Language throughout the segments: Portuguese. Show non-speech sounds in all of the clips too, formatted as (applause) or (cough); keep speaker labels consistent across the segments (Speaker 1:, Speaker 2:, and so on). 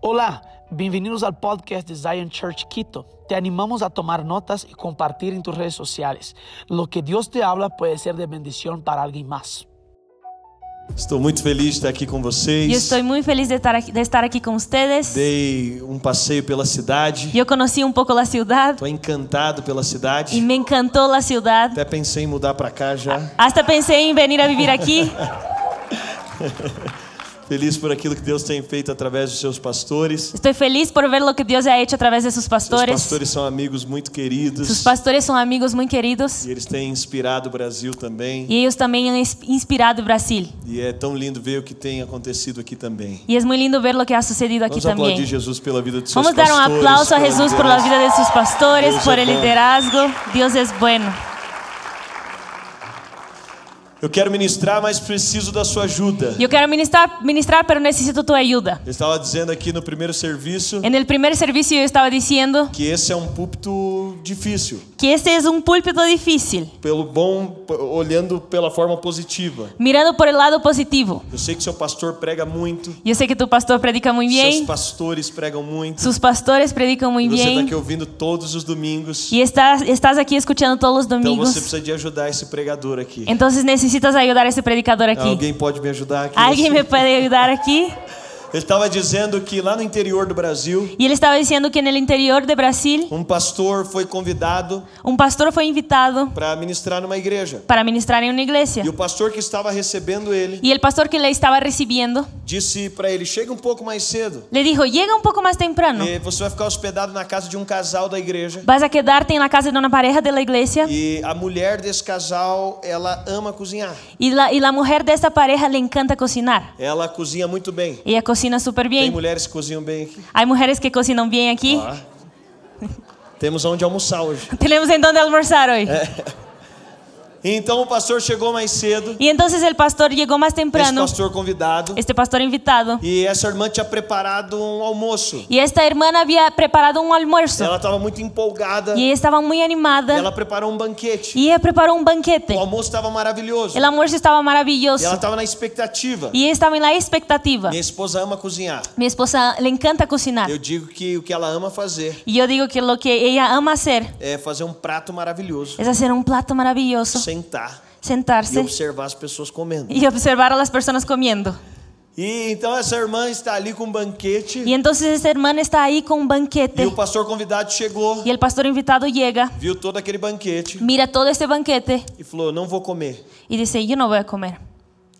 Speaker 1: Hola, bienvenidos al podcast de Zion Church Quito. Te animamos a tomar notas y compartir en tus redes sociales. Lo que Dios te habla puede ser de bendición para alguien más.
Speaker 2: Estou muito feliz de estar aqui com
Speaker 3: Y
Speaker 2: vocês.
Speaker 3: estoy muy feliz de estar aquí, de estar aquí con ustedes.
Speaker 2: Dei um passeio pela cidade.
Speaker 3: Yo conocí un poco la ciudad
Speaker 2: Estou encantado pela
Speaker 3: y
Speaker 2: cidade.
Speaker 3: me encantó la ciudad.
Speaker 2: Até pensei em mudar para cá já.
Speaker 3: Hasta pensé en venir a
Speaker 2: (laughs)
Speaker 3: vivir aquí.
Speaker 2: Feliz por aquilo que Deus tem feito através dos seus pastores.
Speaker 3: Estoy feliz por ver lo que Dios ha hecho a través de sus
Speaker 2: Seus
Speaker 3: pastores.
Speaker 2: pastores são amigos muito
Speaker 3: Sus
Speaker 2: queridos.
Speaker 3: pastores son amigos muy queridos
Speaker 2: E eles têm inspirado o Brasil também.
Speaker 3: y ellos también han ins- inspirado Brasil.
Speaker 2: E é tão lindo ver o que tem acontecido aqui também.
Speaker 3: Y es muy lindo ver lo que ha sucedido aquí
Speaker 2: Vamos aplaudir
Speaker 3: también.
Speaker 2: Jesus pela vida dos seus
Speaker 3: Vamos a dar un
Speaker 2: pastores.
Speaker 3: aplauso a
Speaker 2: pela
Speaker 3: Jesús por la
Speaker 2: liderança.
Speaker 3: vida de sus pastores,
Speaker 2: Dios
Speaker 3: por
Speaker 2: es
Speaker 3: el
Speaker 2: bueno.
Speaker 3: liderazgo. Dios es bueno.
Speaker 2: Eu quero ministrar, mas preciso da sua ajuda.
Speaker 3: Yo quiero ministrar, ministrar, pero necesito tu ayuda.
Speaker 2: Eu estava dizendo aqui no primeiro serviço
Speaker 3: En el primer servicio yo estaba diciendo
Speaker 2: que esse é um púlpito difícil.
Speaker 3: que este es un púlpito difícil,
Speaker 2: pelo bom, p- olhando pela forma positiva.
Speaker 3: mirando por el lado positivo.
Speaker 2: Eu sei que seu pastor prega muito,
Speaker 3: Yo sé que tu pastor predica muy
Speaker 2: seus
Speaker 3: bien,
Speaker 2: pastores pregam muito,
Speaker 3: sus pastores predican muy
Speaker 2: e você está
Speaker 3: bien
Speaker 2: aqui ouvindo todos os domingos.
Speaker 3: y estás, estás aquí escuchando todos los
Speaker 2: Então você
Speaker 3: domingos.
Speaker 2: precisa de ajudar esse pregador aqui.
Speaker 3: Entonces necesitas ayudar a ese predicador aquí.
Speaker 2: Alguém pode me ajudar aqui?
Speaker 3: ¿Alguien me puede ayudar aquí?
Speaker 2: Eu estava dizendo que lá no interior do Brasil,
Speaker 3: Y él estaba diciendo que en el interior de Brasil
Speaker 2: um pastor foi convidado
Speaker 3: un pastor fue invitado
Speaker 2: para ministrar numa igreja.
Speaker 3: para ministrar en una iglesia.
Speaker 2: E o pastor que estava recebendo ele
Speaker 3: Y el pastor que le estaba recibiendo
Speaker 2: disse para ele: "Chega um pouco mais cedo.
Speaker 3: le dijo, llega un poco más temprano,
Speaker 2: E você vai ficar hospedado na casa de um casal da igreja."
Speaker 3: vas a quedarte en la casa de una pareja de la iglesia
Speaker 2: E a mulher desse casal, ela ama cozinhar.
Speaker 3: y la, y la mujer de esta pareja le encanta cocinar.
Speaker 2: Ela cozinha muito bem.
Speaker 3: Ella cocina súper
Speaker 2: Tem
Speaker 3: bien.
Speaker 2: mulheres que cozinham bem aqui.
Speaker 3: Hay mujeres que cocinan bien aquí.
Speaker 2: Ó. Temos onde almoçar hoje.
Speaker 3: (laughs) Tenemos en dónde almorzar hoy.
Speaker 2: Então o pastor chegou mais cedo.
Speaker 3: Y entonces el pastor llegó más
Speaker 2: Esse
Speaker 3: temprano,
Speaker 2: pastor convidado.
Speaker 3: este pastor invitado,
Speaker 2: E essa irmã tinha preparado um almoço.
Speaker 3: y esta hermana había preparado un almuerzo.
Speaker 2: Ela estava muito empolgada. E
Speaker 3: Y ella estaba muy animada
Speaker 2: ela preparou um banquete.
Speaker 3: y ella preparó un
Speaker 2: O
Speaker 3: banquete.
Speaker 2: almoço estava maravilhoso.
Speaker 3: El almuerzo estaba
Speaker 2: E ela
Speaker 3: maravilloso
Speaker 2: estava na expectativa.
Speaker 3: y ella estaba en la expectativa.
Speaker 2: Minha esposa ama cozinhar.
Speaker 3: Mi esposa le encanta cocinar
Speaker 2: Eu digo que o que ela ama fazer
Speaker 3: y yo digo que lo que ella ama hacer
Speaker 2: é fazer um prato maravilhoso.
Speaker 3: es hacer un plato maravilloso,
Speaker 2: Sentar e
Speaker 3: sentarse
Speaker 2: observar as pessoas comendo.
Speaker 3: y observar a las personas comiendo.
Speaker 2: E então essa irmã está ali com um banquete.
Speaker 3: Y entonces esta hermana está ahí con un
Speaker 2: E o
Speaker 3: banquete
Speaker 2: pastor convidado chegou,
Speaker 3: y el pastor invitado llega,
Speaker 2: viu todo aquele banquete
Speaker 3: mira todo este banquete
Speaker 2: e falou: Não vou comer.
Speaker 3: y dice, yo no voy a comer.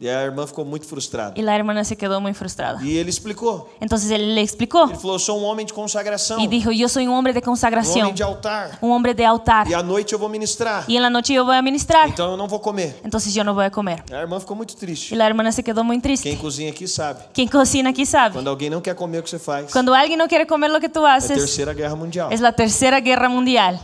Speaker 2: E a irmã ficou muito frustrada.
Speaker 3: Y la hermana se quedó muy frustrada.
Speaker 2: E ele explicou:
Speaker 3: Entonces él le explicó
Speaker 2: Ele falou, Eu sou um homem de consagração,
Speaker 3: y
Speaker 2: um
Speaker 3: dijo, yo soy un hombre de
Speaker 2: homem
Speaker 3: consagración,
Speaker 2: de altar.
Speaker 3: un hombre de altar,
Speaker 2: E à noite eu vou ministrar,
Speaker 3: y en la noche yo voy a ministrar,
Speaker 2: então eu não vou comer.
Speaker 3: entonces yo no voy a comer.
Speaker 2: A irmã ficou muito
Speaker 3: Y
Speaker 2: triste.
Speaker 3: la hermana se quedó muy
Speaker 2: Quem
Speaker 3: triste.
Speaker 2: cozinha aqui sabe:
Speaker 3: Quien cocina aquí sabe.
Speaker 2: quando alguém não quer comer o que você faz,
Speaker 3: Cuando alguien no quiere comer lo que tú
Speaker 2: é a
Speaker 3: haces,
Speaker 2: terceira guerra mundial.
Speaker 3: es la tercera guerra mundial.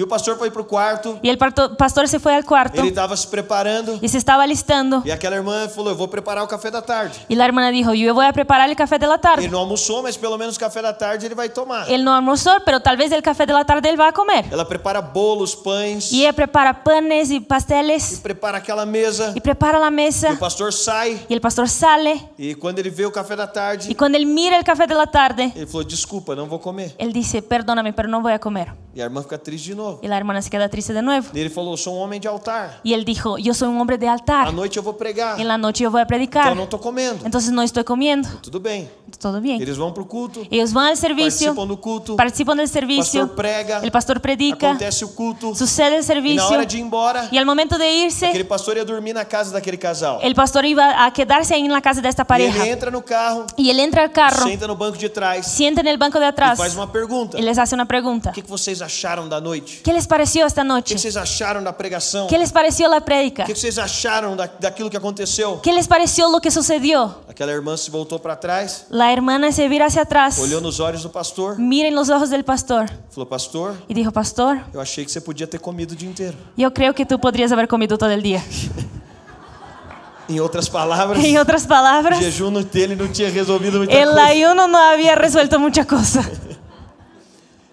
Speaker 2: E o pastor foi pro quarto,
Speaker 3: Y el parto- pastor se fue al cuarto
Speaker 2: ele estava se preparando,
Speaker 3: y se estava listando.
Speaker 2: e aquela irmã falou: Eu vou preparar o café da tarde.
Speaker 3: Y la hermana dijo, yo voy a preparar el café de la
Speaker 2: Ele
Speaker 3: tarde.
Speaker 2: não almoçou, mas pelo menos o café da tarde ele vai tomar.
Speaker 3: Él no almorzó, pero tal vez el café de la tarde él va a comer.
Speaker 2: Ela prepara bolos, pães,
Speaker 3: Y ella prepara panes y
Speaker 2: e
Speaker 3: pasteles
Speaker 2: prepara aquela mesa.
Speaker 3: y prepara la
Speaker 2: E o
Speaker 3: mesa.
Speaker 2: pastor sai
Speaker 3: Y el pastor sale
Speaker 2: e quando ele vê o café da tarde,
Speaker 3: y cuando él mira el café de la tarde,
Speaker 2: ele falou: "Desculpa, não vou comer".
Speaker 3: él dice, perdóname, pero no voy a comer.
Speaker 2: E a irmã fica triste de novo.
Speaker 3: Y la hermana se queda triste de nuevo.
Speaker 2: E ele falou: "Sou um homem de altar.
Speaker 3: Y él dijo, yo soy un hombre de
Speaker 2: À
Speaker 3: altar.
Speaker 2: noite eu vou pregar.
Speaker 3: En la noche yo voy a
Speaker 2: Então
Speaker 3: predicar.
Speaker 2: não tô comendo".
Speaker 3: Entonces no estoy comiendo.
Speaker 2: Tudo bem.
Speaker 3: Todo bien.
Speaker 2: Eles vão pro culto,
Speaker 3: Ellos van al servicio.
Speaker 2: participam do culto,
Speaker 3: participan del
Speaker 2: pastor
Speaker 3: servicio,
Speaker 2: prega,
Speaker 3: el pastor predica,
Speaker 2: acontece o culto.
Speaker 3: sucede
Speaker 2: E na
Speaker 3: el servicio
Speaker 2: hora de ir embora,
Speaker 3: y al momento de
Speaker 2: aquele
Speaker 3: irse,
Speaker 2: pastor ia dormir na casa daquele casal.
Speaker 3: el pastor iba a quedarse ahí en la casa de esta
Speaker 2: E ele
Speaker 3: pareja
Speaker 2: entra no carro,
Speaker 3: y él entra al carro,
Speaker 2: senta no banco de trás
Speaker 3: sienta en el banco de
Speaker 2: e faz
Speaker 3: atrás
Speaker 2: uma pergunta:
Speaker 3: y les hace una pregunta.
Speaker 2: "O que que vocês acharon da noite?
Speaker 3: ¿Qué les pareció esta
Speaker 2: O que
Speaker 3: noche?
Speaker 2: que vocês acharam da pregação?
Speaker 3: ¿Qué les pareció la prédica?
Speaker 2: O que que vocês acharon da, daquilo que aconteceu?
Speaker 3: ¿Qué les pareció lo que sucedió?
Speaker 2: Aquela irmã se voltou para trás,
Speaker 3: La hermana se vira hacia atrás,
Speaker 2: olhou nos olhos do pastor,
Speaker 3: mira en los ojos del pastor
Speaker 2: falou: Pastor,
Speaker 3: y dijo, pastor,
Speaker 2: eu achei que você podia ter comido o dia inteiro.
Speaker 3: yo creo que tú podrías haber comido todo el día.
Speaker 2: (laughs) Em outras palavras,
Speaker 3: En
Speaker 2: o
Speaker 3: otras palabras,
Speaker 2: jejum no- dele não tinha resolvido muita
Speaker 3: el
Speaker 2: coisa.
Speaker 3: ayuno no había resuelto mucha cosa.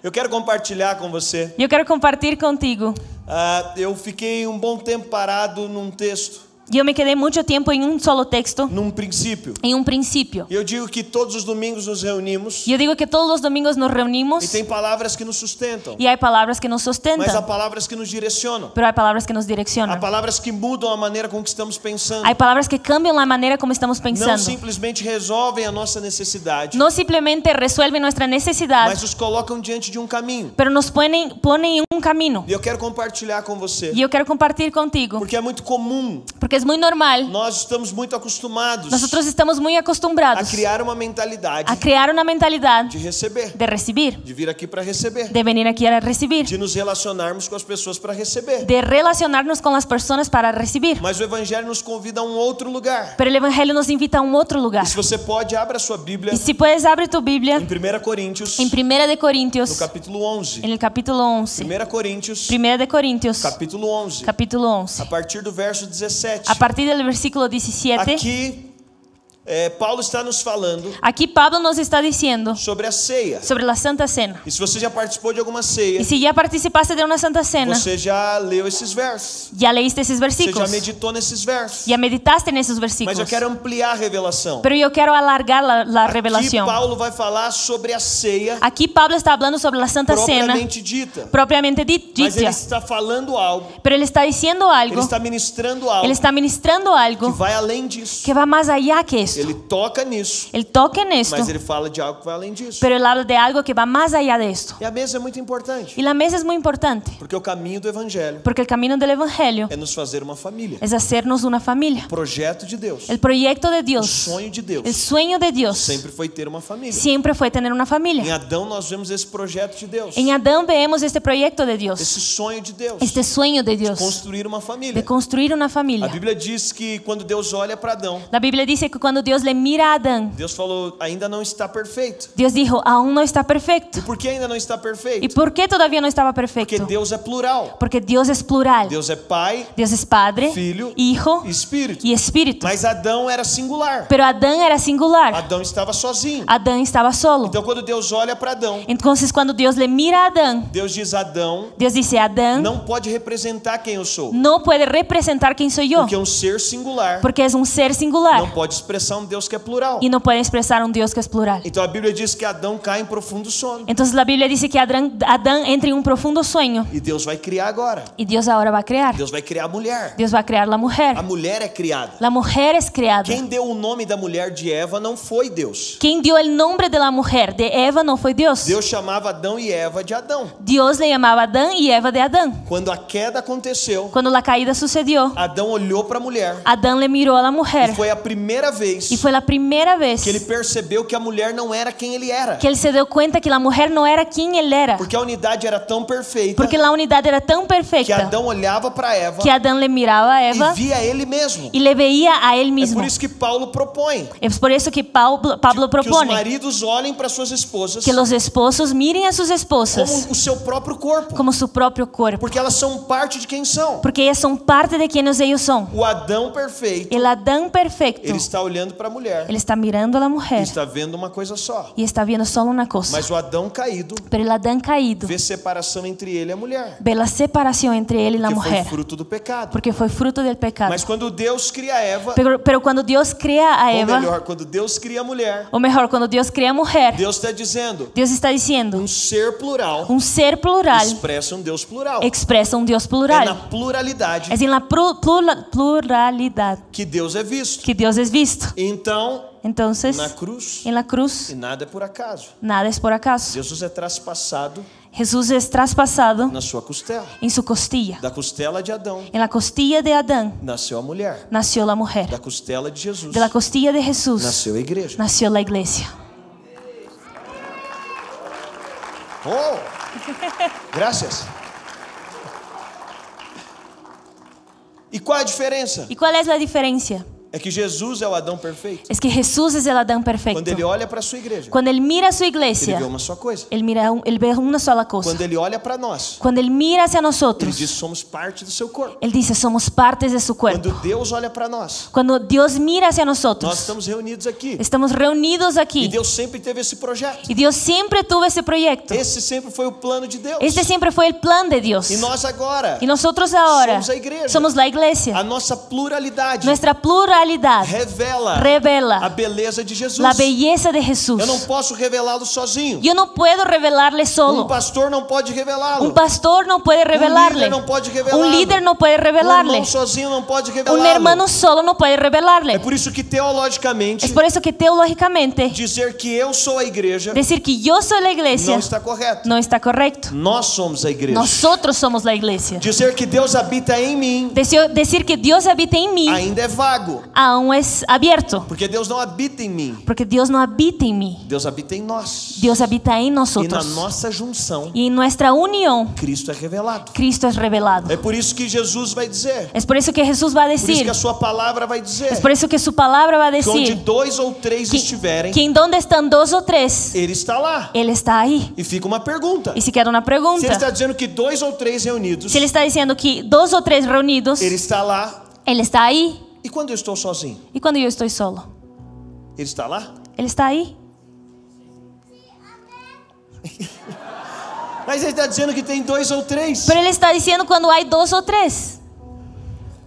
Speaker 2: Eu quero compartilhar com você.
Speaker 3: Eu quero compartilhar contigo.
Speaker 2: Ah, eu fiquei um bom tempo parado num texto
Speaker 3: Yo me quedé mucho tiempo en un solo texto,
Speaker 2: num princípio.
Speaker 3: en un principio.
Speaker 2: E eu digo que todos os domingos nos reunimos
Speaker 3: Yo digo que todos los domingos nos
Speaker 2: e
Speaker 3: reunimos
Speaker 2: tem palavras que nos sustentam,
Speaker 3: y hay palabras que
Speaker 2: mas
Speaker 3: nos
Speaker 2: há
Speaker 3: sustentan,
Speaker 2: palavras que nos direcionam.
Speaker 3: pero hay palabras que nos
Speaker 2: Há
Speaker 3: direccionan.
Speaker 2: palavras que mudam a maneira com que estamos pensando.
Speaker 3: Hay palabras que cambian la manera como estamos
Speaker 2: Não
Speaker 3: pensando.
Speaker 2: simplesmente resolvem a nossa necessidade,
Speaker 3: No simplemente resuelven nuestra necesidad,
Speaker 2: mas os colocam diante de um caminho.
Speaker 3: pero nos ponen, ponen en un camino.
Speaker 2: E eu quero compartilhar com você,
Speaker 3: Y yo quiero compartir contigo,
Speaker 2: porque é muito comum.
Speaker 3: porque es muy normal.
Speaker 2: Nós estamos muito acostumados
Speaker 3: Nosotros estamos muy
Speaker 2: a
Speaker 3: acostumbrados
Speaker 2: criar uma mentalidade
Speaker 3: a crear una mentalidad
Speaker 2: de receber,
Speaker 3: de recibir,
Speaker 2: de vir aqui para receber,
Speaker 3: de venir aquí a recibir,
Speaker 2: de nos relacionarmos com as pessoas para receber.
Speaker 3: de relacionarnos con las personas para recibir.
Speaker 2: Mas o evangelho nos convida a um outro lugar.
Speaker 3: Pero el Evangelio nos invita a un otro lugar.
Speaker 2: E se você pode, abra sua Bíblia
Speaker 3: Y si puedes, abre tu Biblia
Speaker 2: em 1 Coríntios,
Speaker 3: en Primera de
Speaker 2: no
Speaker 3: Corintios,
Speaker 2: capítulo 11.
Speaker 3: en el capítulo 11.
Speaker 2: 1 Coríntios,
Speaker 3: Primera de Corintios,
Speaker 2: capítulo 11.
Speaker 3: capítulo
Speaker 2: A
Speaker 3: 11.
Speaker 2: partir do verso 17.
Speaker 3: A partir del versículo 17,
Speaker 2: Aqui, é, Paulo está nos falando
Speaker 3: aquí Pablo nos está diciendo
Speaker 2: sobre a ceia.
Speaker 3: sobre la Santa Cena.
Speaker 2: E se você já participou de alguma
Speaker 3: Y
Speaker 2: ceia,
Speaker 3: si ya participaste de una Santa Cena,
Speaker 2: você já leu esses versos.
Speaker 3: ya leíste
Speaker 2: Você
Speaker 3: esos
Speaker 2: já
Speaker 3: versículos,
Speaker 2: meditou nesses versos.
Speaker 3: ya meditaste en
Speaker 2: Mas
Speaker 3: esos
Speaker 2: eu
Speaker 3: versículos.
Speaker 2: quero ampliar a revelação.
Speaker 3: Pero yo quiero alargar la, la
Speaker 2: Aqui,
Speaker 3: revelación.
Speaker 2: Paulo vai falar sobre a ceia
Speaker 3: Aquí Pablo está hablando sobre la Santa Cena
Speaker 2: propriamente dita.
Speaker 3: propiamente di-
Speaker 2: Mas ele
Speaker 3: dicha,
Speaker 2: está falando algo,
Speaker 3: pero él está diciendo
Speaker 2: ele
Speaker 3: algo,
Speaker 2: está ministrando
Speaker 3: él
Speaker 2: algo
Speaker 3: está ministrando
Speaker 2: que
Speaker 3: algo
Speaker 2: vai além disso.
Speaker 3: que va más allá que esto.
Speaker 2: Ele toca nisso,
Speaker 3: Él toca en esto,
Speaker 2: mas ele fala de algo que vai além disso.
Speaker 3: pero él habla de algo que va más allá de esto.
Speaker 2: E a mesa é muito importante,
Speaker 3: Y la mesa es muy importante,
Speaker 2: porque é o caminho do evangelho
Speaker 3: porque el camino del Evangelio
Speaker 2: é nos fazer uma família.
Speaker 3: es hacernos una familia.
Speaker 2: O projeto de É Deus,
Speaker 3: El proyecto de
Speaker 2: o
Speaker 3: Dios,
Speaker 2: sonho de
Speaker 3: el
Speaker 2: Deus
Speaker 3: sueño de Dios,
Speaker 2: sempre foi ter uma família.
Speaker 3: siempre fue tener una
Speaker 2: Em
Speaker 3: familia.
Speaker 2: Adão nós vemos esse projeto de Deus,
Speaker 3: En Adán vemos este proyecto de Dios,
Speaker 2: esse sonho de Deus,
Speaker 3: este sueño de Dios
Speaker 2: construir uma família.
Speaker 3: de construir una
Speaker 2: A
Speaker 3: familia.
Speaker 2: Bíblia diz que quando Deus olha para Adão,
Speaker 3: La Biblia dice que cuando Dios le mira a Adán,
Speaker 2: Deus falou: ainda não está perfeito.
Speaker 3: Dios dijo, aún no está perfecto.
Speaker 2: E por que ainda não está
Speaker 3: ¿Y
Speaker 2: perfeito?
Speaker 3: por qué todavía no estaba
Speaker 2: Porque
Speaker 3: perfecto?
Speaker 2: Deus é plural.
Speaker 3: Porque Dios es plural.
Speaker 2: Deus é Pai,
Speaker 3: Dios es Padre,
Speaker 2: Filho,
Speaker 3: Hijo
Speaker 2: e Espírito.
Speaker 3: y Espíritu.
Speaker 2: Mas Adão era singular.
Speaker 3: Pero Adán era singular.
Speaker 2: Adão estava sozinho.
Speaker 3: Adán estaba solo.
Speaker 2: Então, quando Deus olha para Adão,
Speaker 3: Entonces cuando Dios le mira a Adán,
Speaker 2: Deus diz: Adão
Speaker 3: Dios dice, Adán
Speaker 2: não pode representar quem eu sou.
Speaker 3: no puede representar quién soy yo,
Speaker 2: Porque um ser singular
Speaker 3: porque es un ser
Speaker 2: não
Speaker 3: singular
Speaker 2: pode expressar um Deus que é plural.
Speaker 3: y no puede expresar un Dios que es plural.
Speaker 2: Então, a Bíblia diz que Adão cai em profundo sono.
Speaker 3: Entonces la Biblia dice que Adán, Adán entra en un profundo sueño
Speaker 2: E Deus vai criar agora.
Speaker 3: y Dios ahora va a crear.
Speaker 2: Deus vai criar a mulher.
Speaker 3: Dios va a crear la mujer.
Speaker 2: A mulher é criada.
Speaker 3: La mujer es creada.
Speaker 2: Quem deu o nome da mulher de Eva não foi Deus.
Speaker 3: Quien dio el nombre de la mujer, de Eva, no fue Dios.
Speaker 2: Deus chamava Adão e Eva de Adão.
Speaker 3: Dios le llamaba Adán y Eva de Adán.
Speaker 2: Quando a queda aconteceu,
Speaker 3: Cuando la caída sucedió,
Speaker 2: Adão olhou para a mulher
Speaker 3: Adán le miró a la mujer
Speaker 2: e foi a primeira vez
Speaker 3: y fue la primera vez
Speaker 2: que ele percebeu que a mulher não era quem ele era.
Speaker 3: que él se dio cuenta que la mujer no era quien él era,
Speaker 2: Porque a unidade era tão perfeita
Speaker 3: porque la unidad era tan
Speaker 2: que
Speaker 3: perfecta
Speaker 2: Adão olhava para Eva
Speaker 3: que Adán le miraba a Eva
Speaker 2: e via ele mesmo.
Speaker 3: y le veía a él
Speaker 2: É
Speaker 3: mismo.
Speaker 2: por isso que Paulo propõe
Speaker 3: Es por eso que Pablo, Pablo
Speaker 2: que os
Speaker 3: propone
Speaker 2: maridos olhem para suas esposas
Speaker 3: que los esposos miren a sus esposas
Speaker 2: como o seu próprio corpo,
Speaker 3: como su propio cuerpo,
Speaker 2: porque elas são parte de quem são.
Speaker 3: porque ellas son parte de quienes ellos son.
Speaker 2: O Adão perfeito,
Speaker 3: El Adán perfecto,
Speaker 2: ele está olhando para a mulher
Speaker 3: él está mirando a la
Speaker 2: e
Speaker 3: mujer
Speaker 2: está vendo uma coisa só.
Speaker 3: y está viendo solo una cosa.
Speaker 2: Mas o Adão caído
Speaker 3: Pero el Adán caído
Speaker 2: vê separação entre ele e a mulher,
Speaker 3: ve la separación entre él y la
Speaker 2: que foi
Speaker 3: mujer,
Speaker 2: fruto do pecado.
Speaker 3: porque fue fruto del pecado.
Speaker 2: Mas quando Deus cria Eva,
Speaker 3: Pero, pero cuando Dios crea a
Speaker 2: ou
Speaker 3: Eva,
Speaker 2: melhor, quando Deus cria a mulher,
Speaker 3: o mejor, cuando Dios crea a mujer,
Speaker 2: Deus está dizendo,
Speaker 3: Dios está diciendo,
Speaker 2: um ser plural
Speaker 3: un ser plural
Speaker 2: expressa um Deus plural.
Speaker 3: expresa un Dios
Speaker 2: É
Speaker 3: plural.
Speaker 2: na pluralidade
Speaker 3: Es en la plu- plura- pluralidad
Speaker 2: que Deus é visto.
Speaker 3: que Dios es visto.
Speaker 2: Então,
Speaker 3: Entonces,
Speaker 2: na cruz,
Speaker 3: en la cruz,
Speaker 2: e nada é por acaso.
Speaker 3: nada es por acaso.
Speaker 2: Jesus é traspassado
Speaker 3: Jesús es traspasado
Speaker 2: na sua costela.
Speaker 3: en su costilla.
Speaker 2: Da costela de Adão
Speaker 3: En la costilla de Adán
Speaker 2: nasceu a mulher.
Speaker 3: nació la mujer.
Speaker 2: Da costela de Jesus
Speaker 3: De la costilla de Jesús
Speaker 2: nasceu a igreja.
Speaker 3: nació la iglesia.
Speaker 2: Oh! Graças. E qual é a diferença?
Speaker 3: ¿Y cuál es la diferencia?
Speaker 2: é que Jesus é o Adão perfeito.
Speaker 3: es que Jesús es el Adán
Speaker 2: Quando
Speaker 3: perfecto.
Speaker 2: ele olha para a sua igreja,
Speaker 3: Cuando él mira a su
Speaker 2: ele
Speaker 3: iglesia,
Speaker 2: vê uma só coisa.
Speaker 3: él, mira un- él ve una sola cosa.
Speaker 2: Quando ele olha para nós,
Speaker 3: Cuando él mira hacia
Speaker 2: ele
Speaker 3: nosotros,
Speaker 2: diz somos parte do seu corpo.
Speaker 3: él dice, somos partes de su cuerpo.
Speaker 2: Quando Deus olha para nós,
Speaker 3: Cuando Dios mira hacia
Speaker 2: nós
Speaker 3: nosotros,
Speaker 2: estamos reunidos aqui.
Speaker 3: estamos reunidos
Speaker 2: E
Speaker 3: aquí.
Speaker 2: Deus sempre teve esse projeto.
Speaker 3: Y Dios siempre tuvo ese proyecto.
Speaker 2: Esse sempre foi o plano de Deus.
Speaker 3: Este siempre fue el plan de Dios.
Speaker 2: E nós agora,
Speaker 3: Y nosotros ahora
Speaker 2: Somos la iglesia.
Speaker 3: somos la
Speaker 2: a
Speaker 3: iglesia.
Speaker 2: nossa pluralidade
Speaker 3: Nuestra pluralidad
Speaker 2: revela a
Speaker 3: revela
Speaker 2: beleza de Jesus.
Speaker 3: la belleza de Jesús.
Speaker 2: Eu não posso revelá-lo sozinho.
Speaker 3: Yo no puedo revelarle
Speaker 2: Um
Speaker 3: solo.
Speaker 2: pastor não pode revelá-lo. Um
Speaker 3: Un pastor no puede revelarle.
Speaker 2: líder no puede revelarlo.
Speaker 3: Un líder no puede
Speaker 2: Um
Speaker 3: revelarle.
Speaker 2: irmão sozinho não pode revelá-lo.
Speaker 3: Un hermano solo no puede
Speaker 2: É
Speaker 3: revelarle.
Speaker 2: por isso que teologicamente
Speaker 3: Es É por eso que teológicamente
Speaker 2: dizer que eu sou a igreja
Speaker 3: decir que yo soy la
Speaker 2: não
Speaker 3: iglesia
Speaker 2: está correto.
Speaker 3: no está correcto.
Speaker 2: Nós somos a igreja.
Speaker 3: Nosotros somos la iglesia.
Speaker 2: Dizer que Deus habita em mim
Speaker 3: Deseo- Decir que Dios habita en mí
Speaker 2: ainda é vago,
Speaker 3: aún es abierto,
Speaker 2: porque Deus não habita em mim.
Speaker 3: porque Dios no habita en mí.
Speaker 2: Deus habita em nós.
Speaker 3: Dios habita en
Speaker 2: E na
Speaker 3: nosotros.
Speaker 2: nossa junção,
Speaker 3: Y en nuestra unión,
Speaker 2: Cristo é revelado.
Speaker 3: Cristo es revelado.
Speaker 2: É por isso que Jesus vai dizer,
Speaker 3: Es por eso que Jesús va a
Speaker 2: por isso que
Speaker 3: decir,
Speaker 2: a sua palavra vai dizer,
Speaker 3: es por eso que su palabra va a
Speaker 2: É que onde
Speaker 3: decir,
Speaker 2: dois ou três estiverem,
Speaker 3: quien donde están dos o tres,
Speaker 2: ele está lá.
Speaker 3: Él está ahí.
Speaker 2: E fica uma pergunta.
Speaker 3: Y si queda una
Speaker 2: Se ele está
Speaker 3: pregunta,
Speaker 2: dizendo que dois ou três reunidos,
Speaker 3: si Él está diciendo que dos o tres reunidos,
Speaker 2: ele está lá.
Speaker 3: Él está ahí.
Speaker 2: E quando eu estou sozinho,
Speaker 3: Y cuando yo estoy solo,
Speaker 2: ele está lá?
Speaker 3: Él está ahí.
Speaker 2: Mas ele está dizendo que tem dois ou três.
Speaker 3: Pero Él está diciendo cuando hay dos o tres.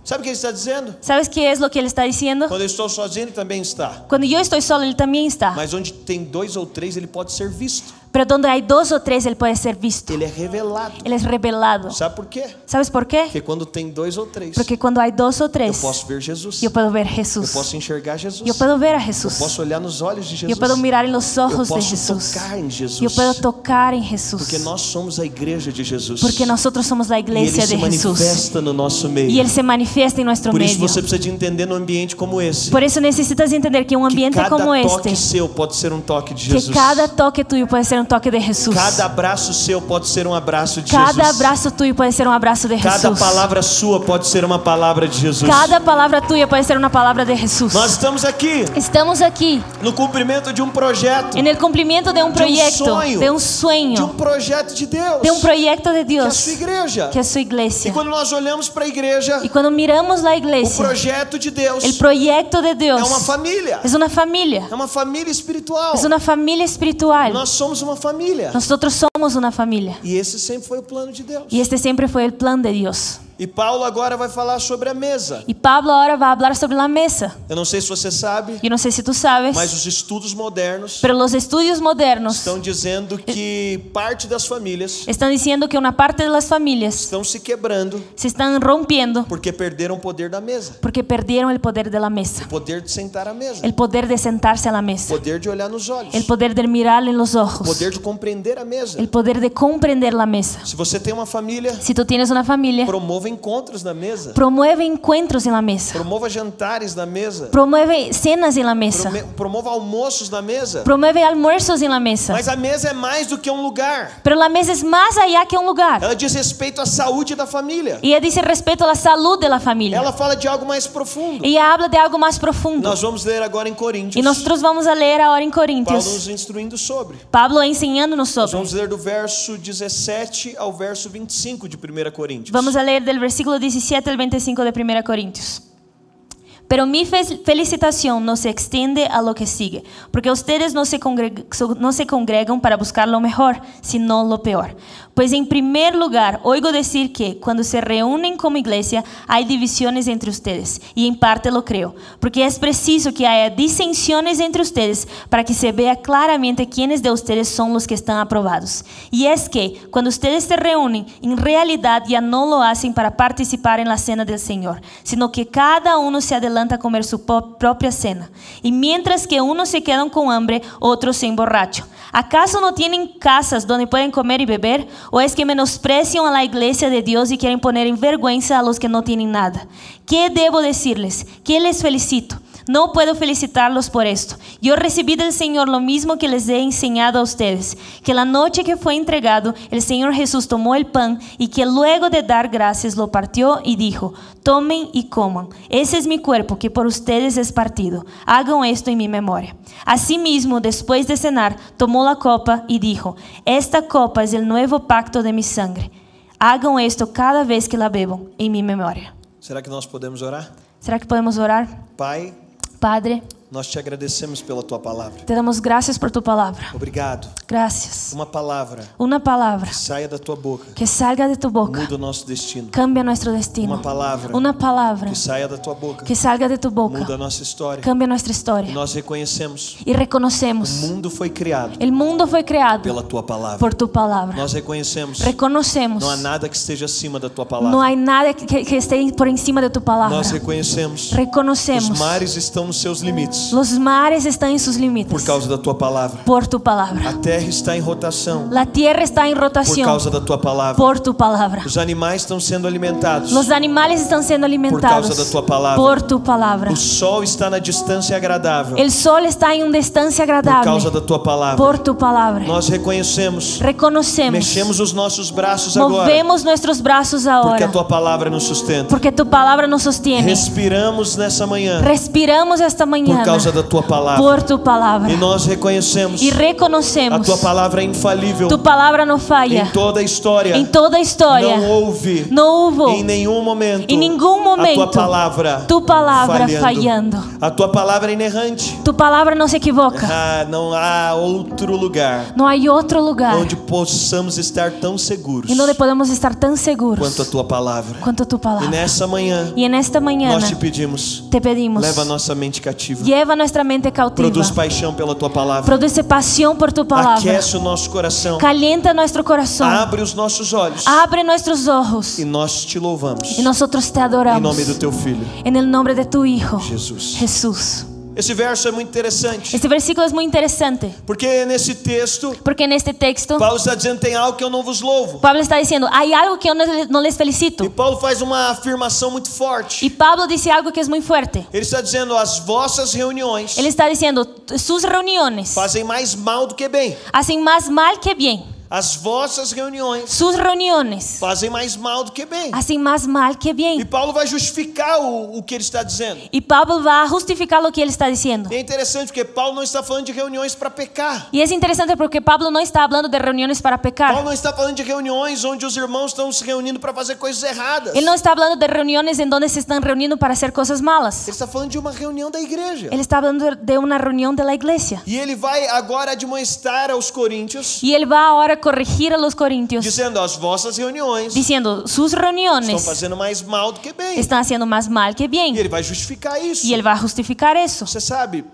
Speaker 2: Sabe o que ele está dizendo?
Speaker 3: ¿Sabes qué es lo que Él está diciendo?
Speaker 2: Quando eu estou sozinho, ele também está.
Speaker 3: Cuando yo estoy solo, Él también está.
Speaker 2: Mas onde tem dois ou três, ele pode ser visto.
Speaker 3: Pero donde hay dos o tres, Él puede ser visto.
Speaker 2: Ele é revelado.
Speaker 3: Él es revelado.
Speaker 2: Sabe por quê?
Speaker 3: ¿Sabes por quê?
Speaker 2: Porque quando tem dois ou três,
Speaker 3: Porque cuando hay dos o
Speaker 2: eu
Speaker 3: tres,
Speaker 2: posso ver Jesus.
Speaker 3: yo puedo ver
Speaker 2: Eu
Speaker 3: Jesús.
Speaker 2: posso enxergar Jesus.
Speaker 3: Yo puedo ver a Jesús.
Speaker 2: Posso olhar nos olhos de
Speaker 3: Yo
Speaker 2: Jesus.
Speaker 3: puedo mirar en los
Speaker 2: Eu
Speaker 3: ojos de
Speaker 2: posso
Speaker 3: Jesús.
Speaker 2: tocar em Jesus.
Speaker 3: Yo puedo tocar en Jesús.
Speaker 2: Porque nós somos a igreja de Jesus.
Speaker 3: Porque nosotros somos la
Speaker 2: e ele
Speaker 3: iglesia
Speaker 2: se
Speaker 3: de Jesús.
Speaker 2: manifesta no nosso meio.
Speaker 3: Y Él se manifiesta en nuestro
Speaker 2: Por isso
Speaker 3: medio.
Speaker 2: você precisa de entender num ambiente como esse.
Speaker 3: Por eso necesitas entender que un
Speaker 2: que
Speaker 3: ambiente
Speaker 2: cada
Speaker 3: como
Speaker 2: toque
Speaker 3: este,
Speaker 2: seu pode ser um toque de
Speaker 3: que
Speaker 2: Jesus.
Speaker 3: cada toque tuyo puede ser un toque de Jesús.
Speaker 2: Cada abraço seu pode ser um abraço de
Speaker 3: Cada
Speaker 2: Jesus.
Speaker 3: abrazo tuyo puede ser un abrazo de
Speaker 2: Cada
Speaker 3: Jesús.
Speaker 2: palavra sua pode ser uma palavra de Jesus.
Speaker 3: Cada palabra tuya puede ser una palabra de Jesús.
Speaker 2: Nós estamos aqui
Speaker 3: Estamos aquí
Speaker 2: no cumprimento de um projeto,
Speaker 3: en el cumplimiento de
Speaker 2: De un
Speaker 3: un proyecto,
Speaker 2: sueño.
Speaker 3: de un
Speaker 2: de um
Speaker 3: sueño,
Speaker 2: projeto de Deus,
Speaker 3: de un proyecto de
Speaker 2: que é a sua
Speaker 3: Dios,
Speaker 2: igreja.
Speaker 3: que es su
Speaker 2: E
Speaker 3: iglesia.
Speaker 2: quando nós olhamos para a igreja,
Speaker 3: Y cuando miramos la
Speaker 2: o
Speaker 3: iglesia,
Speaker 2: projeto de Deus
Speaker 3: el proyecto de
Speaker 2: é uma
Speaker 3: Dios
Speaker 2: família,
Speaker 3: es una familia,
Speaker 2: é uma família espiritual.
Speaker 3: es una familia espiritual.
Speaker 2: é Nós somos uma família.
Speaker 3: Nosotros somos una familia.
Speaker 2: E esse sempre foi o plano de Deus.
Speaker 3: Y este siempre fue el plan de Dios.
Speaker 2: E Paulo agora vai falar sobre a mesa.
Speaker 3: Y Pablo ahora va a hablar sobre la mesa.
Speaker 2: Eu não sei se você sabe,
Speaker 3: Yo no sé si tú sabes,
Speaker 2: mas os estudos modernos
Speaker 3: pero los estudios modernos
Speaker 2: estão dizendo que parte das famílias
Speaker 3: están diciendo que una parte de las familias
Speaker 2: estão se quebrando
Speaker 3: se están rompiendo
Speaker 2: porque perderam o poder da mesa,
Speaker 3: porque perdieron el poder de la mesa,
Speaker 2: o poder de sentar à mesa,
Speaker 3: el poder de sentarse a la
Speaker 2: o
Speaker 3: mesa,
Speaker 2: poder de olhar nos olhos,
Speaker 3: el poder de mirarle en los
Speaker 2: o
Speaker 3: ojos,
Speaker 2: poder de compreender a mesa.
Speaker 3: el poder de comprender la mesa.
Speaker 2: Se você tem uma família,
Speaker 3: Si tú tienes una familia,
Speaker 2: promova encontros na mesa,
Speaker 3: promueve encuentros en la mesa,
Speaker 2: promova jantares na mesa,
Speaker 3: promueve cenas en la mesa,
Speaker 2: prome- promova almoços na mesa.
Speaker 3: promueve almuerzos en la mesa.
Speaker 2: Mas a mesa é mais do que um lugar.
Speaker 3: Pero la mesa es más allá que un lugar.
Speaker 2: Ela diz respeito à saúde da família.
Speaker 3: Y ella dice respeto a la salud de la familia.
Speaker 2: Ela fala de algo mais profundo.
Speaker 3: Ella habla de algo más profundo.
Speaker 2: Nós vamos ler agora em
Speaker 3: E
Speaker 2: Coríntios.
Speaker 3: nosotros vamos a ler agora em
Speaker 2: Paulo
Speaker 3: Coríntios.
Speaker 2: nos instruindo sobre.
Speaker 3: Pablo ensinando-nos
Speaker 2: Nós
Speaker 3: sobre.
Speaker 2: vamos ler do verso 17 ao verso 25 de 1 Coríntios.
Speaker 3: Vamos a ler del versículo 17 al 25 de 1 Corintios. Pero mi fe- felicitación no se extiende a lo que sigue, porque ustedes no se, congreg- so- no se congregan para buscar lo mejor, sino lo peor. Pues en primer lugar, oigo decir que cuando se reúnen como iglesia hay divisiones entre ustedes, y en parte lo creo, porque es preciso que haya disensiones entre ustedes para que se vea claramente quiénes de ustedes son los que están aprobados. Y es que cuando ustedes se reúnen, en realidad ya no lo hacen para participar en la cena del Señor, sino que cada uno se adelanta a comer su po- propia cena. Y mientras que unos se quedan con hambre, otros se emborrachan. ¿Acaso no tienen casas donde pueden comer y beber? ¿O es que menosprecian a la iglesia de Dios y quieren poner en vergüenza a los que no tienen nada? ¿Qué debo decirles? Que les felicito. No puedo felicitarlos por esto. Yo recibí del Señor lo mismo que les he enseñado a ustedes, que la noche que fue entregado, el Señor Jesús tomó el pan y que luego de dar gracias lo partió y dijo, tomen y coman. Ese es mi cuerpo que por ustedes es partido. Hagan esto en mi memoria. Asimismo, después de cenar, tomó la copa y dijo, esta copa es el nuevo pacto de mi sangre. Hagan esto cada vez que la beban en mi memoria.
Speaker 2: Será que nós podemos orar?
Speaker 3: ¿Será que podemos orar?
Speaker 2: Pai,
Speaker 3: Padre,
Speaker 2: nós te agradecemos pela tua palavra.
Speaker 3: te damos gracias por tu palabra.
Speaker 2: Obrigado.
Speaker 3: Gracias.
Speaker 2: Uma palavra
Speaker 3: Una palabra
Speaker 2: que saia da tua boca
Speaker 3: que salga de tu boca
Speaker 2: muda o nosso destino.
Speaker 3: cambia nuestro destino.
Speaker 2: Uma palavra
Speaker 3: Una palabra
Speaker 2: que saia da tua boca
Speaker 3: que salga de tu
Speaker 2: muda a
Speaker 3: boca
Speaker 2: nossa história.
Speaker 3: cambia nuestra
Speaker 2: E
Speaker 3: historia.
Speaker 2: nós reconhecemos:
Speaker 3: Y
Speaker 2: o
Speaker 3: reconocemos,
Speaker 2: mundo foi criado
Speaker 3: el mundo fue creado
Speaker 2: pela tua palavra.
Speaker 3: por tu palabra.
Speaker 2: Nós reconhecemos:
Speaker 3: Reconocemos,
Speaker 2: não há nada que esteja acima da tua
Speaker 3: no
Speaker 2: palavra.
Speaker 3: hay nada que, que esté por encima de tu palabra.
Speaker 2: Nós reconhecemos: os
Speaker 3: Reconocemos,
Speaker 2: mares estão nos seus limites
Speaker 3: los mares están en sus
Speaker 2: por
Speaker 3: límites
Speaker 2: causa da tua palavra.
Speaker 3: por tu palabra.
Speaker 2: A terra está em rotação
Speaker 3: La tierra está en
Speaker 2: por
Speaker 3: rotación
Speaker 2: causa da tua palavra.
Speaker 3: assim, por tu palabra.
Speaker 2: Os animais estão sendo alimentados.
Speaker 3: Los animales están siendo alimentados
Speaker 2: Por causa da tua palavra.
Speaker 3: por tu palabra.
Speaker 2: O sol está na distância agradável
Speaker 3: El sol está en una distancia
Speaker 2: por
Speaker 3: agradable
Speaker 2: causa da tua palavra.
Speaker 3: por tu palabra.
Speaker 2: Nós reconhecemos,
Speaker 3: Reconocemos,
Speaker 2: mexemos os nossos braços agora,
Speaker 3: movemos nuestros brazos
Speaker 2: porque a
Speaker 3: ahora
Speaker 2: tua palavra nos sustenta.
Speaker 3: porque tu palabra nos sostiene.
Speaker 2: Respiramos nessa manhã
Speaker 3: Respiramos esta
Speaker 2: por
Speaker 3: mañana
Speaker 2: causa da tua palavra.
Speaker 3: por tu palabra
Speaker 2: E nós reconhecemos,
Speaker 3: y
Speaker 2: a
Speaker 3: reconocemos
Speaker 2: tua palavra é infalível
Speaker 3: tu palabra no falla
Speaker 2: em toda a história.
Speaker 3: en toda historia.
Speaker 2: Não houve
Speaker 3: No hubo
Speaker 2: em nenhum momento
Speaker 3: em nenhum
Speaker 2: a tua
Speaker 3: momento
Speaker 2: palavra
Speaker 3: tu palavra falhando.
Speaker 2: A tua palavra é inerrante.
Speaker 3: tu palabra no se equivoca.
Speaker 2: Ah, não há outro lugar
Speaker 3: No hay otro lugar
Speaker 2: onde possamos estar tão seguros
Speaker 3: en donde podemos estar tan
Speaker 2: quanto a
Speaker 3: seguros
Speaker 2: tua palavra.
Speaker 3: cuanto tu
Speaker 2: E
Speaker 3: palabra.
Speaker 2: nessa manhã
Speaker 3: Y en esta mañana
Speaker 2: nós te pedimos,
Speaker 3: te pedimos,
Speaker 2: leva a nossa mente cativa.
Speaker 3: lleva nuestra mente cautiva,
Speaker 2: Produz paixão pela tua palavra.
Speaker 3: produce pasión por tu palabra,
Speaker 2: Aquece o nosso coração.
Speaker 3: calienta nuestro corazón,
Speaker 2: Abre os nossos olhos
Speaker 3: abre nuestros ojos
Speaker 2: e nós te louvamos.
Speaker 3: y nosotros te
Speaker 2: Em
Speaker 3: adoramos
Speaker 2: nome do teu filho,
Speaker 3: en el nombre de tu Hijo,
Speaker 2: Jesus.
Speaker 3: Jesús.
Speaker 2: Esse verso é muito interessante,
Speaker 3: Este versículo es muy interesante
Speaker 2: porque nesse texto
Speaker 3: porque en este texto
Speaker 2: Paulo está dizendo tem algo que eu não vos louvo.
Speaker 3: Pablo está diciendo, hay algo que yo no les- no les
Speaker 2: E
Speaker 3: felicito.
Speaker 2: Paulo faz uma afirmação muito
Speaker 3: Y
Speaker 2: forte.
Speaker 3: Pablo dice algo que es muy fuerte.
Speaker 2: Ele está dizendo as vossas reuniões
Speaker 3: Él está diciendo, sus reuniones
Speaker 2: fazem mais mal do que bem.
Speaker 3: hacen más mal que bien.
Speaker 2: As vossas reuniões
Speaker 3: Sus reuniones
Speaker 2: fazem mais mal do que bem.
Speaker 3: hacen más mal que
Speaker 2: E
Speaker 3: bien.
Speaker 2: Paulo vai justificar o, o que ele está dizendo.
Speaker 3: Y Pablo va a justificar lo que él está diciendo.
Speaker 2: E é interessante porque Paulo não está falando de reuniões para pecar.
Speaker 3: Y es interesante porque Pablo no está hablando de reuniones para
Speaker 2: Paulo
Speaker 3: pecar.
Speaker 2: não está falando de reuniões onde os irmãos estão se reunindo para fazer coisas erradas.
Speaker 3: Él no está hablando de reuniones en donde se están reuniendo para hacer cosas malas.
Speaker 2: Ele está falando de uma reunião da igreja.
Speaker 3: Él está hablando de una reunión de la iglesia.
Speaker 2: E ele vai agora admoestar aos coríntios,
Speaker 3: Y él va ahora a corregir a los corintios
Speaker 2: dizendo: as vossas reuniões
Speaker 3: diciendo, sus
Speaker 2: estão
Speaker 3: reuniones
Speaker 2: fazendo mais mal do que bem.
Speaker 3: están haciendo más mal que
Speaker 2: E
Speaker 3: bien.
Speaker 2: ele vai justificar isso.
Speaker 3: Y él va a justificar eso.
Speaker 2: Você sabe,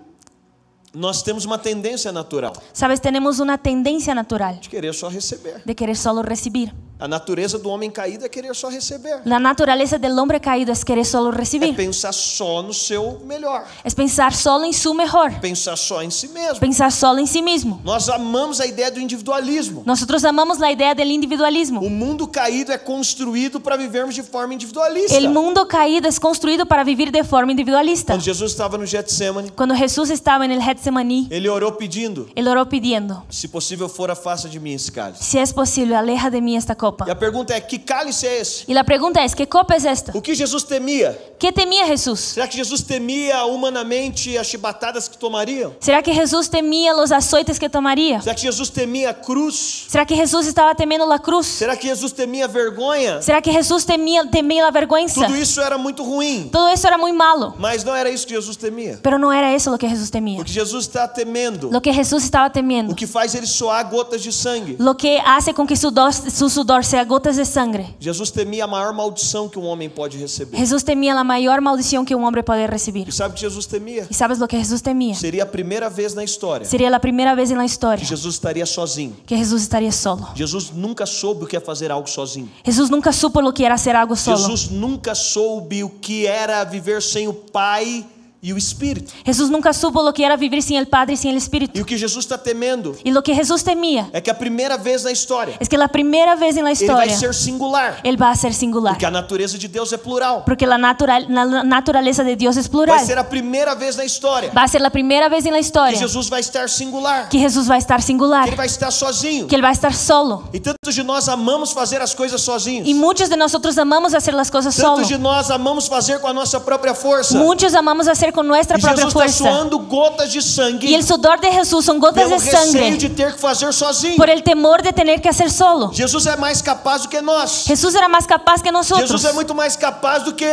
Speaker 2: nós temos uma tendência natural
Speaker 3: Sabes, tenemos una tendencia natural
Speaker 2: de querer só receber.
Speaker 3: de querer solo recibir.
Speaker 2: A natureza do homem caído é querer só receber.
Speaker 3: La naturaleza del hombre caído es querer solo
Speaker 2: É
Speaker 3: recibir.
Speaker 2: pensar só no seu melhor,
Speaker 3: Es pensar solo en su mejor.
Speaker 2: pensar só em si mesmo.
Speaker 3: Pensar solo en sí mismo.
Speaker 2: Nós amamos a ideia do individualismo.
Speaker 3: Nosotros amamos la idea del individualismo.
Speaker 2: O mundo caído é construído para vivermos de forma individualista.
Speaker 3: El mundo caído es construido para vivir de forma individualista.
Speaker 2: Quando Jesus estava no Getsemane,
Speaker 3: Cuando Jesús estaba en el Getsemaní,
Speaker 2: ele orou pedindo:
Speaker 3: él oró pidiendo,
Speaker 2: "Se possível for, afasta de mim esse cálice".
Speaker 3: si es posible, aleja de mí esta
Speaker 2: E a
Speaker 3: copa.
Speaker 2: pergunta é: que cálice é esse?
Speaker 3: Y la pregunta es, ¿qué copa es esta?
Speaker 2: O que Jesus temia?
Speaker 3: ¿Qué temía Jesús?
Speaker 2: Será que Jesus temia humanamente as chibatadas que tomariam?
Speaker 3: ¿Será que Jesús temía los açoites que tomaría?
Speaker 2: Será que Jesus temia a cruz?
Speaker 3: ¿Será que Jesús estaba temiendo la cruz?
Speaker 2: Será que Jesus temia a vergonha?
Speaker 3: ¿Será que Jesús temía, temía la vergüenza?
Speaker 2: Tudo isso era muito ruim,
Speaker 3: Todo eso era muy malo,
Speaker 2: mas não era isso que Jesus temia.
Speaker 3: pero no era eso lo que Jesús temía.
Speaker 2: O que Jesus está temendo,
Speaker 3: Lo que Jesús estaba
Speaker 2: o
Speaker 3: temiendo,
Speaker 2: que faz ele soar gotas de sangue.
Speaker 3: lo que hace con que su, do- su sudor sea gotas de sangre.
Speaker 2: Jesus temia a maior maldição que um homem pode receber.
Speaker 3: Jesús temía la mayor maldición que un hombre puede
Speaker 2: E
Speaker 3: recibir.
Speaker 2: sabe o que Jesus temia?
Speaker 3: ¿Y sabes lo que Jesús temía?
Speaker 2: Seria a primeira vez na história
Speaker 3: Sería la primera vez en la
Speaker 2: que
Speaker 3: historia
Speaker 2: Jesus estaria sozinho.
Speaker 3: que Jesús estaría solo.
Speaker 2: Jesus nunca soube o que é fazer algo sozinho.
Speaker 3: Jesús nunca supo lo que era hacer algo solo.
Speaker 2: Jesus nunca soube o que era viver sem o Pai e o Espírito.
Speaker 3: Jesús nunca supo lo que era vivir sin el Padre y sin el Espíritu.
Speaker 2: E o que Jesus está temendo
Speaker 3: Y lo que Jesús temía
Speaker 2: é que a primeira vez na história
Speaker 3: es que la primera vez en la
Speaker 2: ele vai
Speaker 3: historia
Speaker 2: ser singular,
Speaker 3: Él va a ser singular.
Speaker 2: porque a natureza de Deus é plural.
Speaker 3: Porque la, natural- la naturaleza de Dios es
Speaker 2: Vai
Speaker 3: plural.
Speaker 2: ser a primeira vez na história
Speaker 3: Va a ser la primera vez en la
Speaker 2: que
Speaker 3: historia
Speaker 2: Jesus vai estar singular, que
Speaker 3: que Jesús va a estar singular.
Speaker 2: ele vai estar sozinho.
Speaker 3: Que Él va a estar solo.
Speaker 2: E tantos de nós amamos fazer as coisas sozinhos.
Speaker 3: Y muchos de nosotros amamos hacer las cosas solo.
Speaker 2: Tantos de nós amamos fazer com a nossa própria força.
Speaker 3: Muchos amamos hacer con nuestra
Speaker 2: E
Speaker 3: propia
Speaker 2: Jesus está
Speaker 3: fuerza.
Speaker 2: suando gotas de sangue
Speaker 3: Y el sudor de Jesús son gotas
Speaker 2: pelo
Speaker 3: de
Speaker 2: receio
Speaker 3: sangre
Speaker 2: de ter que fazer sozinho.
Speaker 3: por el temor de tener que hacer solo.
Speaker 2: Jesus é mais capaz do que nós.
Speaker 3: Jesús era más capaz que nosotros.
Speaker 2: Jesus é muito mais capaz do que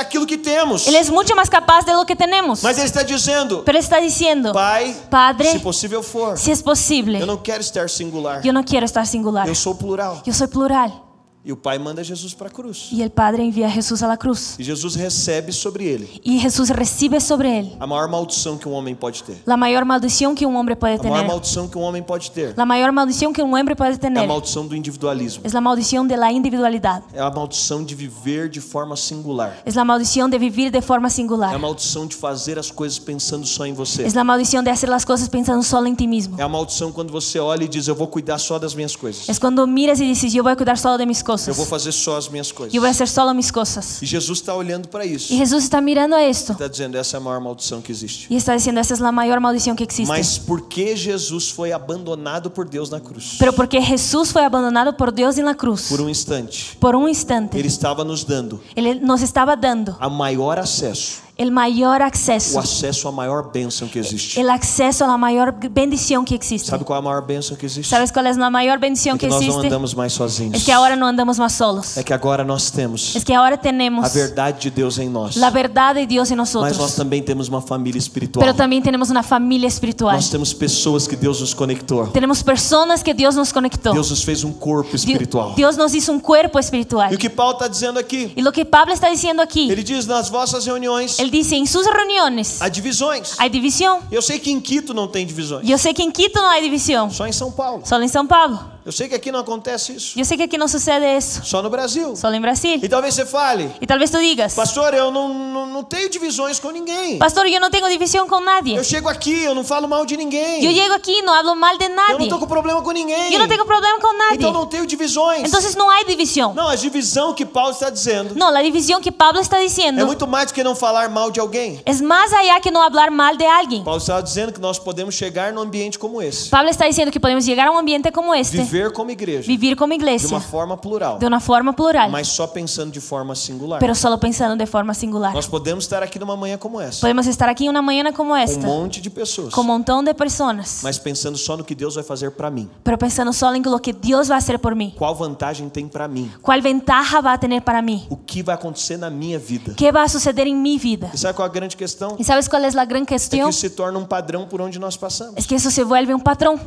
Speaker 2: aquilo que temos.
Speaker 3: Él es mucho más capaz de lo que tenemos.
Speaker 2: Mas ele está dizendo:
Speaker 3: Pero está diciendo,
Speaker 2: Pai,
Speaker 3: Padre,
Speaker 2: se possível for,
Speaker 3: si es posible,
Speaker 2: eu não quero estar singular.
Speaker 3: yo no quiero estar singular.
Speaker 2: Eu sou plural.
Speaker 3: Yo soy plural.
Speaker 2: E o Pai manda Jesus para a cruz.
Speaker 3: Y el Padre envía a Jesús a la cruz.
Speaker 2: E Jesus recebe sobre ele
Speaker 3: Y Jesús recibe sobre él
Speaker 2: a maior maldição que um homem pode ter.
Speaker 3: la mayor maldición que un hombre puede
Speaker 2: A maior
Speaker 3: tener.
Speaker 2: maldição que um homem pode ter
Speaker 3: La mayor maldición que un hombre puede
Speaker 2: é a
Speaker 3: tener
Speaker 2: maldição do individualismo.
Speaker 3: es la maldición de la individualidad.
Speaker 2: É a maldição de viver de forma singular.
Speaker 3: Es la maldición de vivir de forma
Speaker 2: É a
Speaker 3: singular.
Speaker 2: maldição de fazer as coisas pensando só em você.
Speaker 3: Es la maldición de hacer las cosas pensando solo en ti mismo.
Speaker 2: É a maldição quando você olha e diz: Eu vou cuidar só das minhas coisas.
Speaker 3: Es cuando miras y dices, yo voy a cuidar solo de mis
Speaker 2: Eu vou
Speaker 3: cosas.
Speaker 2: fazer só as minhas coisas.
Speaker 3: Yo voy a hacer solo mis cosas.
Speaker 2: E Jesus está olhando para isso.
Speaker 3: Y Jesús está mirando a esto
Speaker 2: Está dizendo: Essa é a maior maldição que existe.
Speaker 3: y está diciendo, esa es la mayor maldición que existe.
Speaker 2: Mas por que Jesus foi abandonado por Deus na cruz?
Speaker 3: Pero porque Jesús fue abandonado por Dios en la cruz,
Speaker 2: Por um instante,
Speaker 3: por un
Speaker 2: Ele
Speaker 3: instante,
Speaker 2: estava nos dando
Speaker 3: Él nos estaba dando
Speaker 2: a maior acesso,
Speaker 3: el mayor
Speaker 2: o
Speaker 3: acceso,
Speaker 2: acesso à maior bênção que existe.
Speaker 3: el acceso a la mayor bendición que existe.
Speaker 2: Sabe qual é a maior bênção que existe?
Speaker 3: ¿Sabes cuál es la mayor
Speaker 2: É
Speaker 3: bendición
Speaker 2: que
Speaker 3: que
Speaker 2: nós não
Speaker 3: existe?
Speaker 2: andamos mais sozinhos.
Speaker 3: Es que ahora no andamos más solos.
Speaker 2: É que agora nós temos
Speaker 3: Es que ahora
Speaker 2: a
Speaker 3: tenemos
Speaker 2: verdade de Deus em nós.
Speaker 3: la verdad de Dios en
Speaker 2: Mas nós
Speaker 3: nosotros.
Speaker 2: também temos uma família espiritual.
Speaker 3: Pero también tenemos una familia espiritual.
Speaker 2: Nós temos pessoas que Deus nos conectou.
Speaker 3: Tenemos personas que Dios nos conectó.
Speaker 2: Deus nos fez um corpo
Speaker 3: Di-
Speaker 2: espiritual.
Speaker 3: Dios nos hizo un cuerpo
Speaker 2: E o
Speaker 3: espiritual.
Speaker 2: que Paulo está dizendo aqui?
Speaker 3: Y lo que Pablo está diciendo aquí,
Speaker 2: Ele diz nas vossas reuniões
Speaker 3: él dice, en sus reuniones
Speaker 2: há divisões.
Speaker 3: hay división.
Speaker 2: Eu sei que em Quito não tem divisões,
Speaker 3: Yo sé que en Quito no hay división,
Speaker 2: só em São Paulo.
Speaker 3: solo en San Pablo.
Speaker 2: Eu sei que aqui não acontece isso,
Speaker 3: Yo sé que aquí no sucede eso,
Speaker 2: só no Brasil.
Speaker 3: solo en
Speaker 2: E
Speaker 3: Brasil.
Speaker 2: talvez você fale,
Speaker 3: Y tal vez tú digas,
Speaker 2: pastor, eu não, não, não tenho divisões com ninguém.
Speaker 3: pastor, yo no tengo división con nadie.
Speaker 2: Eu chego aqui, eu não falo mal de ninguém.
Speaker 3: Yo llego aquí y no hablo mal de
Speaker 2: Eu não
Speaker 3: nadie.
Speaker 2: tô com problema com ninguém.
Speaker 3: Yo no tengo problema con
Speaker 2: Então não
Speaker 3: nadie.
Speaker 2: tenho divisões.
Speaker 3: Entonces no hay división.
Speaker 2: Não, a divisão que Paulo está dizendo
Speaker 3: No, la división que Pablo está
Speaker 2: é
Speaker 3: diciendo
Speaker 2: muito mais do que não falar mal de alguém.
Speaker 3: es más allá que no hablar mal de alguien.
Speaker 2: Paulo está dizendo que nós podemos chegar num ambiente como esse,
Speaker 3: Pablo está diciendo que podemos llegar a un ambiente como este,
Speaker 2: viver como igreja,
Speaker 3: vivir
Speaker 2: de uma
Speaker 3: como iglesia,
Speaker 2: forma plural,
Speaker 3: de una forma plural,
Speaker 2: mas só pensando de forma singular.
Speaker 3: pero solo pensando de forma singular.
Speaker 2: Nós podemos estar aqui numa manhã como essa,
Speaker 3: Podemos estar aquí una mañana
Speaker 2: com
Speaker 3: como
Speaker 2: um
Speaker 3: esta,
Speaker 2: monte de pessoas,
Speaker 3: con un montón de personas,
Speaker 2: mas pensando só no que Deus vai fazer para mim.
Speaker 3: pero pensando solo en lo que Dios va a hacer por mí.
Speaker 2: Qual vantagem tem para mim?
Speaker 3: ¿Cuál ventaja va a tener para mí?
Speaker 2: O que vai acontecer na minha vida?
Speaker 3: ¿Qué va a suceder en mi vida?
Speaker 2: E sabe qual é a grande questão?
Speaker 3: ¿Y sabes cuál es la gran
Speaker 2: É que
Speaker 3: cuestión?
Speaker 2: isso se torna um padrão por onde nós passamos.
Speaker 3: Es que eso se vuelve un patrón.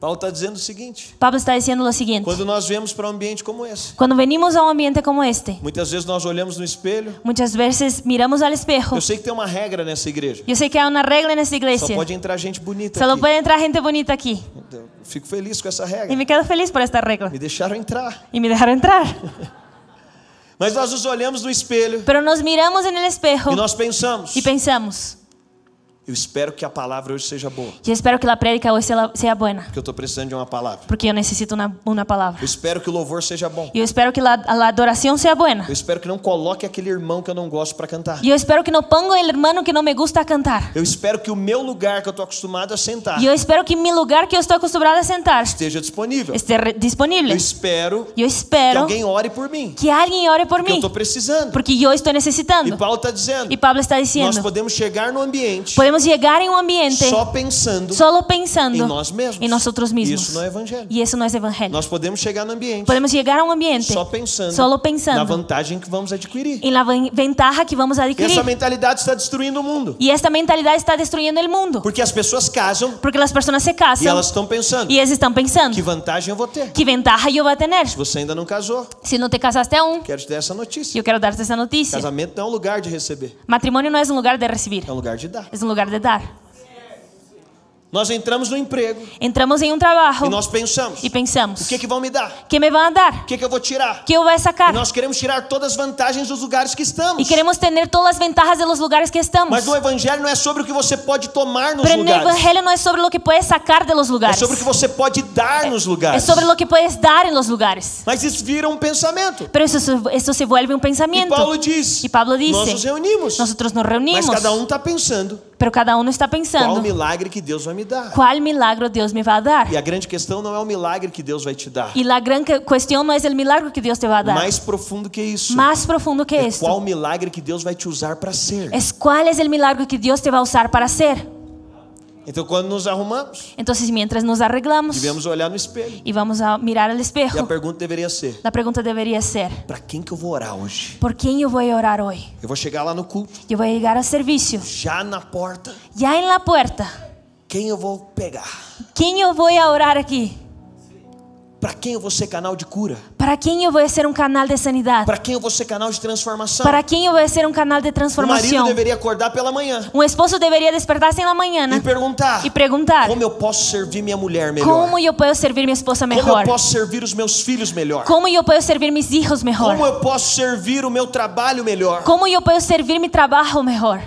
Speaker 2: Paulo está dizendo o seguinte:
Speaker 3: Pablo está diciendo lo siguiente.
Speaker 2: quando nós vemos para um ambiente como esse,
Speaker 3: Cuando venimos a un ambiente como este,
Speaker 2: muitas vezes nós olhamos no espelho.
Speaker 3: muchas veces miramos al espejo.
Speaker 2: Eu sei que tem uma regra nessa igreja.
Speaker 3: Yo sé que hay una regla en esta
Speaker 2: Só
Speaker 3: iglesia.
Speaker 2: pode entrar gente bonita.
Speaker 3: Solo
Speaker 2: aqui. Então,
Speaker 3: puede entrar gente bonita aquí.
Speaker 2: Eu Fico feliz com essa
Speaker 3: Y
Speaker 2: regra.
Speaker 3: me quedo feliz por esta regla.
Speaker 2: Me deixaram entrar.
Speaker 3: Y me dejaron entrar.
Speaker 2: Mas nós nos olhamos no espelho
Speaker 3: Pero nos miramos en el espejo
Speaker 2: e nós pensamos.
Speaker 3: y pensamos,
Speaker 2: Eu espero que a palavra hoje seja boa.
Speaker 3: yo espero que la prédica hoy sea, sea buena,
Speaker 2: Porque eu estou precisando de uma palavra.
Speaker 3: porque yo necesito una, una
Speaker 2: Eu
Speaker 3: palabra.
Speaker 2: espero que o louvor seja bom.
Speaker 3: Yo espero que la, la adoración sea buena.
Speaker 2: Eu espero que não coloque aquele irmão que eu não gosto para cantar.
Speaker 3: Yo espero que no ponga el hermano que no me gusta a cantar.
Speaker 2: Eu espero que o meu lugar que eu estou acostumado a sentar
Speaker 3: Yo espero que mi lugar que yo estoy acostumbrada a sentar
Speaker 2: esteja disponível.
Speaker 3: esté re- disponible.
Speaker 2: Eu espero que
Speaker 3: Yo espero
Speaker 2: alguém ore por mim.
Speaker 3: que alguien ore por
Speaker 2: Porque eu
Speaker 3: mí,
Speaker 2: estou precisando.
Speaker 3: porque yo estoy
Speaker 2: E
Speaker 3: necesitando.
Speaker 2: Paulo está dizendo:
Speaker 3: Y Pablo está
Speaker 2: nós
Speaker 3: diciendo,
Speaker 2: podemos chegar no ambiente
Speaker 3: podemos llegar en un ambiente
Speaker 2: só pensando
Speaker 3: solo
Speaker 2: em
Speaker 3: pensando
Speaker 2: nós mesmos.
Speaker 3: en nosotros
Speaker 2: Isso não
Speaker 3: mismos.
Speaker 2: é evangelho.
Speaker 3: Y eso no es evangelio.
Speaker 2: Nós podemos chegar no ambiente
Speaker 3: Podemos llegar a un ambiente
Speaker 2: só pensando,
Speaker 3: solo
Speaker 2: na
Speaker 3: pensando
Speaker 2: vantagem que vamos adquirir.
Speaker 3: en la ven- ventaja que vamos a
Speaker 2: Essa
Speaker 3: adquirir.
Speaker 2: mentalidade está destruindo o mundo.
Speaker 3: Y esta mentalidad está destruyendo el mundo.
Speaker 2: Porque as pessoas casam
Speaker 3: Porque las personas se
Speaker 2: e
Speaker 3: casan
Speaker 2: elas estão pensando:
Speaker 3: y ellas están
Speaker 2: que
Speaker 3: pensando,
Speaker 2: vantagem eu vou ter?
Speaker 3: ¿qué ventaja yo voy a tener?
Speaker 2: Se você ainda não casou,
Speaker 3: Si no te casaste aún,
Speaker 2: quero te dar essa notícia.
Speaker 3: yo quiero darte esa noticia.
Speaker 2: Casamento não é um lugar de receber,
Speaker 3: é Matrimonio no es un lugar de um recibir,
Speaker 2: é um lugar de dar.
Speaker 3: es un lugar de dar.
Speaker 2: Nós entramos no emprego
Speaker 3: Entramos em um trabalho
Speaker 2: e nós pensamos:
Speaker 3: e pensamos:
Speaker 2: o que, é que vão me dar?
Speaker 3: "O que me vão dar?
Speaker 2: O que, que eu vou tirar?
Speaker 3: O que eu vou
Speaker 2: E
Speaker 3: sacar?
Speaker 2: nós queremos tirar todas as vantagens dos lugares que estamos.
Speaker 3: E queremos ter todas as vantagens dos lugares que estamos.
Speaker 2: Mas o evangelho não é sobre o que você pode tomar nos
Speaker 3: Pero el
Speaker 2: lugares.
Speaker 3: evangelio no es sobre lo que puedes sacar de los
Speaker 2: É
Speaker 3: lugares.
Speaker 2: sobre o que você pode dar nos
Speaker 3: Es
Speaker 2: lugares.
Speaker 3: sobre lo que puedes dar en los lugares.
Speaker 2: Mas isso vira um pensamento.
Speaker 3: Pero eso, se- esto se vuelve un
Speaker 2: E
Speaker 3: pensamiento.
Speaker 2: Paulo diz:
Speaker 3: E Pablo disse,
Speaker 2: Nós nos reunimos,
Speaker 3: Nosotros nos
Speaker 2: mas
Speaker 3: reunimos,
Speaker 2: cada um está pensando
Speaker 3: pero cada uno está pensando
Speaker 2: qual o milagre que Deus vai me dar.
Speaker 3: cuál milagro Dios me va a dar.
Speaker 2: E a grande questão não é o milagre que Deus vai te dar.
Speaker 3: Y la gran que- cuestión no es el milagro que Dios te va a dar.
Speaker 2: Mais profundo que isso.
Speaker 3: Más profundo que É
Speaker 2: É
Speaker 3: esto
Speaker 2: qual o milagre que Deus vai te usar para ser.
Speaker 3: es cuál es el milagro que Dios te va a usar para hacer.
Speaker 2: Então, quando nos arrumamos,
Speaker 3: Entonces, mientras nos arreglamos
Speaker 2: devemos olhar no espelho.
Speaker 3: y vamos a mirar al
Speaker 2: E a
Speaker 3: espejo,
Speaker 2: pergunta deveria ser:
Speaker 3: la pregunta debería ser,
Speaker 2: para quem que eu vou orar hoje?
Speaker 3: ¿por quién yo voy a orar hoy?
Speaker 2: Eu vou chegar lá no culto,
Speaker 3: Yo voy a llegar al servicio,
Speaker 2: já na porta.
Speaker 3: ya en la puerta.
Speaker 2: Quem eu vou pegar?
Speaker 3: ¿Quién yo voy a orar aquí?
Speaker 2: Para quem eu vou ser canal de cura?
Speaker 3: ¿Para quién yo voy a ser un canal de sanidad?
Speaker 2: Para quem eu vou ser canal de transformação?
Speaker 3: ¿Para quién yo voy a ser un canal
Speaker 2: O
Speaker 3: de
Speaker 2: marido
Speaker 3: transformación?
Speaker 2: deveria acordar pela manhã
Speaker 3: Un esposo debería despertarse en la
Speaker 2: e
Speaker 3: mañana
Speaker 2: perguntar:
Speaker 3: y preguntar,
Speaker 2: como eu posso servir minha mulher melhor?
Speaker 3: ¿cómo yo puedo servir a mi esposa
Speaker 2: Como eu
Speaker 3: mejor?
Speaker 2: posso servir os meus filhos melhor?
Speaker 3: ¿Cómo yo puedo servir a mis hijos
Speaker 2: Como
Speaker 3: mejor?
Speaker 2: eu posso servir o meu trabalho melhor?
Speaker 3: ¿Cómo yo puedo servir mi trabajo mejor?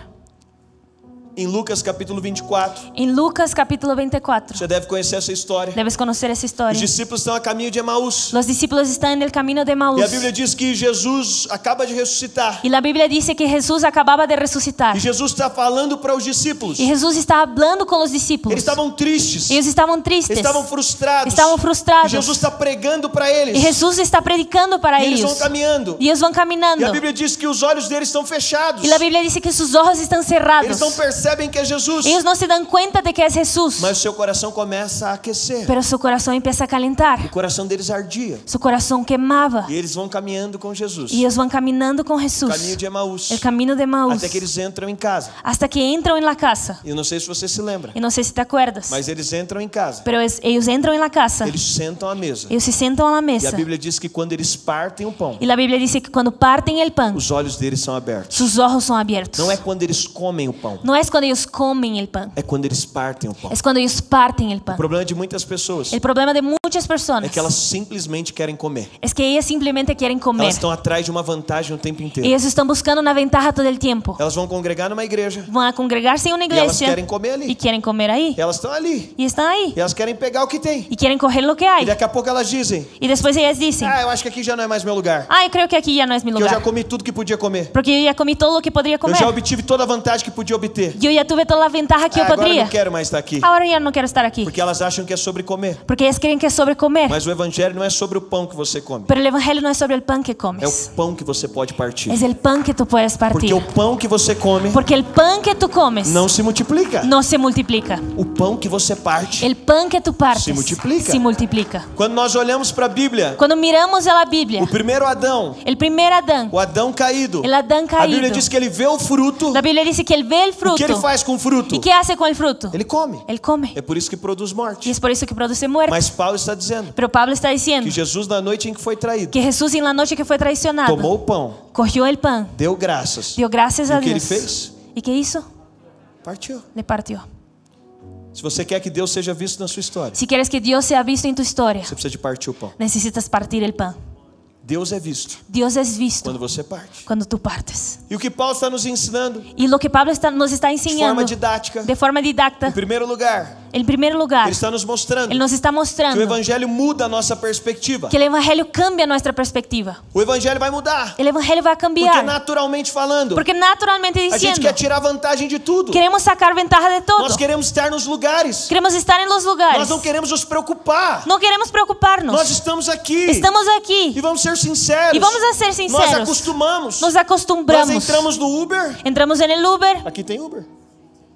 Speaker 2: Em Lucas capítulo 24,
Speaker 3: En Lucas capítulo 24,
Speaker 2: você deve conhecer essa história.
Speaker 3: debes conocer esa
Speaker 2: Os
Speaker 3: historia.
Speaker 2: discípulos estão a caminho de Emaús.
Speaker 3: Los discípulos están en el camino de Maús
Speaker 2: E a Bíblia diz que Jesus acaba de ressuscitar.
Speaker 3: y la Biblia dice que Jesús acababa de resucitar
Speaker 2: E Jesus está falando para os discípulos.
Speaker 3: y Jesús está hablando con los discípulos.
Speaker 2: Eles estavam tristes.
Speaker 3: Ellos
Speaker 2: Eles
Speaker 3: estaban tristes.
Speaker 2: estavam frustrados.
Speaker 3: Estavam frustrados.
Speaker 2: E Jesus está pregando para eles.
Speaker 3: E Jesus está predicando para
Speaker 2: E eles vão
Speaker 3: eles.
Speaker 2: caminhando.
Speaker 3: E eles vão caminhando.
Speaker 2: E a Bíblia diz que os olhos deles estão fechados.
Speaker 3: E a Bíblia diz que seus olhos estão cerrados.
Speaker 2: Eles não percebem que é Jesus.
Speaker 3: Eles não se dão conta de que é Jesus.
Speaker 2: Mas o seu coração começa a aquecer.
Speaker 3: Mas seu coração empieza a calentar.
Speaker 2: O coração deles ardia.
Speaker 3: Seu coração queimava.
Speaker 2: E eles vão caminhando com Jesus.
Speaker 3: E eles vão caminhando com
Speaker 2: Caminho
Speaker 3: Jesus.
Speaker 2: de Emaús.
Speaker 3: O caminho de Maús.
Speaker 2: Até que eles entram em casa.
Speaker 3: Hasta que entram em la casa.
Speaker 2: Eu não sei se você se lembra.
Speaker 3: E não sei se te acuerdas.
Speaker 2: Mas eles entram em casa.
Speaker 3: Pero es- eles entram em la casa.
Speaker 2: Eles sentam à mesa.
Speaker 3: Eles se sentam à
Speaker 2: E a
Speaker 3: mesa.
Speaker 2: Bíblia diz que quando eles partem o pão,
Speaker 3: E a Bíblia diz que quando partem o pão,
Speaker 2: os olhos deles são abertos.
Speaker 3: seus olhos são abertos.
Speaker 2: Não é quando eles comem o pão,
Speaker 3: Não é quando eles comem o pão.
Speaker 2: é quando eles partem o pão.
Speaker 3: É quando eles partem o
Speaker 2: O
Speaker 3: pão.
Speaker 2: problema de muitas pessoas
Speaker 3: O problema de muitas pessoas
Speaker 2: é que elas simplesmente querem comer.
Speaker 3: é que elas simplesmente querem comer.
Speaker 2: Elas estão atrás de uma vantagem o tempo
Speaker 3: E
Speaker 2: inteiro.
Speaker 3: eles estão buscando na ventaja todo o tempo.
Speaker 2: Elas vão congregar numa igreja.
Speaker 3: Vão a congregar-se em uma
Speaker 2: E elas
Speaker 3: igreja
Speaker 2: querem comer
Speaker 3: e
Speaker 2: ali.
Speaker 3: querem comer aí.
Speaker 2: Elas estão ali.
Speaker 3: E estão aí.
Speaker 2: E elas querem pegar o que tem.
Speaker 3: E querem correr o que
Speaker 2: E
Speaker 3: há.
Speaker 2: daqui a pouco elas dizem:
Speaker 3: E depois elas dizem:
Speaker 2: Ah, eu acho que aqui já não é mais meu lugar.
Speaker 3: Ah, eu creio que aqui já não é meu
Speaker 2: Que eu já
Speaker 3: lugar.
Speaker 2: comi tudo que podia comer.
Speaker 3: Porque eu já comi todo o que poderia
Speaker 2: Eu
Speaker 3: comer.
Speaker 2: já obtive toda a vantagem que podia obter.
Speaker 3: E eu já tive toda a vantagem que
Speaker 2: Ah,
Speaker 3: eu
Speaker 2: agora eu
Speaker 3: poderia. Ah,
Speaker 2: não quero mais estar aqui.
Speaker 3: Agora eu já não quero estar aqui.
Speaker 2: Porque elas acham que é sobre comer.
Speaker 3: Porque eles querem que é sobre comer.
Speaker 2: Mas o evangelho não é sobre o pão que você come.
Speaker 3: Mas o evangelho não é sobre o pão que
Speaker 2: É
Speaker 3: comes.
Speaker 2: o pão que você pode partir.
Speaker 3: É o pão que tu puedes
Speaker 2: Porque
Speaker 3: partir.
Speaker 2: o pão que você come
Speaker 3: Porque o pão que tu comes
Speaker 2: não se multiplica.
Speaker 3: não se multiplica.
Speaker 2: O pão que você parte.
Speaker 3: O pão que tu partes
Speaker 2: Se multiplica.
Speaker 3: se multiplica.
Speaker 2: Quando nós olhamos para a Bíblia,
Speaker 3: Quando miramos a Bíblia,
Speaker 2: o primeiro Adão,
Speaker 3: o primeiro Adão,
Speaker 2: o Adão caído,
Speaker 3: o é Adão
Speaker 2: a
Speaker 3: caído,
Speaker 2: Bíblia diz que ele vê o fruto.
Speaker 3: a Bíblia diz que ele vê o
Speaker 2: O
Speaker 3: fruto.
Speaker 2: que ele faz com o fruto?
Speaker 3: E que hace com o fruto?
Speaker 2: Ele come.
Speaker 3: Ele come.
Speaker 2: É por isso que produz
Speaker 3: E
Speaker 2: morte.
Speaker 3: é por isso que produz muerte.
Speaker 2: Mas Paulo está dizendo
Speaker 3: Pero Pablo está dizendo
Speaker 2: que Jesus, na noite em que foi traído,
Speaker 3: que Jesus, em la noite que foi traicionado,
Speaker 2: tomou o pão,
Speaker 3: corrió el pan,
Speaker 2: deu graças,
Speaker 3: deu graças
Speaker 2: E
Speaker 3: a
Speaker 2: o que
Speaker 3: Deus.
Speaker 2: ele fez?
Speaker 3: E que isso?
Speaker 2: partiu.
Speaker 3: Le partiu.
Speaker 2: Se você quer que Deus seja visto na sua história,
Speaker 3: Se queres que Deus seja visto em tua história,
Speaker 2: você precisa de partir o pão.
Speaker 3: necessitas partir el pan.
Speaker 2: Deus é visto
Speaker 3: Deus é visto
Speaker 2: quando você parte.
Speaker 3: quando tu partes.
Speaker 2: E o que Paulo está nos ensinando
Speaker 3: E o que Pablo está, nos está
Speaker 2: de
Speaker 3: ensinando
Speaker 2: forma didática,
Speaker 3: de forma didacta,
Speaker 2: em primeiro lugar,
Speaker 3: em primeiro lugar,
Speaker 2: ele está nos mostrando
Speaker 3: ele nos está
Speaker 2: que o
Speaker 3: mostrando
Speaker 2: evangelho muda a nossa perspectiva.
Speaker 3: que o evangelho cambia nossa perspectiva.
Speaker 2: O evangelho vai mudar,
Speaker 3: O evangelho vai
Speaker 2: porque
Speaker 3: cambiar.
Speaker 2: naturalmente falando,
Speaker 3: Porque naturalmente
Speaker 2: a gente
Speaker 3: dizendo,
Speaker 2: quer tirar vantagem de tudo.
Speaker 3: queremos sacar ventaja de todo.
Speaker 2: Nós queremos estar nos lugares.
Speaker 3: Queremos estar em
Speaker 2: Nós
Speaker 3: los lugares.
Speaker 2: não queremos nos preocupar.
Speaker 3: Não queremos preocupar-nos.
Speaker 2: Nós estamos aqui.
Speaker 3: Estamos
Speaker 2: E
Speaker 3: aqui.
Speaker 2: vamos ser sinceros.
Speaker 3: E vamos a ser sinceros.
Speaker 2: Nós acostumamos.
Speaker 3: Nos
Speaker 2: Nós
Speaker 3: acostumbramos.
Speaker 2: entramos no Uber.
Speaker 3: Entramos en el Uber.
Speaker 2: Aqui tem Uber.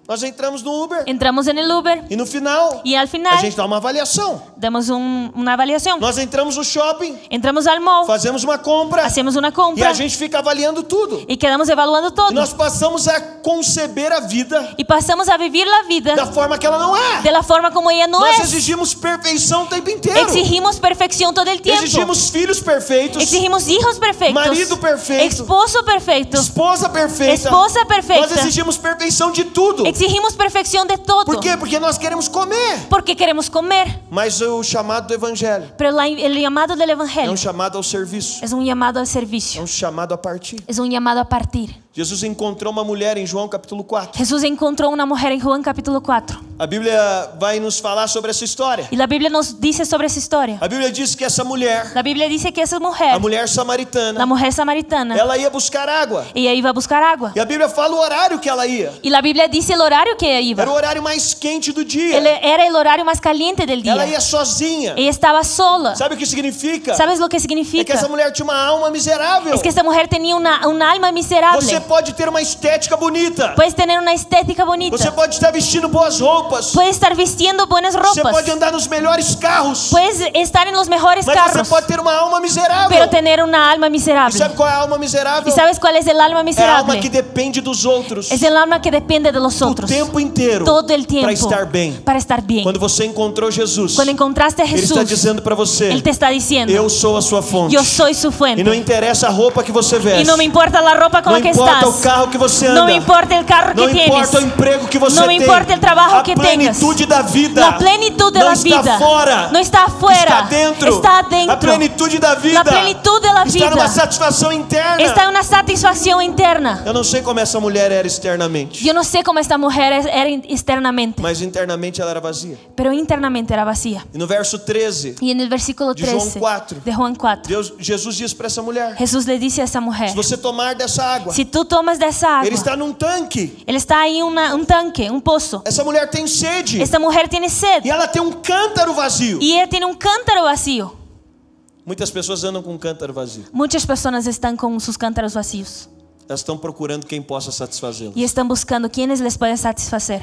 Speaker 2: Nós entramos no Uber.
Speaker 3: Entramos en el Uber.
Speaker 2: E no final,
Speaker 3: E né? al final,
Speaker 2: a gente dá uma avaliação.
Speaker 3: damos um- uma avaliação.
Speaker 2: Nós entramos no shopping,
Speaker 3: Entramos ao mall.
Speaker 2: fazemos uma compra.
Speaker 3: Hacemos uma
Speaker 2: E
Speaker 3: compra.
Speaker 2: a gente fica avaliando tudo.
Speaker 3: Assim, E quedamos evaluando
Speaker 2: E
Speaker 3: todo.
Speaker 2: nós passamos a conceber a vida
Speaker 3: E passamos a viver a vida
Speaker 2: da forma que ela não é.
Speaker 3: da forma como ela não
Speaker 2: Nós
Speaker 3: Então é.
Speaker 2: exigimos perfeição o tempo inteiro.
Speaker 3: Exigimos perfeição todo o tempo.
Speaker 2: Exigimos filhos perfeitos.
Speaker 3: Exigimos hijos perfeitos.
Speaker 2: Marido perfeito.
Speaker 3: Esposo perfeito.
Speaker 2: Esposa perfeita.
Speaker 3: Esposa perfeita.
Speaker 2: Nós exigimos perfeição de tudo.
Speaker 3: exigimos perfeição de todo.
Speaker 2: Por quê? Porque nós queremos comer.
Speaker 3: Porque queremos comer.
Speaker 2: Mas o chamado do evangelho
Speaker 3: Pero la- el llamado del
Speaker 2: é
Speaker 3: Evangelio
Speaker 2: um chamado ao serviço,
Speaker 3: es un llamado al
Speaker 2: é
Speaker 3: servicio.
Speaker 2: um chamado a partir.
Speaker 3: Es un llamado a partir.
Speaker 2: Jesus encontrou uma mulher em João capítulo 4.
Speaker 3: Jesús encontró una mujer en Juan capítulo 4.
Speaker 2: A Bíblia vai nos falar sobre essa história.
Speaker 3: Y la Biblia nos dice sobre esa historia.
Speaker 2: A Bíblia diz que essa mulher,
Speaker 3: La Biblia dice que esa
Speaker 2: a
Speaker 3: mujer,
Speaker 2: mulher
Speaker 3: la
Speaker 2: samaritana,
Speaker 3: mujer samaritana,
Speaker 2: ela ia buscar água.
Speaker 3: ella iba a buscar agua.
Speaker 2: E a Bíblia fala o horário que ela ia.
Speaker 3: Y la Biblia dice el horario que ella
Speaker 2: Era o
Speaker 3: iba.
Speaker 2: horário mais quente do dia.
Speaker 3: El- era el horario más caliente del día.
Speaker 2: Ela ia sozinha.
Speaker 3: Ella estaba sola.
Speaker 2: Sabe o que significa?
Speaker 3: ¿Sabes lo que
Speaker 2: É que
Speaker 3: significa?
Speaker 2: essa mulher tinha uma alma miserável.
Speaker 3: Es que esta mujer tenía una, un alma
Speaker 2: Você
Speaker 3: miserable.
Speaker 2: pode ter uma estética bonita.
Speaker 3: Puedes tener una estética
Speaker 2: Você
Speaker 3: bonita.
Speaker 2: pode estar vestindo boas roupas.
Speaker 3: Puedes estar vistiendo buenas
Speaker 2: Você pode
Speaker 3: ropas.
Speaker 2: andar nos melhores carros.
Speaker 3: Puedes estar en los mejores
Speaker 2: Mas você
Speaker 3: carros.
Speaker 2: pode ter uma alma miserável.
Speaker 3: Pero tener una alma
Speaker 2: E
Speaker 3: miserable.
Speaker 2: sabe qual é a alma miserável?
Speaker 3: ¿Y sabes cuál es el
Speaker 2: É
Speaker 3: alma
Speaker 2: a alma
Speaker 3: miserable?
Speaker 2: que depende dos outros.
Speaker 3: Es el alma que depende de los
Speaker 2: O
Speaker 3: otros.
Speaker 2: tempo inteiro.
Speaker 3: Todo el tiempo.
Speaker 2: Para estar bem.
Speaker 3: Para estar bien.
Speaker 2: Quando você encontrou Jesus.
Speaker 3: Cuando encontraste a
Speaker 2: Ele está
Speaker 3: Jesús,
Speaker 2: dizendo para você.
Speaker 3: Él te está diciendo,
Speaker 2: Eu sou a sua fonte.
Speaker 3: yo soy su
Speaker 2: E não
Speaker 3: fuente.
Speaker 2: interessa a roupa que você veste.
Speaker 3: Y no me importa la ropa con
Speaker 2: Não
Speaker 3: la que
Speaker 2: importa
Speaker 3: estás.
Speaker 2: o carro que você anda.
Speaker 3: No me importa el carro
Speaker 2: Não
Speaker 3: que tienes.
Speaker 2: importa o emprego que você
Speaker 3: Não
Speaker 2: tem.
Speaker 3: importa o trabalho
Speaker 2: a
Speaker 3: que tenhas.
Speaker 2: plenitude da vida.
Speaker 3: La plenitud de
Speaker 2: não
Speaker 3: la
Speaker 2: está
Speaker 3: vida
Speaker 2: fora.
Speaker 3: no está afuera,
Speaker 2: Está dentro.
Speaker 3: está
Speaker 2: A
Speaker 3: adentro.
Speaker 2: plenitude da vida.
Speaker 3: La plenitud de la
Speaker 2: Está numa
Speaker 3: vida
Speaker 2: satisfação interna.
Speaker 3: está en una satisfacción interna.
Speaker 2: Eu não sei como essa mulher era externamente.
Speaker 3: Yo no sé cómo esta mujer es- era in- externamente,
Speaker 2: Mas internamente ela era vazia.
Speaker 3: pero internamente era vacía.
Speaker 2: E no verso 13,
Speaker 3: Y en el versículo
Speaker 2: De Juan
Speaker 3: 13
Speaker 2: 4.
Speaker 3: de Juan 4,
Speaker 2: Deus, Jesus diz para essa mulher:
Speaker 3: Jesús le dice a esa mujer,
Speaker 2: Se você tomar dessa água,
Speaker 3: si tú tomas de esa
Speaker 2: ele
Speaker 3: agua,
Speaker 2: está num tanque.
Speaker 3: él está ahí en una- un tanque, un pozo.
Speaker 2: Essa mulher tem sede.
Speaker 3: Esta mujer tiene sed
Speaker 2: E ela tem um cântaro vazio.
Speaker 3: y ella tiene un cántaro vacío.
Speaker 2: Muitas pessoas andam com um cântaro vazio.
Speaker 3: Muchas personas están con sus cántaros vacíos
Speaker 2: Elas estão procurando quem possa satisfazê-las.
Speaker 3: y están buscando quienes les pueden satisfacer.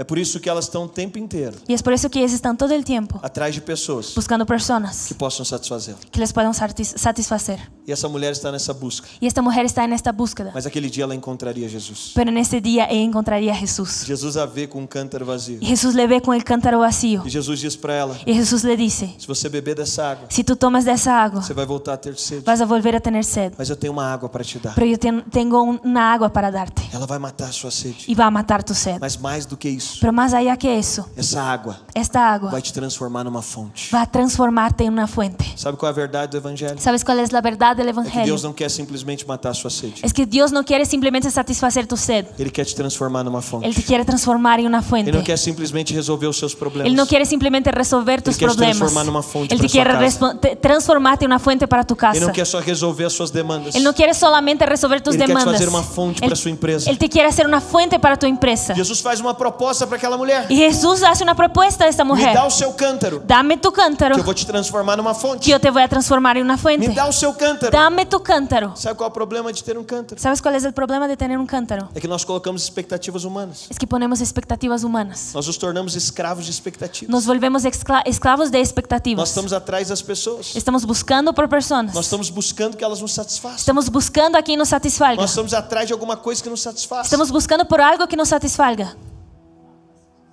Speaker 2: É por isso que elas estão o tempo inteiro
Speaker 3: Y es por eso que ellos están todo el tiempo
Speaker 2: atrás de pessoas
Speaker 3: buscando
Speaker 2: que
Speaker 3: personas
Speaker 2: possam satisfazê-las.
Speaker 3: que les puedan satis- satisfacer.
Speaker 2: E essa mulher está nessa busca.
Speaker 3: Y esta mujer está en esta búsqueda.
Speaker 2: Mas aquele dia ela encontraria Jesus.
Speaker 3: Pero en este día ella encontraría a Jesús.
Speaker 2: Jesus a vê com um cântaro vazio.
Speaker 3: Y Jesús le ve con el cántaro vacío.
Speaker 2: E Jesus diz para ela:
Speaker 3: Y Jesús le dice,
Speaker 2: Se você beber dessa água,
Speaker 3: si tú tomas de esa agua,
Speaker 2: você vai voltar a ter sede.
Speaker 3: vas a volver a tener sed.
Speaker 2: Mas eu tenho uma água para te dar.
Speaker 3: Pero yo ten- tengo un- una agua para darte.
Speaker 2: Ela vai matar a sua sede.
Speaker 3: Y va a matar tu sed.
Speaker 2: Mas mais do que isso,
Speaker 3: Pero más allá que eso,
Speaker 2: essa água
Speaker 3: esta agua
Speaker 2: vai te transformar numa fonte.
Speaker 3: va a transformarte en una fuente.
Speaker 2: Sabe qual é a verdade do Evangelho?
Speaker 3: ¿Sabes cuál es la verdad del
Speaker 2: É que
Speaker 3: Evangelio?
Speaker 2: Deus não quer simplesmente matar a sua sede.
Speaker 3: Es que Dios no quiere simplemente satisfacer tu sed.
Speaker 2: Ele quer te transformar numa
Speaker 3: Él te
Speaker 2: fonte.
Speaker 3: quiere transformar en una fuente.
Speaker 2: Ele não quer simplesmente resolver os seus problemas.
Speaker 3: Él no quiere simplemente resolver tus
Speaker 2: quer te
Speaker 3: problemas.
Speaker 2: transformar numa fonte
Speaker 3: Él
Speaker 2: para
Speaker 3: te
Speaker 2: sua
Speaker 3: quiere
Speaker 2: casa.
Speaker 3: respo- te- transformarte en una fuente para tu
Speaker 2: Ele
Speaker 3: casa.
Speaker 2: não quer só resolver as suas demandas.
Speaker 3: Él no quiere solamente resolver tus
Speaker 2: Ele quer te
Speaker 3: demandas.
Speaker 2: fazer uma fonte para sua empresa.
Speaker 3: Él te quiere hacer una fuente para tu empresa.
Speaker 2: Jesus faz uma proposta para aquela mulher.
Speaker 3: Y Jesús hace una propuesta a esta
Speaker 2: Me
Speaker 3: mujer.
Speaker 2: dá o seu cântaro,
Speaker 3: Dame tu cántaro,
Speaker 2: que eu vou te transformar numa
Speaker 3: que
Speaker 2: fonte.
Speaker 3: yo te voy a transformar en una
Speaker 2: Me
Speaker 3: fuente.
Speaker 2: dá o seu cântaro.
Speaker 3: Dame tu cántaro.
Speaker 2: Sabe qual é o problema de ter um cântaro?
Speaker 3: ¿Sabes cuál es el problema de tener un cántaro?
Speaker 2: É que nós colocamos expectativas humanas.
Speaker 3: Es que ponemos expectativas humanas.
Speaker 2: Nós nos tornamos escravos de expectativas.
Speaker 3: Nos volvemos excla- esclavos de
Speaker 2: Nós
Speaker 3: expectativas.
Speaker 2: estamos atrás das pessoas.
Speaker 3: Estamos buscando por personas.
Speaker 2: Nós estamos buscando que elas nos satisfaçam.
Speaker 3: Estamos buscando a quem nos satisfaga.
Speaker 2: Nós estamos atrás de alguma coisa que nos satisfaça.
Speaker 3: Estamos buscando por algo que nos satisfaga.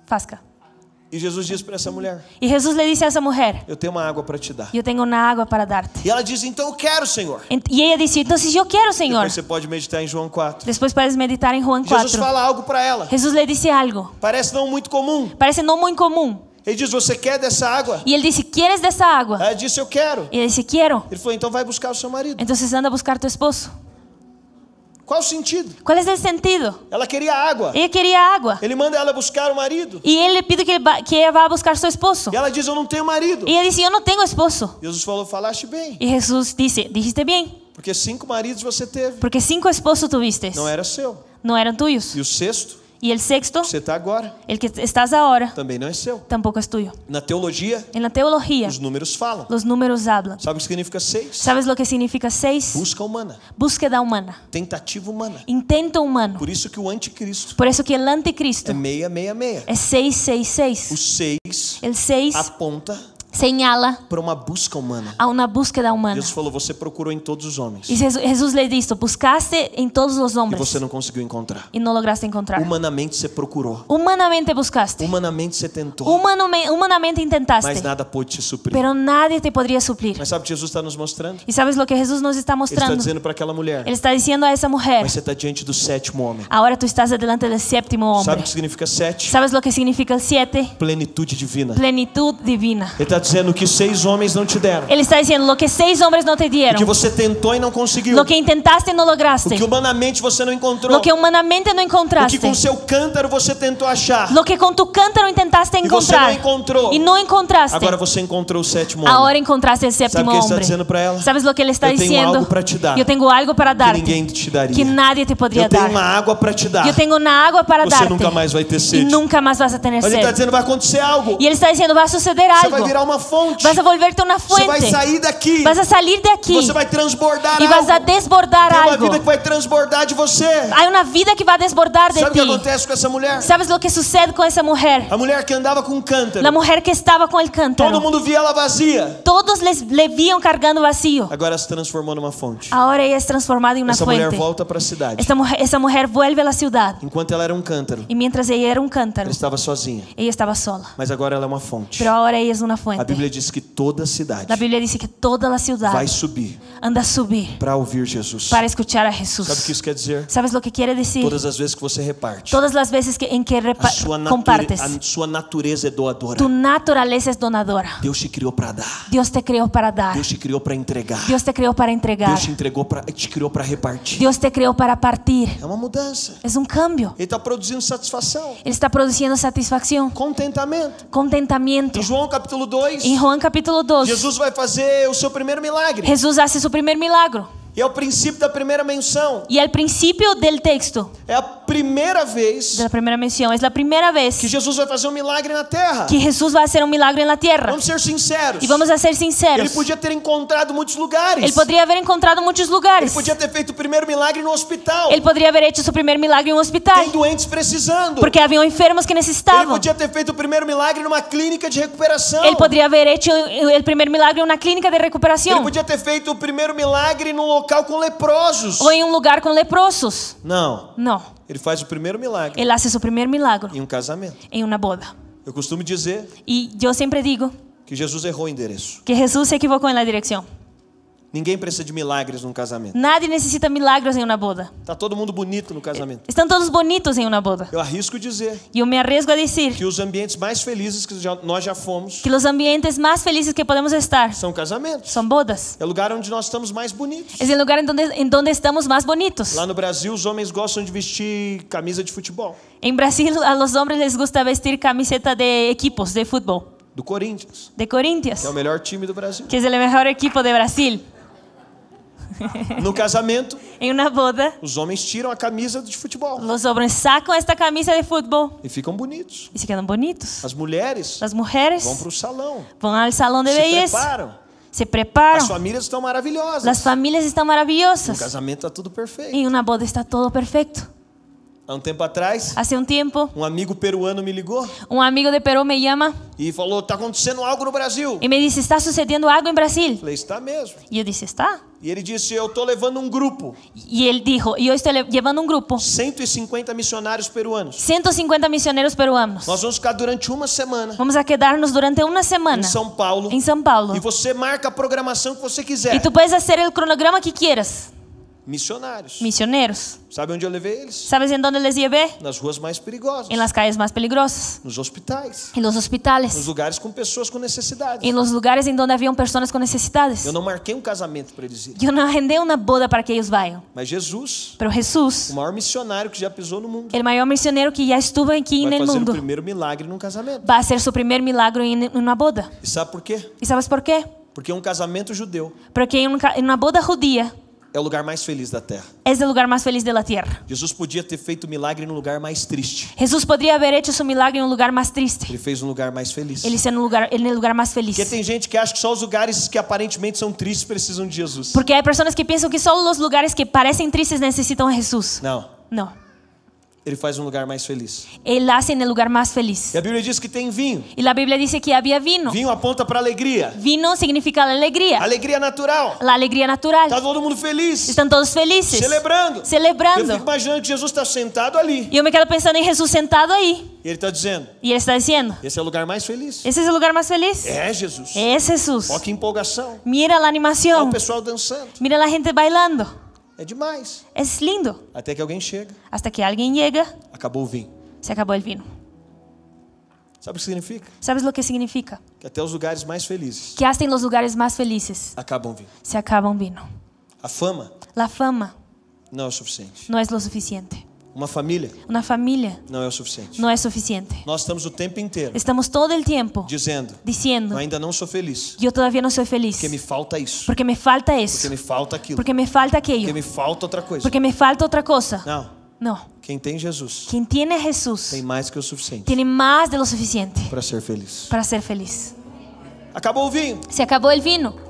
Speaker 3: Fasca.
Speaker 2: E Jesus diz para essa mulher:
Speaker 3: E Jesus le dice a esa mujer,
Speaker 2: Eu tenho uma água para te dar.
Speaker 3: yo tengo una agua para darte.
Speaker 2: E ela diz: Então eu quero, Senhor.
Speaker 3: En- Y ella dice, entonces yo quiero, Señor.
Speaker 2: Depois você pode meditar em João 4.
Speaker 3: Después puedes meditar en Juan
Speaker 2: Jesus
Speaker 3: 4.
Speaker 2: fala algo para ela.
Speaker 3: Jesús le dice algo.
Speaker 2: Parece não muito comum.
Speaker 3: Parece no muy común.
Speaker 2: Ele diz: Você quer dessa água?
Speaker 3: Y él dice, ¿quieres de essa agua?
Speaker 2: Ela disse: Eu quero.
Speaker 3: Y ella dice, quiero.
Speaker 2: Ele falou: Então vai buscar o seu marido.
Speaker 3: Entonces anda a buscar tu esposo.
Speaker 2: Qual o sentido?
Speaker 3: ¿Cuál es el sentido?
Speaker 2: Ela queria água.
Speaker 3: Ella quería agua.
Speaker 2: Ele manda ela buscar o marido.
Speaker 3: Y él le pide que, va- que ella va a buscar su esposo.
Speaker 2: E ela diz: Eu não tenho marido.
Speaker 3: Y ella dice, yo no tengo esposo.
Speaker 2: Jesus falou: Falaste bem.
Speaker 3: Y Jesús dice, dijiste bien,
Speaker 2: Porque cinco maridos você teve.
Speaker 3: porque cinco esposos tuviste.
Speaker 2: Não era seu.
Speaker 3: No eran tuyos.
Speaker 2: E o sexto,
Speaker 3: Y el sexto,
Speaker 2: que você está agora,
Speaker 3: el que estás ahora,
Speaker 2: também não é seu.
Speaker 3: tampoco es tuyo.
Speaker 2: Na teologia,
Speaker 3: En la teología,
Speaker 2: os números falam.
Speaker 3: los números hablan.
Speaker 2: Sabe o que significa seis?
Speaker 3: ¿Sabes lo que significa seis?
Speaker 2: Busca humana.
Speaker 3: Búsqueda humana,
Speaker 2: Tentativa humana.
Speaker 3: intento humano.
Speaker 2: Por isso que o anticristo
Speaker 3: Por eso que el
Speaker 2: é
Speaker 3: anticristo
Speaker 2: 666.
Speaker 3: es
Speaker 2: O
Speaker 3: 666.
Speaker 2: seis
Speaker 3: El 6
Speaker 2: aponta
Speaker 3: señala
Speaker 2: para uma busca humana.
Speaker 3: a una búsqueda humana.
Speaker 2: Deus falou: você procurou em todos os homens
Speaker 3: Y Jes- Jesús le dijo, buscaste en todos los
Speaker 2: e
Speaker 3: hombres
Speaker 2: você não conseguiu encontrar.
Speaker 3: y no lograste encontrar.
Speaker 2: Humanamente você procurou,
Speaker 3: Humanamente buscaste,
Speaker 2: humanamente você tentou,
Speaker 3: humanome- humanamente
Speaker 2: mas
Speaker 3: intentaste,
Speaker 2: nada pôde te suprir.
Speaker 3: pero nadie te podría suplir.
Speaker 2: Mas sabe o que Jesus está nos mostrando?
Speaker 3: ¿Y sabes lo que Jesús nos está
Speaker 2: Ele Pues, está Pues,
Speaker 3: mostrando?
Speaker 2: dizendo para aquela mulher:
Speaker 3: Él está diciendo a esa mujer,
Speaker 2: mas você está diante do sétimo homem.
Speaker 3: ahora tú estás delante del séptimo
Speaker 2: Sabe o
Speaker 3: hombre.
Speaker 2: que significa sete?
Speaker 3: ¿Sabes lo que significa el siete?
Speaker 2: Plenitude divina.
Speaker 3: Plenitud divina.
Speaker 2: Ele está dizendo que seis homens não te deram.
Speaker 3: Él está diciendo lo que seis hombres no te
Speaker 2: O que
Speaker 3: dieron,
Speaker 2: você tentou e não conseguiu.
Speaker 3: lo que intentaste y no
Speaker 2: O
Speaker 3: lograste,
Speaker 2: que humanamente você não encontrou.
Speaker 3: lo que humanamente
Speaker 2: O
Speaker 3: no
Speaker 2: que
Speaker 3: encontraste,
Speaker 2: com seu cântaro você tentou achar.
Speaker 3: lo que con tu cántaro intentaste
Speaker 2: E você não
Speaker 3: encontrar
Speaker 2: encontrou.
Speaker 3: y no encontraste.
Speaker 2: Agora você encontrou o sétimo homem.
Speaker 3: Ahora encontraste el séptimo
Speaker 2: o que está
Speaker 3: hombre.
Speaker 2: diciendo para ela?
Speaker 3: ¿Sabes lo que él está
Speaker 2: Eu tengo
Speaker 3: diciendo?
Speaker 2: algo para te dar.
Speaker 3: Yo tengo algo para
Speaker 2: que
Speaker 3: darte
Speaker 2: ninguém te daria.
Speaker 3: que nadie te podría
Speaker 2: Eu tenho uma
Speaker 3: dar.
Speaker 2: água para te dar.
Speaker 3: Yo tengo una agua para
Speaker 2: Você
Speaker 3: darte
Speaker 2: nunca mais vai ter
Speaker 3: y
Speaker 2: sede.
Speaker 3: nunca más vas a tener
Speaker 2: Mas ele está
Speaker 3: sed.
Speaker 2: dizendo vai acontecer algo.
Speaker 3: Y él está diciendo, va a suceder
Speaker 2: Você vai
Speaker 3: algo.
Speaker 2: virar uma fonte.
Speaker 3: Vas a volverte una
Speaker 2: Você vai
Speaker 3: fuente.
Speaker 2: sair daqui.
Speaker 3: Vas a salir de aquí
Speaker 2: Você vai transbordar
Speaker 3: y vas a
Speaker 2: algo.
Speaker 3: desbordar
Speaker 2: Tem uma
Speaker 3: algo.
Speaker 2: vida que vai transbordar de você.
Speaker 3: Hay una vida que va a desbordar de
Speaker 2: Sabe o que
Speaker 3: ti.
Speaker 2: acontece com essa mulher?
Speaker 3: ¿Sabes lo que sucede con esa mujer?
Speaker 2: A mulher que andava com um cântaro.
Speaker 3: La mujer que estaba con el
Speaker 2: Todo
Speaker 3: cántaro.
Speaker 2: mundo via ela vazia.
Speaker 3: Todos les, le vían cargando vacío.
Speaker 2: Agora ela se transformou numa fonte.
Speaker 3: Ahora ella es transformada en una
Speaker 2: Essa mulher
Speaker 3: fuente.
Speaker 2: volta para a cidade.
Speaker 3: Esta mujer, esa mujer vuelve a la ciudad.
Speaker 2: Enquanto ela era um cântaro,
Speaker 3: Y mientras ella era um un cántaro,
Speaker 2: ela estava sozinha.
Speaker 3: ella estaba sola.
Speaker 2: Mas agora ela é uma fonte.
Speaker 3: Pero ahora ella es una
Speaker 2: A
Speaker 3: fuente.
Speaker 2: Bíblia diz que toda a cidade
Speaker 3: La Biblia dice que toda la ciudad
Speaker 2: vai subir
Speaker 3: anda a subir
Speaker 2: para ouvir Jesus.
Speaker 3: para escuchar a
Speaker 2: Sabe o que
Speaker 3: Jesús.
Speaker 2: isso quer dizer?
Speaker 3: ¿Sabes lo que quiere decir?
Speaker 2: Todas as vezes que você reparte,
Speaker 3: Todas las veces que, en que
Speaker 2: a
Speaker 3: repa-
Speaker 2: sua, nature,
Speaker 3: compartes,
Speaker 2: a sua natureza é doadora.
Speaker 3: tu naturaleza es donadora.
Speaker 2: Deus te criou para dar.
Speaker 3: Dios te creó para dar.
Speaker 2: Deus te criou para entregar.
Speaker 3: Dios te creó para entregar.
Speaker 2: Deus te entregou para te criou para repartir.
Speaker 3: Dios te creó para partir.
Speaker 2: É uma mudança.
Speaker 3: Es un cambio.
Speaker 2: Ele está produzindo satisfação,
Speaker 3: Él está produciendo satisfacción,
Speaker 2: contentamento.
Speaker 3: contentamiento.
Speaker 2: Em João capítulo 2,
Speaker 3: En Juan capítulo 2,
Speaker 2: Jesus vai fazer o seu primeiro milagre.
Speaker 3: Jesús hace su primer milagro.
Speaker 2: E é o princípio da primeira menção.
Speaker 3: Y al principio del texto,
Speaker 2: É a primeira vez
Speaker 3: de la primera mención, es la primera
Speaker 2: que
Speaker 3: vez
Speaker 2: Jesus vai fazer um milagre na terra.
Speaker 3: que Jesús va a hacer un milagro en la tierra.
Speaker 2: Vamos ser sinceros.
Speaker 3: Y vamos a ser
Speaker 2: Ele
Speaker 3: sinceros.
Speaker 2: podia ter encontrado muitos lugares.
Speaker 3: Él podría haber encontrado muchos lugares.
Speaker 2: Ele podia ter feito o primeiro milagre no hospital.
Speaker 3: Él podría haber hecho su primer milagro en un
Speaker 2: Tem
Speaker 3: hospital,
Speaker 2: doentes precisando.
Speaker 3: porque había enfermos que
Speaker 2: Ele
Speaker 3: necesitaban.
Speaker 2: podia ter feito o primeiro milagre numa clínica de recuperação.
Speaker 3: Él podría haber hecho el primer milagro en una clínica de
Speaker 2: Ele
Speaker 3: recuperación
Speaker 2: podia ter feito o primeiro milagre num local com leprosos.
Speaker 3: o en un lugar con leprosos.
Speaker 2: Não.
Speaker 3: No,
Speaker 2: Ele faz o primeiro milagre
Speaker 3: él hace su primer milagro
Speaker 2: em um casamento.
Speaker 3: en una boda.
Speaker 2: Eu costumo dizer
Speaker 3: Y yo siempre digo
Speaker 2: que Jesus errou o endereço.
Speaker 3: que Jesús se equivocó en la dirección.
Speaker 2: Ninguém precisa de milagres num casamento.
Speaker 3: Nadie necesita milagros en una boda.
Speaker 2: Tá todo mundo bonito no casamento.
Speaker 3: Están todos bonitos en una boda.
Speaker 2: Eu arrisco dizer
Speaker 3: Yo me arriesgo a decir
Speaker 2: que os ambientes mais felizes que já- nós já fomos
Speaker 3: que los ambientes más felices que podemos estar
Speaker 2: são casamentos.
Speaker 3: son bodas.
Speaker 2: É o lugar onde nós estamos mais bonitos.
Speaker 3: Es el lugar en donde, en donde estamos más bonitos.
Speaker 2: Lá no Brasil, os homens gostam de vestir camisa de futebol
Speaker 3: En Brasil a los hombres les gusta vestir camiseta de equipos de fútbol,
Speaker 2: do Corinthians, que
Speaker 3: de
Speaker 2: é
Speaker 3: Corinthians,
Speaker 2: o melhor time do
Speaker 3: (laughs)
Speaker 2: Brasil.
Speaker 3: que es el mejor equipo de Brasil.
Speaker 2: No casamento,
Speaker 3: En una boda,
Speaker 2: os homens tiram a camisa de futebol
Speaker 3: los hombres sacan esta camisa de fútbol
Speaker 2: e ficam bonitos.
Speaker 3: y se quedan bonitos.
Speaker 2: As mulheres
Speaker 3: Las
Speaker 2: vão
Speaker 3: mujeres
Speaker 2: para o salão,
Speaker 3: van al salón de
Speaker 2: se
Speaker 3: belleza,
Speaker 2: preparam.
Speaker 3: se
Speaker 2: As
Speaker 3: preparan,
Speaker 2: famílias estão maravilhosas.
Speaker 3: las familias están
Speaker 2: No
Speaker 3: maravillosas
Speaker 2: casamento tá tudo perfeito.
Speaker 3: y una boda está todo perfecto.
Speaker 2: Há um tempo atrás,
Speaker 3: Hace un tiempo,
Speaker 2: um amigo peruano me ligou
Speaker 3: un amigo de Perú me llama
Speaker 2: e falou: tá acontecendo algo no Brasil.
Speaker 3: y me dice, está sucediendo algo en Brasil.
Speaker 2: Falei, está mesmo.
Speaker 3: Y yo dije, está.
Speaker 2: E ele disse: Eu tô levando um grupo,
Speaker 3: Y él dijo, yo estoy le- llevando un grupo,
Speaker 2: 150 missionários peruanos.
Speaker 3: 150 misioneros peruanos.
Speaker 2: Nós vamos ficar durante uma semana
Speaker 3: Vamos a quedarnos durante uma semana
Speaker 2: em São Paulo.
Speaker 3: em São Paulo.
Speaker 2: E você marca a programação que você quiser.
Speaker 3: E tu puedes fazer o cronograma que quieras.
Speaker 2: Missionários.
Speaker 3: Misioneiros.
Speaker 2: Sabe onde eu levei eles?
Speaker 3: ¿Sabes en dónde les llevé?
Speaker 2: Nas ruas mais perigosas,
Speaker 3: En las calles más peligrosas,
Speaker 2: nos hospitais,
Speaker 3: en los
Speaker 2: nos
Speaker 3: hospitales,
Speaker 2: lugares com pessoas com necessidades.
Speaker 3: en los lugares en donde habían personas con necesidades.
Speaker 2: Eu não marquei um casamento para eles irem.
Speaker 3: Yo no agendé una boda para que ellos vayan.
Speaker 2: Mas Jesus,
Speaker 3: Pero
Speaker 2: o
Speaker 3: Jesús,
Speaker 2: maior missionário que já pisou no mundo,
Speaker 3: el mayor misionero que ya estuvo aquí en
Speaker 2: vai
Speaker 3: el
Speaker 2: fazer o
Speaker 3: mundo,
Speaker 2: primeiro milagre num casamento.
Speaker 3: va a hacer su primer milagro en una boda.
Speaker 2: E sabe por quê?
Speaker 3: ¿Y sabes por qué?
Speaker 2: Porque um casamento judeu
Speaker 3: Porque en un ca- en una boda judía
Speaker 2: é o lugar mais feliz da terra.
Speaker 3: es el lugar más feliz de la tierra.
Speaker 2: Jesus podia ter feito milagre num lugar mais triste.
Speaker 3: Jesús podría haber hecho su milagro en un lugar más triste.
Speaker 2: Ele fez um lugar mais feliz.
Speaker 3: Ele está no lugar, ele no lugar mais
Speaker 2: Porque
Speaker 3: feliz.
Speaker 2: tem gente que acha que só os lugares que aparentemente são tristes precisam de Jesus.
Speaker 3: Porque há pessoas que pensam que só os lugares que parecem tristes necessitam a Jesus.
Speaker 2: Não.
Speaker 3: Não.
Speaker 2: ele faz um lugar mais feliz.
Speaker 3: Él hace en el lugar más
Speaker 2: E
Speaker 3: feliz.
Speaker 2: a Bíblia diz que tem vinho.
Speaker 3: Y la Biblia dice que había vino.
Speaker 2: Vinho aponta para alegria.
Speaker 3: Vino significa la alegría,
Speaker 2: Alegria natural.
Speaker 3: la alegría
Speaker 2: Tá
Speaker 3: natural.
Speaker 2: todo mundo feliz.
Speaker 3: Están todos felices,
Speaker 2: Celebrando. Eu fico
Speaker 3: celebrando.
Speaker 2: imaginando que Jesus está sentado ali.
Speaker 3: Y yo me quedo pensando en Jesús sentado ahí.
Speaker 2: E ele está dizendo:
Speaker 3: Y él está diciendo,
Speaker 2: Esse é o lugar mais feliz.
Speaker 3: ese es el lugar más feliz.
Speaker 2: É Então. Jesus.
Speaker 3: Es Jesús.
Speaker 2: Ó que empolgação.
Speaker 3: Mira la
Speaker 2: Ó o
Speaker 3: animación.
Speaker 2: pessoal dançando.
Speaker 3: Mira la gente bailando.
Speaker 2: É demais.
Speaker 3: Es lindo.
Speaker 2: Até que alguém chega.
Speaker 3: Hasta que alguien llega,
Speaker 2: Acabou o vinho.
Speaker 3: se acabó el vino.
Speaker 2: Sabe o que significa?
Speaker 3: ¿Sabes lo que significa?
Speaker 2: Que até os lugares mais felizes
Speaker 3: Que hasta en los lugares más felices
Speaker 2: acabam o vinho.
Speaker 3: se acaba un vino.
Speaker 2: A fama
Speaker 3: La fama
Speaker 2: não é o suficiente.
Speaker 3: no es lo suficiente.
Speaker 2: Uma família
Speaker 3: Una familia
Speaker 2: não é o suficiente.
Speaker 3: no es suficiente.
Speaker 2: Nós estamos o tempo inteiro
Speaker 3: Estamos todo el tiempo
Speaker 2: dizendo: Eu
Speaker 3: diciendo,
Speaker 2: ainda não sou feliz.
Speaker 3: yo todavía no soy
Speaker 2: Porque me
Speaker 3: feliz,
Speaker 2: falta isso.
Speaker 3: porque me falta
Speaker 2: Porque
Speaker 3: eso,
Speaker 2: me falta aquilo.
Speaker 3: porque me falta
Speaker 2: Porque
Speaker 3: aquello,
Speaker 2: me falta outra coisa.
Speaker 3: porque me falta otra cosa.
Speaker 2: Não.
Speaker 3: No,
Speaker 2: Quem tem Jesus
Speaker 3: quien tiene a
Speaker 2: tem
Speaker 3: Jesús
Speaker 2: mais que o suficiente
Speaker 3: tiene más de lo suficiente
Speaker 2: para ser feliz.
Speaker 3: para ser feliz.
Speaker 2: Acabou o vinho.
Speaker 3: Se acabó el vino.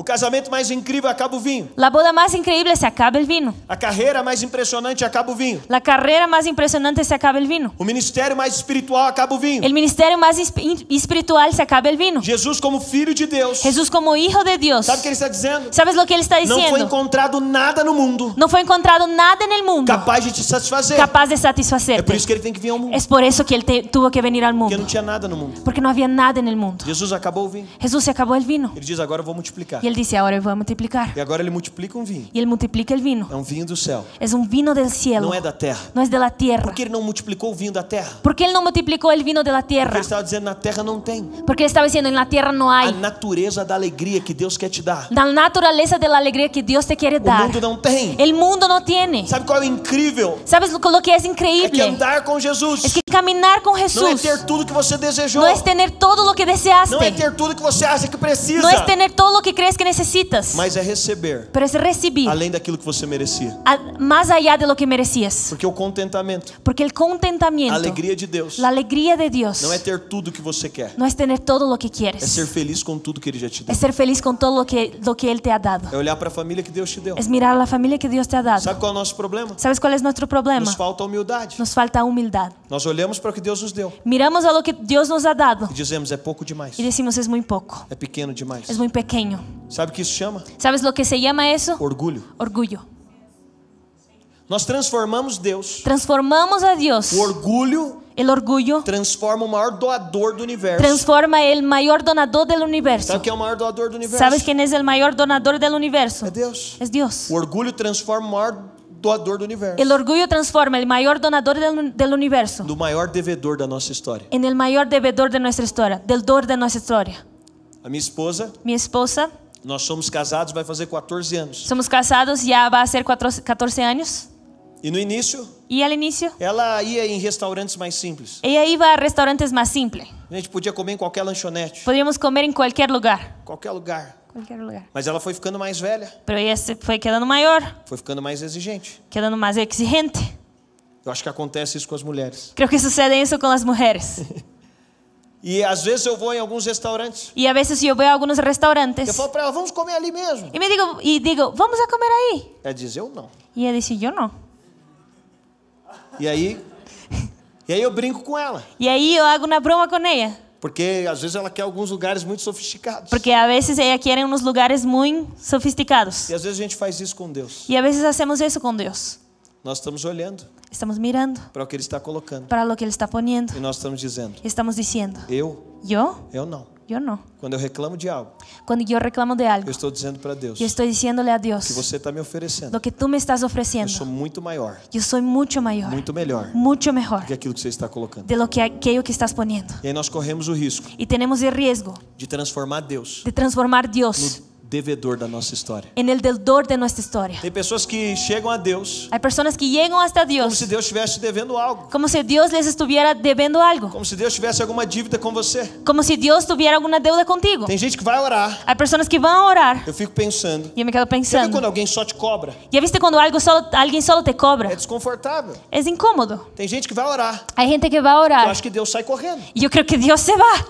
Speaker 2: O casamento mais incrível acaba o vinho.
Speaker 3: La boda más increíble se acaba el vino.
Speaker 2: A carreira mais impressionante acaba o vinho.
Speaker 3: La carrera más impresionante se acaba el vino.
Speaker 2: O ministério mais espiritual acaba o vinho.
Speaker 3: El ministerio más esp- in- espiritual se acaba el vino.
Speaker 2: Jesus, como filho de Deus,
Speaker 3: Jesús como hijo de Dios.
Speaker 2: sabe o que ele está dizendo?
Speaker 3: ¿Sabes lo que él está
Speaker 2: Não foi
Speaker 3: diciendo?
Speaker 2: encontrado nada no mundo
Speaker 3: No fue encontrado nada en el mundo
Speaker 2: capaz de te satisfazer.
Speaker 3: capaz de
Speaker 2: É por
Speaker 3: satisfacerte.
Speaker 2: isso que ele tem que vir ao mundo.
Speaker 3: Es por eso que él te- tuvo que venir al
Speaker 2: Porque
Speaker 3: mundo.
Speaker 2: não tinha nada no mundo.
Speaker 3: Porque no había nada en el mundo.
Speaker 2: Jesus acabou o vinho.
Speaker 3: Jesús se acabó el vino.
Speaker 2: Ele diz: agora eu vou multiplicar.
Speaker 3: Y él dice, ahora voy a multiplicar.
Speaker 2: E agora ele multiplica um vinho.
Speaker 3: Y él multiplica el vino.
Speaker 2: É um vinho do céu.
Speaker 3: Es un vino del cielo.
Speaker 2: Não é da terra.
Speaker 3: No es de la tierra.
Speaker 2: Por que ele não multiplicou o vinho da terra?
Speaker 3: ¿Por qué él no multiplicó el vino de la
Speaker 2: Porque
Speaker 3: tierra?
Speaker 2: ele estava dizendo: na terra não tem.
Speaker 3: Porque él estaba diciendo, en la tierra no
Speaker 2: A
Speaker 3: hay.
Speaker 2: natureza da alegria que Deus quer te dar.
Speaker 3: La naturaleza de la alegría que Dios te quiere
Speaker 2: O
Speaker 3: dar.
Speaker 2: mundo não tem.
Speaker 3: El mundo no tiene.
Speaker 2: Sabe qual é o incrível?
Speaker 3: ¿Sabes lo, lo que es
Speaker 2: É que
Speaker 3: increíble?
Speaker 2: andar com Jesus
Speaker 3: Es É que é caminar con
Speaker 2: não é
Speaker 3: Jesús
Speaker 2: ter tudo que você desejou.
Speaker 3: no es tener todo lo que
Speaker 2: Não é
Speaker 3: deseaste.
Speaker 2: ter tudo que você acha que precisa.
Speaker 3: No es tener todo lo que crees que necesitas.
Speaker 2: Mas é receber
Speaker 3: Pero es recibir
Speaker 2: além daquilo que você merecia.
Speaker 3: a- más allá de lo que merecías.
Speaker 2: Porque o contentamento,
Speaker 3: Porque el
Speaker 2: a
Speaker 3: contentamiento,
Speaker 2: alegria de Deus,
Speaker 3: la alegría de Dios,
Speaker 2: não é ter tudo que você quer.
Speaker 3: no es tener todo lo que
Speaker 2: É ser
Speaker 3: quieres.
Speaker 2: feliz com tudo que Ele já te deu.
Speaker 3: Es ser feliz con todo lo que, lo que Él te ha dado.
Speaker 2: É olhar para a família que Deus te deu.
Speaker 3: Es mirar a la familia que Dios te ha dado.
Speaker 2: Sabe qual é o nosso problema?
Speaker 3: ¿Sabes cuál es nuestro problema?
Speaker 2: Nos falta humildade.
Speaker 3: Nos falta humildad.
Speaker 2: Nós olhamos para o que Deus nos deu
Speaker 3: Miramos a lo que Dios nos ha dado
Speaker 2: e dizemos é pouco demais.
Speaker 3: y decimos es muy poco,
Speaker 2: É pequeno demais.
Speaker 3: es muy pequeño.
Speaker 2: Sabe o que isso chama?
Speaker 3: ¿Sabes lo que se llama eso?
Speaker 2: Orgulho.
Speaker 3: Orgullo.
Speaker 2: Nós transformamos Deus.
Speaker 3: Transformamos a Dios.
Speaker 2: O orgulho
Speaker 3: El orgullo
Speaker 2: transforma o maior doador do universo.
Speaker 3: transforma el mayor donador del
Speaker 2: Sabe
Speaker 3: universo.
Speaker 2: quem é o maior doador do universo?
Speaker 3: ¿Sabes quién es el mayor donador del universo?
Speaker 2: É Deus.
Speaker 3: Es Dios.
Speaker 2: O orgulho transforma o maior doador do universo.
Speaker 3: El orgullo transforma el mayor donador del, del universo
Speaker 2: Do maior devedor da nossa história.
Speaker 3: en el mayor devedor de nuestra historia, del dor de nuestra historia.
Speaker 2: A minha esposa,
Speaker 3: Mi esposa,
Speaker 2: nós somos casados, vai fazer 14 anos.
Speaker 3: somos casados, ya va a ser cuatro- 14 años.
Speaker 2: E no início,
Speaker 3: Y al inicio,
Speaker 2: ela ia em restaurantes mais simples.
Speaker 3: ella iba a restaurantes más simples.
Speaker 2: A gente podia comer em qualquer lanchonete,
Speaker 3: Podíamos comer en cualquier lugar.
Speaker 2: qualquer lugar.
Speaker 3: Cualquier lugar.
Speaker 2: Mas ela foi ficando mais velha,
Speaker 3: Pero ella se fue quedando mayor,
Speaker 2: foi ficando mais exigente.
Speaker 3: quedando más exigente.
Speaker 2: Eu acho que acontece isso com as mulheres.
Speaker 3: Creo que sucede eso con las mujeres.
Speaker 2: E às vezes eu vou em alguns restaurantes.
Speaker 3: Y a veces yo voy a algunos
Speaker 2: Eu
Speaker 3: restaurantes
Speaker 2: falo pra ela, vamos comer ali mesmo.
Speaker 3: y me digo y digo, "Vamos a comer ahí."
Speaker 2: Ela diz, eu não.
Speaker 3: Y ella dice, "Yo no."
Speaker 2: E aí, e aí eu brinco com ela.
Speaker 3: Y ahí yo hago una broma con ella,
Speaker 2: Porque às vezes ela quer alguns lugares muito sofisticados.
Speaker 3: porque a veces ella quiere unos lugares muy sofisticados.
Speaker 2: E às vezes a gente faz isso com Deus.
Speaker 3: Y a veces hacemos eso con Dios.
Speaker 2: Nós estamos olhando
Speaker 3: Estamos mirando
Speaker 2: para o que Ele está colocando.
Speaker 3: para lo que él está poniendo
Speaker 2: E nós estamos dizendo,
Speaker 3: y estamos diciendo,
Speaker 2: eu,
Speaker 3: "Yo,
Speaker 2: eu não.
Speaker 3: yo no."
Speaker 2: Quando eu reclamo de algo,
Speaker 3: Cuando yo reclamo de algo,
Speaker 2: eu estou dizendo para Deus,
Speaker 3: yo estoy diciéndole a
Speaker 2: que
Speaker 3: Dios,
Speaker 2: você está me oferecendo,
Speaker 3: lo que tú me estás
Speaker 2: eu sou
Speaker 3: ofreciendo,
Speaker 2: muito maior,
Speaker 3: yo soy mucho mayor,
Speaker 2: muito melhor
Speaker 3: mucho mejor
Speaker 2: do que aquilo que você está colocando.
Speaker 3: de lo que aquello que estás poniendo.
Speaker 2: E aí nós corremos o risco
Speaker 3: Y tenemos el riesgo
Speaker 2: de transformar Deus
Speaker 3: de transformar Dios
Speaker 2: no devedor da nossa história.
Speaker 3: en el deudor de nuestra historia.
Speaker 2: Tem pessoas que chegam a Deus
Speaker 3: Hay personas que llegan hasta
Speaker 2: como se
Speaker 3: Dios
Speaker 2: Deus estivesse devendo algo,
Speaker 3: como si Dios les estuviera debiendo algo,
Speaker 2: como se Deus tivesse alguma dívida com você.
Speaker 3: como si Dios tuviera alguna deuda contigo.
Speaker 2: Tem gente que vai orar,
Speaker 3: Hay personas que van a orar.
Speaker 2: eu fico pensando,
Speaker 3: Yo me quedo
Speaker 2: Você viu quando
Speaker 3: pensando.
Speaker 2: alguém só te cobra?
Speaker 3: ¿Ya viste cuando algo solo, alguien solo te
Speaker 2: É
Speaker 3: cobra?
Speaker 2: desconfortável.
Speaker 3: Es incómodo.
Speaker 2: Tem gente que vai orar.
Speaker 3: Hay gente que va a
Speaker 2: Eu
Speaker 3: orar.
Speaker 2: acho que Deus sai correndo.
Speaker 3: Y yo creo que Dios se va.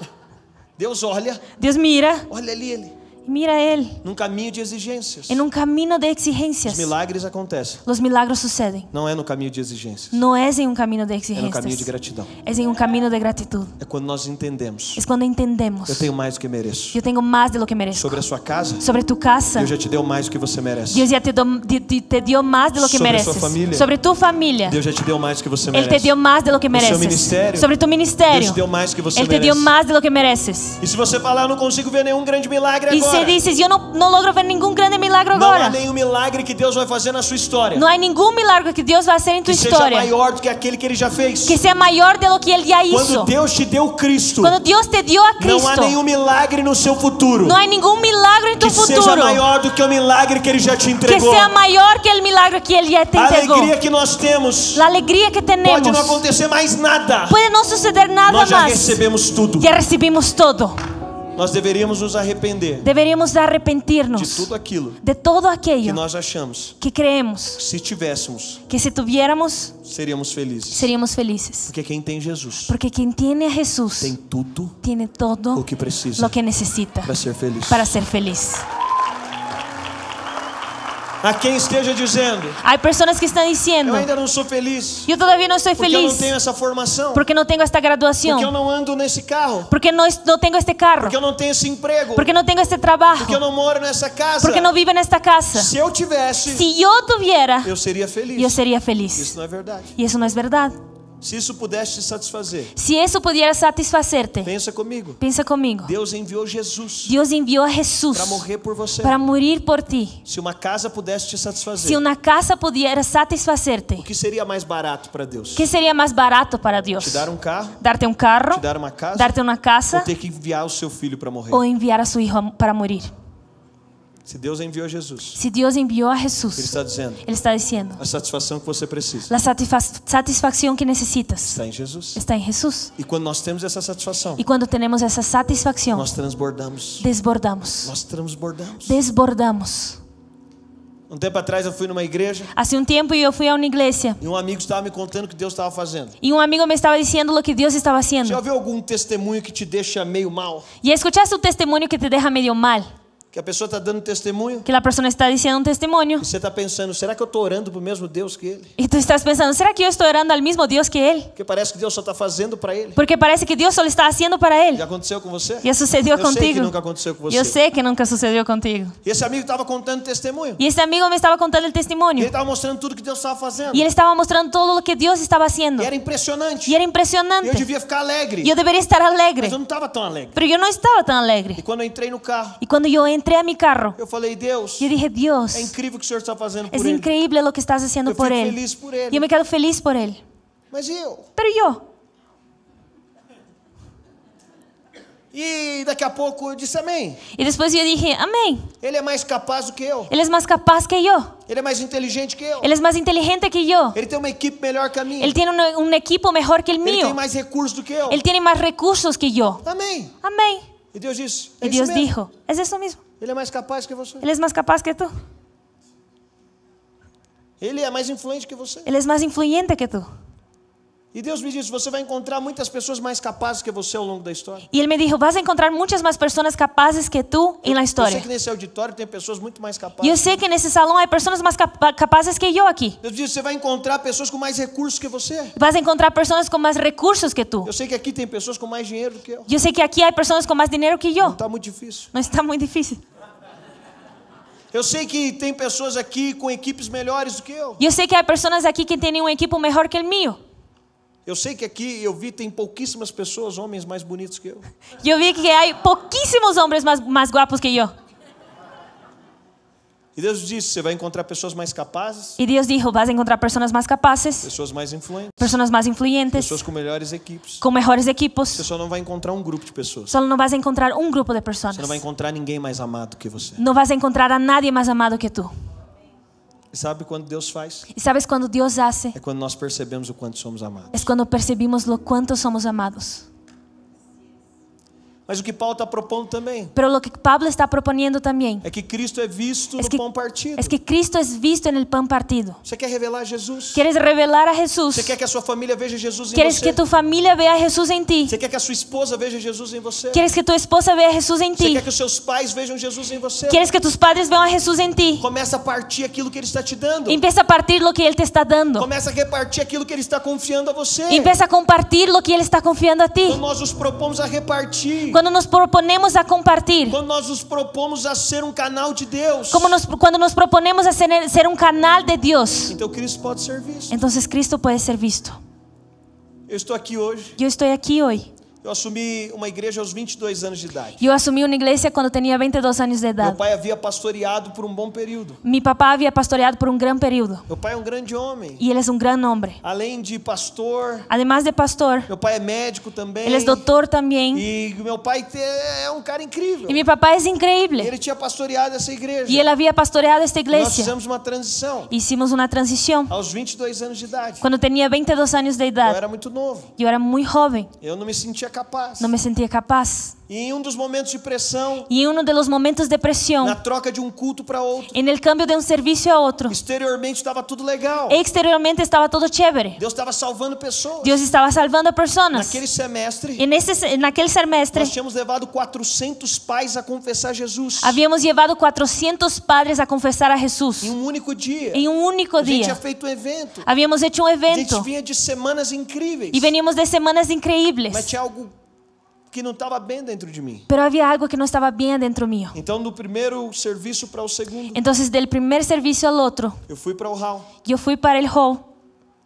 Speaker 2: Deus olha,
Speaker 3: Dios mira
Speaker 2: olha ali ele.
Speaker 3: mira a Él
Speaker 2: num caminho de exigências.
Speaker 3: en un camino de
Speaker 2: Os
Speaker 3: exigencias.
Speaker 2: milagres acontecem.
Speaker 3: Los milagros suceden.
Speaker 2: Não é no caminho de exigências,
Speaker 3: No es en un camino de
Speaker 2: é no caminho de
Speaker 3: exigencias.
Speaker 2: gratidão.
Speaker 3: Es en un camino de gratitud.
Speaker 2: É quando nós entendemos.
Speaker 3: Es cuando entendemos.
Speaker 2: Eu tenho mais do que mereço.
Speaker 3: Yo tengo más de lo que merezco.
Speaker 2: Sobre a sua casa,
Speaker 3: Sobre tu casa.
Speaker 2: Deus já te deu mais do que você merece.
Speaker 3: Dios ya te, do- di- di- te dio más de lo que
Speaker 2: Sobre
Speaker 3: mereces.
Speaker 2: sua família.
Speaker 3: Sobre tu familia.
Speaker 2: Deus já te deu mais do que você
Speaker 3: Él te
Speaker 2: merece.
Speaker 3: dio más de lo que mereces.
Speaker 2: ministério.
Speaker 3: Sobre tu
Speaker 2: Deus
Speaker 3: ministerio.
Speaker 2: te deu mais do que você
Speaker 3: Él te dio
Speaker 2: merece.
Speaker 3: más de lo que mereces.
Speaker 2: E se você falar, eu não consigo ver nenhum grande milagre
Speaker 3: Y si
Speaker 2: E agora.
Speaker 3: dices, yo no, no logro ver ningún grande milagro
Speaker 2: Não há
Speaker 3: ahora.
Speaker 2: nenhum milagre que Deus vai fazer na sua história.
Speaker 3: No hay ningún milagro que Dios va a hacer en tu
Speaker 2: que seja
Speaker 3: historia
Speaker 2: maior do que aquele que ele já fez.
Speaker 3: que sea mayor de lo que Él ya hizo.
Speaker 2: Quando Deus te deu Cristo,
Speaker 3: Cuando Dios te dio a
Speaker 2: não há nenhum
Speaker 3: Cristo, é
Speaker 2: milagre no seu futuro
Speaker 3: no hay ningún milagro en tu
Speaker 2: que seja
Speaker 3: futuro
Speaker 2: maior do que o milagre que ele já te
Speaker 3: que
Speaker 2: entregou.
Speaker 3: sea mayor que el milagro que Él ya te
Speaker 2: a
Speaker 3: entregó.
Speaker 2: alegria que nós temos
Speaker 3: La alegría que
Speaker 2: pode não
Speaker 3: tenemos
Speaker 2: acontecer mais nada.
Speaker 3: puede no suceder nada
Speaker 2: nós já
Speaker 3: más.
Speaker 2: recebemos tudo.
Speaker 3: Ya recibimos todo.
Speaker 2: Nós deveríamos nos arrepender
Speaker 3: Deberíamos de
Speaker 2: de
Speaker 3: arrepentirnos
Speaker 2: tudo aquilo
Speaker 3: de todo
Speaker 2: que
Speaker 3: aquello
Speaker 2: nós achamos.
Speaker 3: que creemos
Speaker 2: Se tivéssemos,
Speaker 3: que si tuviéramos
Speaker 2: seríamos felizes.
Speaker 3: seríamos felices.
Speaker 2: Porque quem tem Jesus
Speaker 3: Porque quien tiene a Jesús
Speaker 2: tem tudo
Speaker 3: tiene todo
Speaker 2: o que precisa
Speaker 3: lo que necesita
Speaker 2: para ser feliz.
Speaker 3: para ser feliz.
Speaker 2: A quem esteja dizendo,
Speaker 3: Hay personas que están
Speaker 2: eu
Speaker 3: diciendo,
Speaker 2: ainda não sou feliz,
Speaker 3: yo todavía no estoy
Speaker 2: porque eu não
Speaker 3: feliz
Speaker 2: tenho essa formação,
Speaker 3: porque no tengo esta
Speaker 2: porque eu
Speaker 3: graduación,
Speaker 2: não ando nesse carro,
Speaker 3: porque no, es- no tengo este carro,
Speaker 2: porque eu não tenho esse emprego,
Speaker 3: porque no tengo este
Speaker 2: porque eu
Speaker 3: trabajo,
Speaker 2: não moro nessa casa.
Speaker 3: porque no vivo en esta casa.
Speaker 2: Se eu tivesse,
Speaker 3: Si yo tuviera,
Speaker 2: eu seria feliz.
Speaker 3: yo sería
Speaker 2: Isso
Speaker 3: feliz.
Speaker 2: não é verdade.
Speaker 3: Y eso no es verdad.
Speaker 2: Se isso pudesse te satisfazer,
Speaker 3: Si eso pudiera satisfacerte,
Speaker 2: pensa comigo.
Speaker 3: piensa conmigo.
Speaker 2: Deus enviou Jesus
Speaker 3: Dios envió a Jesús
Speaker 2: para morrer por você.
Speaker 3: para morir por ti.
Speaker 2: Se uma casa pudesse te satisfazer,
Speaker 3: Si una casa pudiera satisfacerte,
Speaker 2: o que seria mais barato para Deus?
Speaker 3: ¿qué sería más barato para
Speaker 2: Te
Speaker 3: Dios?
Speaker 2: dar um carro,
Speaker 3: Darte un carro,
Speaker 2: te dar uma casa,
Speaker 3: darte una
Speaker 2: ou
Speaker 3: casa
Speaker 2: ter que enviar o seu filho para morrer?
Speaker 3: o enviar a su hijo a- para morir.
Speaker 2: Se Deus enviou Jesus,
Speaker 3: Si Dios envió a
Speaker 2: Ele
Speaker 3: Jesús,
Speaker 2: está dizendo:
Speaker 3: Él está diciendo,
Speaker 2: a satisfação que você precisa
Speaker 3: la satisfac- satisfacción que necesitas
Speaker 2: está em Jesus.
Speaker 3: está en Jesús.
Speaker 2: E quando nós temos essa satisfação,
Speaker 3: Y cuando tenemos esa satisfacción,
Speaker 2: nós transbordamos.
Speaker 3: desbordamos.
Speaker 2: Nós transbordamos.
Speaker 3: Desbordamos.
Speaker 2: Um tempo atrás eu fui numa igreja
Speaker 3: Hace un tiempo yo fui a una iglesia
Speaker 2: e um amigo estava me contando o que Deus estava fazendo.
Speaker 3: y un amigo me estaba diciendo lo que Dios estaba
Speaker 2: Já
Speaker 3: haciendo.
Speaker 2: ouviu algum testemunho que te deixa meio mal?
Speaker 3: Y escuchaste un testimonio que te deja medio mal,
Speaker 2: Que a pessoa está dando testemunho
Speaker 3: que la persona está diciendo un testimonio
Speaker 2: e você está pensando: será que eu estou orando para o mesmo Deus que ele?
Speaker 3: y tú estás pensando, ¿será que yo estoy orando al mismo Dios que él?
Speaker 2: Porque parece que Deus só está fazendo para ele.
Speaker 3: Porque parece que Dios solo está haciendo para
Speaker 2: Já
Speaker 3: él.
Speaker 2: aconteceu com você?
Speaker 3: Ya sucedió
Speaker 2: Eu sei que
Speaker 3: contigo.
Speaker 2: nunca aconteceu com você.
Speaker 3: Yo sé que nunca sucedió contigo.
Speaker 2: E Esse amigo estava contando testemunho.
Speaker 3: Y este amigo me estaba contando el
Speaker 2: E ele
Speaker 3: testimonio
Speaker 2: estava mostrando tudo que Deus estava fazendo.
Speaker 3: y él estaba mostrando todo lo que Dios estaba haciendo.
Speaker 2: E era impressionante.
Speaker 3: Y era
Speaker 2: E eu
Speaker 3: impresionante.
Speaker 2: devia ficar alegre.
Speaker 3: Yo debería estar alegre,
Speaker 2: Mas eu não estava tão alegre.
Speaker 3: pero yo no estaba tan
Speaker 2: E
Speaker 3: alegre.
Speaker 2: quando eu entrei no carro,
Speaker 3: Y cuando yo entré a mi carro,
Speaker 2: eu falei, Deus,
Speaker 3: yo dije, Dios,
Speaker 2: é incrível o que o Senhor está fazendo por
Speaker 3: es
Speaker 2: ele.
Speaker 3: increíble lo que estás haciendo
Speaker 2: Eu
Speaker 3: por
Speaker 2: fico
Speaker 3: él.
Speaker 2: feliz por ele.
Speaker 3: Yo me quedo feliz por él.
Speaker 2: Mas e eu?
Speaker 3: Pero yo,
Speaker 2: E daqui a pouco eu disse amém.
Speaker 3: y después yo dije, amén,
Speaker 2: Ele é mais capaz do que eu.
Speaker 3: él es más capaz que yo,
Speaker 2: Ele é mais inteligente que eu.
Speaker 3: él es más inteligente que yo,
Speaker 2: Ele tem uma equipe melhor que a minha.
Speaker 3: él tiene un, un equipo mejor que el
Speaker 2: Ele tem
Speaker 3: mío,
Speaker 2: mais recursos do que eu.
Speaker 3: él tiene más recursos que yo.
Speaker 2: Amém.
Speaker 3: Amén.
Speaker 2: E Deus disse, é isso
Speaker 3: Y Dios
Speaker 2: mesmo.
Speaker 3: dijo, es eso mismo,
Speaker 2: Ele é mais capaz que você.
Speaker 3: él es más capaz que tú,
Speaker 2: Ele é mais influente que você.
Speaker 3: él es más influyente que tú.
Speaker 2: E Deus me disse, você vai encontrar muitas pessoas mais capazes que você ao longo da história.
Speaker 3: Y él me dijo, vas a encontrar muchas más personas capaces que tú en la
Speaker 2: Eu sei
Speaker 3: historia.
Speaker 2: que nesse auditório tem pessoas muito mais capazes.
Speaker 3: Yo sé que en ese salón hay personas más capa- capaces que yo aquí.
Speaker 2: Deus disse, você vai encontrar pessoas com mais recursos que você.
Speaker 3: Vas a encontrar personas con más recursos que tú.
Speaker 2: Eu sei que aqui tem pessoas com mais dinheiro do que eu.
Speaker 3: Yo sé que aquí hay personas con más dinero que yo.
Speaker 2: Não tá muito difícil.
Speaker 3: No está muy difícil.
Speaker 2: Eu sei que tem pessoas aqui com equipes melhores do que eu.
Speaker 3: Yo sé que hay personas aquí que tienen un equipo mejor que el mío.
Speaker 2: Eu sei que aqui eu vi tem pouquíssimas pessoas, homens mais bonitos que eu.
Speaker 3: Yo vi que hay poquísimos hombres más, más guapos que yo.
Speaker 2: E Deus disse, você vai encontrar pessoas mais capazes,
Speaker 3: Y Dios dijo, vas a encontrar personas más capaces,
Speaker 2: pessoas mais influentes,
Speaker 3: personas más influyentes,
Speaker 2: pessoas com melhores equipes.
Speaker 3: con mejores
Speaker 2: Você
Speaker 3: equipos.
Speaker 2: só não vai encontrar um grupo de pessoas.
Speaker 3: Solo no vas a encontrar un grupo
Speaker 2: Você
Speaker 3: de
Speaker 2: não vai
Speaker 3: personas.
Speaker 2: encontrar ninguém mais amado que você.
Speaker 3: No vas a encontrar a nadie más amado que tú.
Speaker 2: E sabe quando Deus faz?
Speaker 3: Y sabes cuando Dios hace,
Speaker 2: É quando nós percebemos o quanto somos amados.
Speaker 3: es cuando percibimos lo cuánto somos amados.
Speaker 2: Mas o que Paulo está propondo também
Speaker 3: Pero lo que Pablo está proponiendo también
Speaker 2: é que Cristo é visto
Speaker 3: es
Speaker 2: no
Speaker 3: que, é
Speaker 2: pão partido.
Speaker 3: es que Cristo es visto en el pan partido.
Speaker 2: Você quer revelar Jesus?
Speaker 3: ¿Quieres revelar a Jesús?
Speaker 2: Você quer que a sua família veja Jesus em
Speaker 3: ¿Quieres
Speaker 2: você?
Speaker 3: que tu familia vea a Jesús en ti?
Speaker 2: Você quer que a sua esposa veja Jesus em você?
Speaker 3: ¿Quieres que tu esposa vea a Jesús en
Speaker 2: Você
Speaker 3: ti?
Speaker 2: quer que os seus pais vejam Jesus em você?
Speaker 3: ¿Quieres que tus padres vean a Jesús en ti?
Speaker 2: Começa a partir aquilo que Ele está te dando.
Speaker 3: Empieza a partir lo que Él te está dando.
Speaker 2: Começa a repartir aquilo que Ele está confiando a você.
Speaker 3: Empieza a compartir lo que Él está confiando a ti.
Speaker 2: Quando nós nos propomos a repartir,
Speaker 3: Cuando nos proponemos a compartir,
Speaker 2: quando nós nos propomos a ser um canal de Deus,
Speaker 3: como nos- cuando nos proponemos a ser, ser un canal de Dios,
Speaker 2: então Cristo pode ser visto.
Speaker 3: entonces Cristo puede ser visto.
Speaker 2: Eu estou aqui hoje.
Speaker 3: Yo estoy aquí hoy.
Speaker 2: Eu assumi uma igreja aos 22 anos de idade.
Speaker 3: Yo asumí una iglesia cuando tenía 22 años de
Speaker 2: Meu
Speaker 3: edad.
Speaker 2: pai havia pastoreado por um bom período.
Speaker 3: Mi papá había pastoreado por un gran periodo
Speaker 2: Meu pai é um grande homem.
Speaker 3: y él es un gran hombre.
Speaker 2: Além de pastor,
Speaker 3: Además de pastor,
Speaker 2: meu pai é médico também.
Speaker 3: él es doctor también
Speaker 2: E meu pai te- é um cara incrível.
Speaker 3: y mi papá es increíble.
Speaker 2: Ele tinha pastoreado essa igreja.
Speaker 3: Y él había pastoreado esta
Speaker 2: Nós
Speaker 3: iglesia.
Speaker 2: fizemos uma transição
Speaker 3: Hicimos una transición.
Speaker 2: aos 22 anos de idade.
Speaker 3: Cuando tenía 22 años de
Speaker 2: Eu
Speaker 3: edad,
Speaker 2: era muito novo.
Speaker 3: yo era muy joven,
Speaker 2: Eu não me sentia capaz.
Speaker 3: no me sentía capaz.
Speaker 2: E em um dos momentos de pressão,
Speaker 3: Y en uno de los momentos de
Speaker 2: na
Speaker 3: presión,
Speaker 2: troca de um culto para outro,
Speaker 3: en el cambio de un servicio a otro,
Speaker 2: exteriormente estava tudo legal.
Speaker 3: exteriormente estaba todo chévere.
Speaker 2: Deus estava salvando pessoas.
Speaker 3: Dios estaba salvando a personas.
Speaker 2: Naquele semestre,
Speaker 3: En, ese, en aquel semestre
Speaker 2: nós tínhamos levado 400 pais a confessar Jesus.
Speaker 3: habíamos llevado 400 padres a confesar a Jesús
Speaker 2: Em um único dia.
Speaker 3: en un único
Speaker 2: A gente tinha
Speaker 3: día.
Speaker 2: feito um evento.
Speaker 3: Habíamos hecho un
Speaker 2: A gente
Speaker 3: evento
Speaker 2: vinha de semanas incríveis.
Speaker 3: y veníamos de semanas
Speaker 2: Mas
Speaker 3: increíbles,
Speaker 2: tinha algo que não estava bem dentro de mim.
Speaker 3: pero había algo que no estaba bien dentro mío.
Speaker 2: Então, do primeiro serviço para o segundo,
Speaker 3: Entonces, del primer servicio al otro,
Speaker 2: eu fui para o hall.
Speaker 3: yo fui para el hall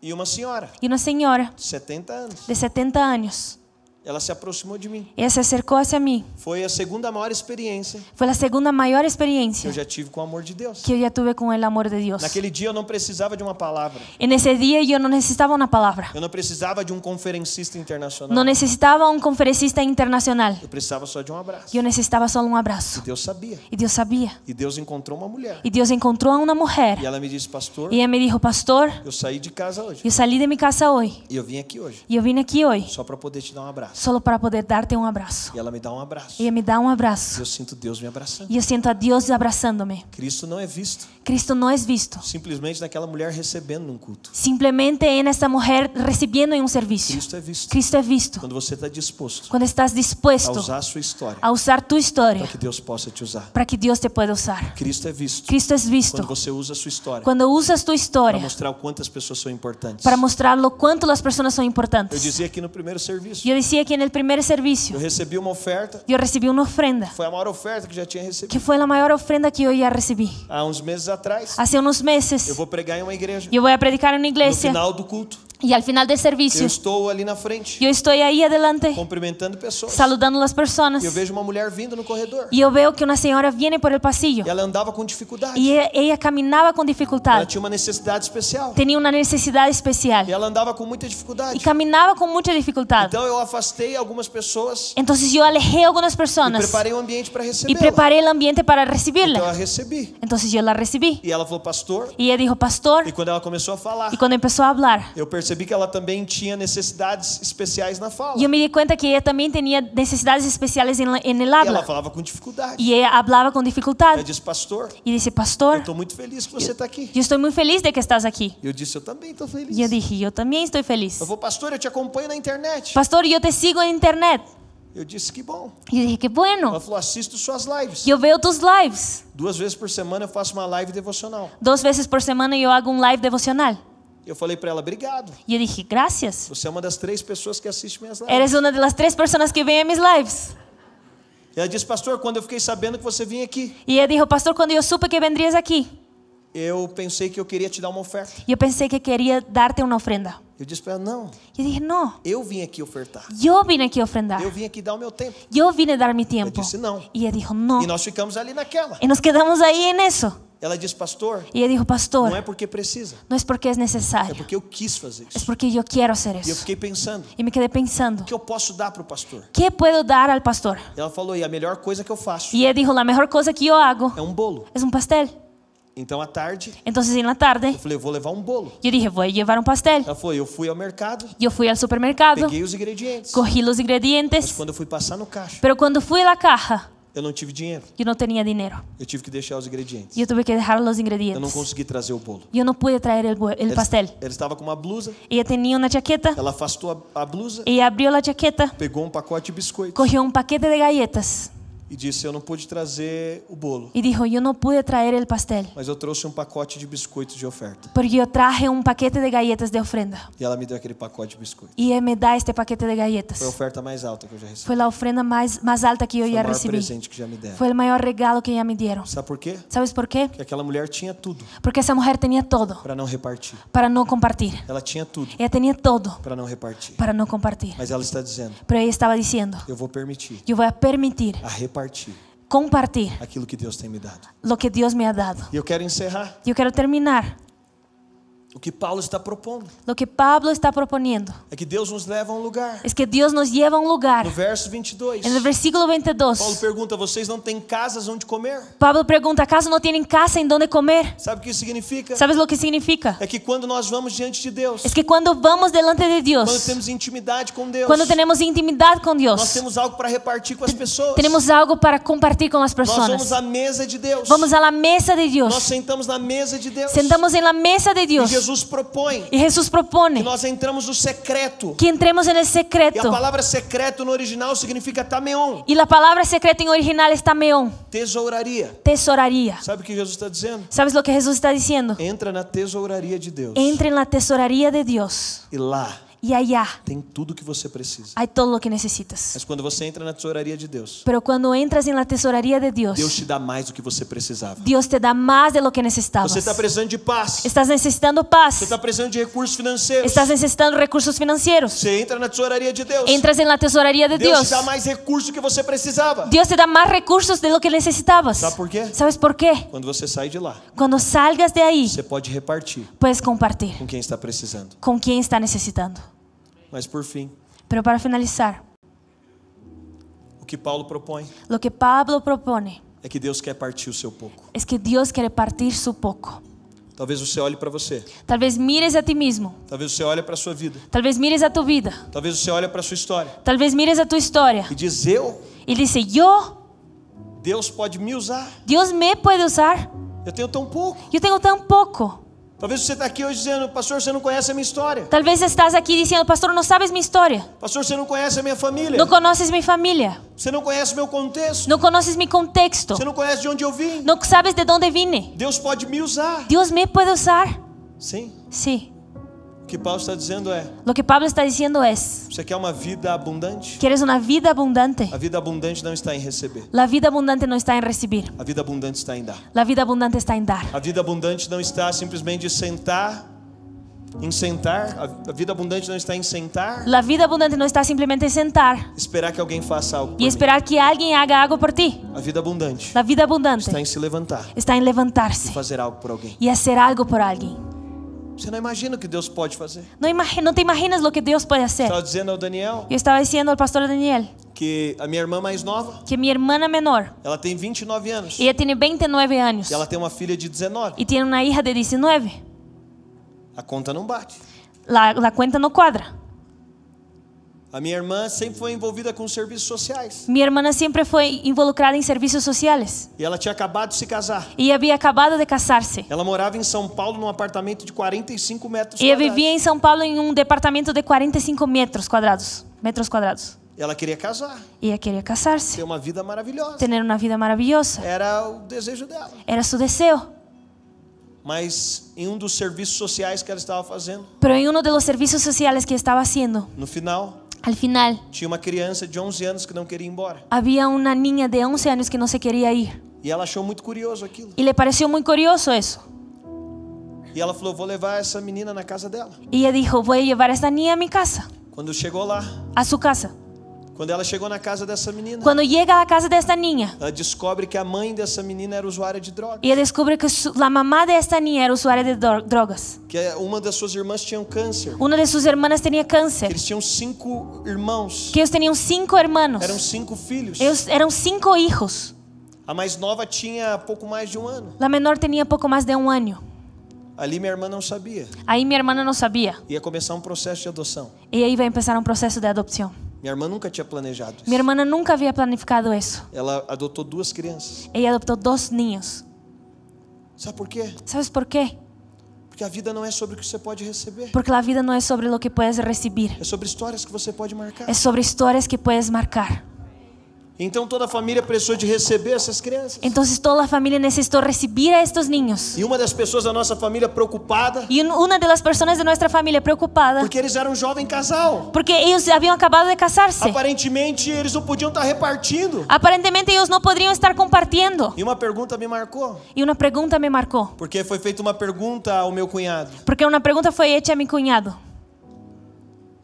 Speaker 2: E uma senhora,
Speaker 3: y una señora
Speaker 2: 70 anos,
Speaker 3: de 70 años,
Speaker 2: ela se aproximou de mim.
Speaker 3: ella se acercó hacia mí.
Speaker 2: Foi a segunda maior experiência
Speaker 3: Fue la segunda mayor
Speaker 2: que eu
Speaker 3: experiencia
Speaker 2: já tive com o amor de Deus.
Speaker 3: que yo ya tuve con el amor de Dios.
Speaker 2: Naquele dia eu não precisava de uma palavra.
Speaker 3: En ese día yo no necesitaba una palabra,
Speaker 2: Eu não precisava de um conferencista
Speaker 3: no
Speaker 2: internacional.
Speaker 3: necesitaba un conferencista internacional,
Speaker 2: Eu precisava só de um abraço.
Speaker 3: yo necesitaba solo un abrazo.
Speaker 2: Deus sabia.
Speaker 3: Y Dios sabía.
Speaker 2: E Deus encontrou uma mulher.
Speaker 3: Y Dios encontró a una
Speaker 2: E
Speaker 3: mujer
Speaker 2: ela me disse, pastor,
Speaker 3: y ella me dijo, pastor,
Speaker 2: eu saí de casa hoje.
Speaker 3: yo salí de mi casa hoy
Speaker 2: E eu vim aqui hoje,
Speaker 3: y yo vine aquí hoy
Speaker 2: só para poder te dar um abraço.
Speaker 3: solo para poder darte un abrazo.
Speaker 2: E ela me dá um abraço.
Speaker 3: Ella me da un
Speaker 2: E
Speaker 3: abrazo
Speaker 2: eu sinto Deus me abraçando.
Speaker 3: y yo siento a Dios abrazándome.
Speaker 2: Cristo não é visto
Speaker 3: Cristo no es visto,
Speaker 2: simplesmente naquela mulher recebendo num culto.
Speaker 3: simplemente en esta mujer recibiendo en un servicio.
Speaker 2: Cristo é visto
Speaker 3: Cristo es visto
Speaker 2: quando você está disposto
Speaker 3: cuando estás
Speaker 2: a
Speaker 3: dispuesto
Speaker 2: usar a sua história
Speaker 3: a usar tu historia
Speaker 2: para que Deus possa te usar.
Speaker 3: para que Dios te pueda usar.
Speaker 2: Cristo é visto
Speaker 3: Cristo es
Speaker 2: quando
Speaker 3: visto
Speaker 2: você usa a sua história
Speaker 3: cuando usas tu
Speaker 2: para
Speaker 3: historia
Speaker 2: mostrar o quanto as pessoas são importantes.
Speaker 3: para mostrar lo cuánto las personas son
Speaker 2: Eu
Speaker 3: importantes.
Speaker 2: dizia aqui no primeiro serviço,
Speaker 3: Yo decía que en el primer
Speaker 2: eu
Speaker 3: servicio
Speaker 2: recebi uma oferta,
Speaker 3: yo recibí una ofrenda
Speaker 2: foi a maior oferta que já tinha recebido
Speaker 3: que fue la mayor ofrenda que yo ya recibí.
Speaker 2: há uns meses atrás.
Speaker 3: Hace unos
Speaker 2: Eu
Speaker 3: meses
Speaker 2: vou pregar em uma igreja.
Speaker 3: yo voy a predicar en una
Speaker 2: No
Speaker 3: iglesia
Speaker 2: final do culto,
Speaker 3: y al final del
Speaker 2: eu
Speaker 3: servicio
Speaker 2: estou ali na frente,
Speaker 3: yo estoy ahí adelante
Speaker 2: cumprimentando pessoas.
Speaker 3: saludando a las personas
Speaker 2: E eu vejo uma mulher vindo no corredor.
Speaker 3: y yo veo que una señora viene por el pasillo
Speaker 2: E ela andava com dificuldade.
Speaker 3: y e- ella caminaba con
Speaker 2: Ela
Speaker 3: dificultad,
Speaker 2: tinha uma necessidade especial.
Speaker 3: tenía una necesidad
Speaker 2: E
Speaker 3: especial
Speaker 2: ela andava com muita
Speaker 3: y
Speaker 2: dificuldade.
Speaker 3: caminaba con mucha dificultad.
Speaker 2: Então eu afastei algumas pessoas
Speaker 3: Entonces yo alejé a algunas
Speaker 2: e
Speaker 3: personas
Speaker 2: preparei o ambiente para
Speaker 3: y
Speaker 2: recebê-la.
Speaker 3: preparé el ambiente para
Speaker 2: Então a
Speaker 3: recibirla.
Speaker 2: recebi.
Speaker 3: Entonces yo la recibí
Speaker 2: E ela falou, pastor.
Speaker 3: y ella dijo, pastor,
Speaker 2: E quando ela começou a falar,
Speaker 3: y cuando empezó a hablar,
Speaker 2: eu percebi que ela também tinha necessidades especiais na fala.
Speaker 3: yo me di cuenta que ella también tenía necesidades especiales en, la- en
Speaker 2: E
Speaker 3: el
Speaker 2: ela
Speaker 3: habla
Speaker 2: falava com dificuldade.
Speaker 3: y ella hablaba con dificultad.
Speaker 2: Ela disse, pastor,
Speaker 3: Y dice,
Speaker 2: eu
Speaker 3: pastor,
Speaker 2: estou muito feliz que você está aqui.
Speaker 3: yo estoy muy feliz de que estás aquí.
Speaker 2: Eu disse, eu também estou feliz.
Speaker 3: Y yo dije, yo también estoy feliz.
Speaker 2: Eu vou, pastor, eu te acompanho na internet.
Speaker 3: Pastor, yo te sigo en internet.
Speaker 2: Eu disse, que bom.
Speaker 3: Y yo dije, qué
Speaker 2: Ela
Speaker 3: bueno,
Speaker 2: falou, assisto suas lives.
Speaker 3: yo veo tus lives.
Speaker 2: Duas vezes por semana eu faço uma live devocional.
Speaker 3: Dos veces por semana yo hago un live devocional.
Speaker 2: Eu falei para ela, obrigado.
Speaker 3: Y yo dije, gracias.
Speaker 2: Você é uma das três pessoas que assiste minhas lives.
Speaker 3: Eres una de las tres personas que ven a mis lives.
Speaker 2: E ela disse, pastor, quando eu fiquei sabendo que você vinha aqui,
Speaker 3: Y ella dijo, pastor, cuando yo supe que vendrías aquí,
Speaker 2: eu pensei que eu queria te dar uma oferta.
Speaker 3: yo pensé que quería darte una ofrenda.
Speaker 2: Eu disse para ela, não,
Speaker 3: Yo dije, no,
Speaker 2: eu vim aqui ofertar.
Speaker 3: yo vine aquí a ofrendar.
Speaker 2: Eu vim aqui dar o meu tempo.
Speaker 3: Yo vine a dar mi tiempo.
Speaker 2: disse, "Não."
Speaker 3: Y ella dijo, no.
Speaker 2: E nós ficamos ali naquela.
Speaker 3: Y nos quedamos ahí en eso.
Speaker 2: Ela disse, pastor,
Speaker 3: Y ella dijo, pastor,
Speaker 2: não é porque precisa,
Speaker 3: no es porque es
Speaker 2: é
Speaker 3: necesario,
Speaker 2: porque eu quis fazer
Speaker 3: es
Speaker 2: isso.
Speaker 3: porque yo quiero hacer
Speaker 2: E eu
Speaker 3: eso.
Speaker 2: fiquei pensando,
Speaker 3: Y me quedé pensando,
Speaker 2: o que eu posso dar para o pastor?
Speaker 3: ¿qué puedo dar al pastor?
Speaker 2: E ela falou, e a melhor coisa que eu faço
Speaker 3: Y ella dijo, la mejor cosa que yo hago
Speaker 2: é um bolo.
Speaker 3: es un pastel.
Speaker 2: Então, à tarde,
Speaker 3: Entonces en la tarde
Speaker 2: eu falei, eu vou levar um bolo.
Speaker 3: yo dije, voy a llevar un pastel.
Speaker 2: Ela falou, eu fui ao mercado,
Speaker 3: Yo fui al supermercado,
Speaker 2: peguei os ingredientes.
Speaker 3: cogí los
Speaker 2: Mas
Speaker 3: ingredientes,
Speaker 2: quando eu fui passar no caixa,
Speaker 3: pero cuando fui a la caja,
Speaker 2: eu não tive dinheiro.
Speaker 3: yo no tenía dinero.
Speaker 2: Eu tive que deixar os ingredientes.
Speaker 3: Yo tuve que dejar los
Speaker 2: Eu não
Speaker 3: ingredientes.
Speaker 2: consegui trazer o bolo.
Speaker 3: Yo no pude traer el, bu- el
Speaker 2: Ela-
Speaker 3: Um pastel.
Speaker 2: Ela estava com uma blusa,
Speaker 3: Ella tenía una chaqueta,
Speaker 2: ela afastou a, a blusa,
Speaker 3: ella abrió la chaqueta,
Speaker 2: pegou um pacote de biscoito
Speaker 3: cogió un paquete de galletas
Speaker 2: e disse: Eu não pude trazer o bolo,
Speaker 3: y dijo, yo no pude traer el pastel,
Speaker 2: mas eu trouxe um pacote de biscoito de oferta.
Speaker 3: porque yo traje un paquete de galletas de ofrenda.
Speaker 2: E ela me deu aquele pacote de biscoito.
Speaker 3: Y ella me da este paquete de
Speaker 2: Foi a
Speaker 3: galletas.
Speaker 2: oferta mais alta que eu já recebi.
Speaker 3: Fue la ofrenda más, más alta que yo
Speaker 2: Foi o
Speaker 3: ya
Speaker 2: maior
Speaker 3: recibí.
Speaker 2: presente que já me deram.
Speaker 3: Fue el mayor regalo que ya me dieron.
Speaker 2: Sabe por quê?
Speaker 3: ¿Sabes por qué?
Speaker 2: Porque aquela mulher tinha tudo
Speaker 3: Porque esa mujer tenía todo
Speaker 2: para não repartir.
Speaker 3: para no compartir.
Speaker 2: Ela tinha tudo
Speaker 3: Ella tenía todo
Speaker 2: para não repartir.
Speaker 3: para no compartir.
Speaker 2: Mas ela está dizendo:
Speaker 3: Pero ella estaba diciendo,
Speaker 2: Eu vou permitir
Speaker 3: yo voy a permitir
Speaker 2: a repartir
Speaker 3: compartir
Speaker 2: aquilo que Deus tem me dado.
Speaker 3: lo que Dios me ha dado.
Speaker 2: E eu quero encerrar
Speaker 3: Yo quiero terminar.
Speaker 2: o que Paulo está propondo.
Speaker 3: Lo que Pablo está proponiendo
Speaker 2: É que Deus nos leva a um lugar.
Speaker 3: es que Dios nos lleva a un lugar.
Speaker 2: No verso 22,
Speaker 3: En el versículo
Speaker 2: Paulo
Speaker 3: 22,
Speaker 2: pergunta: Vocês não têm casas onde comer?
Speaker 3: Pablo pregunta, ¿acaso no tienen casa en donde comer?
Speaker 2: Sabe o que isso significa?
Speaker 3: ¿Sabes lo que significa?
Speaker 2: É que quando nós vamos diante de Deus,
Speaker 3: Es que cuando vamos delante de
Speaker 2: quando
Speaker 3: Dios,
Speaker 2: temos intimidade com Deus,
Speaker 3: cuando tenemos intimidad con
Speaker 2: nós
Speaker 3: Dios,
Speaker 2: temos algo para repartir com as pessoas.
Speaker 3: tenemos algo para compartir con las
Speaker 2: Nós vamos
Speaker 3: personas.
Speaker 2: à mesa de Deus.
Speaker 3: Vamos a la mesa de
Speaker 2: Nós
Speaker 3: Dios.
Speaker 2: sentamos na mesa de Deus.
Speaker 3: Sentamos en la mesa de
Speaker 2: E
Speaker 3: Dios.
Speaker 2: Jesus propõe
Speaker 3: Y Jesús
Speaker 2: que
Speaker 3: propone
Speaker 2: nós entramos no secreto.
Speaker 3: que entremos en
Speaker 2: E
Speaker 3: el
Speaker 2: a
Speaker 3: secreto.
Speaker 2: palavra secreto no original significa tameon,
Speaker 3: Y la palabra secreto en original es tameón,
Speaker 2: tesouraria.
Speaker 3: tesoraría.
Speaker 2: Sabe o que Jesus está dizendo?
Speaker 3: ¿Sabes lo que Jesús está diciendo?
Speaker 2: Entra na tesouraria de Deus.
Speaker 3: Entra en la tesoraría de Dios
Speaker 2: E lá
Speaker 3: y allá
Speaker 2: tem tudo que você precisa.
Speaker 3: hay todo lo que necesitas.
Speaker 2: Mas quando você entra na tesouraria de Deus,
Speaker 3: Pero cuando entras en la tesoraría de
Speaker 2: Deus
Speaker 3: Dios,
Speaker 2: te dá mais do que você precisava.
Speaker 3: Dios te da más de lo que necesitabas.
Speaker 2: Você está precisando de paz.
Speaker 3: Estás necesitando
Speaker 2: Você
Speaker 3: paz,
Speaker 2: está precisando de recursos financeiros.
Speaker 3: estás necesitando recursos financieros.
Speaker 2: Você entra na tesouraria de Deus.
Speaker 3: Entras en la tesoraría de
Speaker 2: Deus te
Speaker 3: Dios.
Speaker 2: dá mais recursos que você precisava.
Speaker 3: Dios te da más recursos de lo que necesitabas.
Speaker 2: Sabe por quê?
Speaker 3: ¿Sabes por qué?
Speaker 2: Quando você sai de lá,
Speaker 3: Cuando salgas de ahí,
Speaker 2: você pode repartir
Speaker 3: puedes compartir
Speaker 2: com quem está precisando.
Speaker 3: con quien está necesitando.
Speaker 2: Mas por fim,
Speaker 3: Pero para finalizar,
Speaker 2: o que Paulo propõe
Speaker 3: lo que Pablo propone
Speaker 2: é que Deus quer partir o seu pouco.
Speaker 3: es que Dios quiere partir su poco.
Speaker 2: Talvez você olhe para você.
Speaker 3: Tal vez mires a ti mismo,
Speaker 2: Talvez você olhe para sua vida.
Speaker 3: tal vez mires a tu vida,
Speaker 2: Talvez você olhe para sua história
Speaker 3: tal vez mires a tu historia
Speaker 2: e diz: "Eu,
Speaker 3: y dice, yo,
Speaker 2: Deus pode me usar.
Speaker 3: Dios me puede usar,
Speaker 2: Eu tenho tão pouco."
Speaker 3: yo tengo tan poco.
Speaker 2: Talvez você está aqui hoje dizendo: "Pastor, você não conhece a minha história.
Speaker 3: Tal vez estás aquí diciendo, pastor, no sabes mi historia,
Speaker 2: Pastor, você não conhece a minha família.
Speaker 3: no conoces mi familia,
Speaker 2: Você não conhece o meu contexto.
Speaker 3: no conoces mi contexto,
Speaker 2: Você não conhece de onde eu vim.
Speaker 3: no sabes de dónde vine.
Speaker 2: Deus pode me usar."
Speaker 3: Dios me puede usar.
Speaker 2: Sim.
Speaker 3: Sí,
Speaker 2: O que Paulo está dizendo é:
Speaker 3: lo que Pablo está diciendo es,
Speaker 2: você quer uma vida abundante?
Speaker 3: quieres una vida abundante.
Speaker 2: A vida abundante não está em receber.
Speaker 3: La vida abundante no está en recibir,
Speaker 2: A vida abundante está em dar.
Speaker 3: la vida abundante está en dar.
Speaker 2: A vida abundante não está simplesmente em sentar, em sentar. A- A vida abundante não está em sentar,
Speaker 3: La vida abundante no está simplemente en sentar
Speaker 2: esperar que alguém faça algo. por
Speaker 3: y esperar que alguien haga algo por ti.
Speaker 2: mim. A vida abundante
Speaker 3: La vida
Speaker 2: está
Speaker 3: abundante
Speaker 2: em se levantar
Speaker 3: está en
Speaker 2: e
Speaker 3: levantarse
Speaker 2: fazer algo por alguém.
Speaker 3: y hacer algo por alguien.
Speaker 2: Você não imagina o que Deus pode fazer.
Speaker 3: No, imagi- no te imaginas lo que Dios puede hacer.
Speaker 2: Estava dizendo ao Daniel
Speaker 3: Yo estaba diciendo al pastor Daniel
Speaker 2: que a minha irmã mais nova,
Speaker 3: que mi hermana menor,
Speaker 2: ela tem 29 anos
Speaker 3: ella tiene 29 años
Speaker 2: e ela tem uma filha de 19.
Speaker 3: y tiene una hija de 19.
Speaker 2: A conta não bate.
Speaker 3: La, la cuenta no cuadra.
Speaker 2: A minha irmã sempre foi envolvida com serviços sociais
Speaker 3: Mi hermana siempre fue involucrada en servicios sociales
Speaker 2: e ela tinha acabado de se casar.
Speaker 3: y había acabado de casarse.
Speaker 2: Ela morava em São Paulo num apartamento de 45 metros
Speaker 3: Ella
Speaker 2: quadrados.
Speaker 3: vivía en São Paulo en un departamento de 45 metros cuadrados. Metros cuadrados.
Speaker 2: Ela queria casar,
Speaker 3: Ella quería casarse.
Speaker 2: ter uma vida maravilhosa.
Speaker 3: tener una vida maravillosa.
Speaker 2: Era o desejo dela.
Speaker 3: Era su deseo.
Speaker 2: Mas em um dos serviços sociais que ela estava fazendo,
Speaker 3: Pero en uno de los servicios sociales que estaba haciendo,
Speaker 2: no final,
Speaker 3: al final,
Speaker 2: tinha uma criança de 11 anos que não queria ir embora.
Speaker 3: había una niña de 11 años que no se quería ir.
Speaker 2: E ela achou muito curioso aquilo.
Speaker 3: Y le pareció muy curioso eso.
Speaker 2: E ela falou: "Vou levar essa menina na casa dela".
Speaker 3: Y ella dijo, voy a llevar a esta niña a mi casa,
Speaker 2: Quando chegou lá,
Speaker 3: a su casa.
Speaker 2: quando ela chegou na casa dessa menina,
Speaker 3: Cuando llega a la casa de esta niña,
Speaker 2: ela Ah, descobre que a mãe dessa menina era usuária de droga,
Speaker 3: ella descubre que su- la mamá de esta niña era usuaria de dro- drogas.
Speaker 2: que é uma das suas irmãs tinha um câncer.
Speaker 3: Una de sus hermanas tenía cáncer.
Speaker 2: Eles tinham cinco irmãos.
Speaker 3: Que ellos tenían cinco
Speaker 2: Eram
Speaker 3: hermanos.
Speaker 2: cinco filhos.
Speaker 3: Ellos eran cinco hijos.
Speaker 2: A mais nova tinha pouco mais de um ano.
Speaker 3: La menor tenía poco más de un año.
Speaker 2: Ali minha irmã não sabia.
Speaker 3: Ahí mi hermana no sabía.
Speaker 2: Ia começar um processo de adoção.
Speaker 3: Y ahí va a empezar un proceso de adopción.
Speaker 2: Minha irmã nunca tinha planejado isso.
Speaker 3: Mi hermana nunca había planificado eso.
Speaker 2: Ela adotou duas crianças.
Speaker 3: Ella adoptó dos niños.
Speaker 2: Sabe por quê?
Speaker 3: ¿Sabes por qué?
Speaker 2: Porque a vida não é sobre o que você pode receber.
Speaker 3: Porque la vida no es sobre lo que puedes recibir.
Speaker 2: É sobre histórias que você pode marcar.
Speaker 3: Es sobre historias que puedes marcar.
Speaker 2: Então toda a família precisou de receber essas crianças.
Speaker 3: Entonces toda la familia necesitó recibir a estos niños.
Speaker 2: E uma das pessoas da nossa família preocupada,
Speaker 3: Y un- una de las personas de nuestra familia preocupada
Speaker 2: porque eles eram um jovem casal.
Speaker 3: porque ellos habían acabado de casarse.
Speaker 2: Aparentemente eles não podiam estar repartindo.
Speaker 3: Aparentemente ellos no podrían estar compartiendo.
Speaker 2: E uma pergunta me marcou,
Speaker 3: Y una pregunta me marcó.
Speaker 2: porque foi feita uma pergunta ao meu cunhado.
Speaker 3: Porque una pregunta fue hecha a mi cuñado.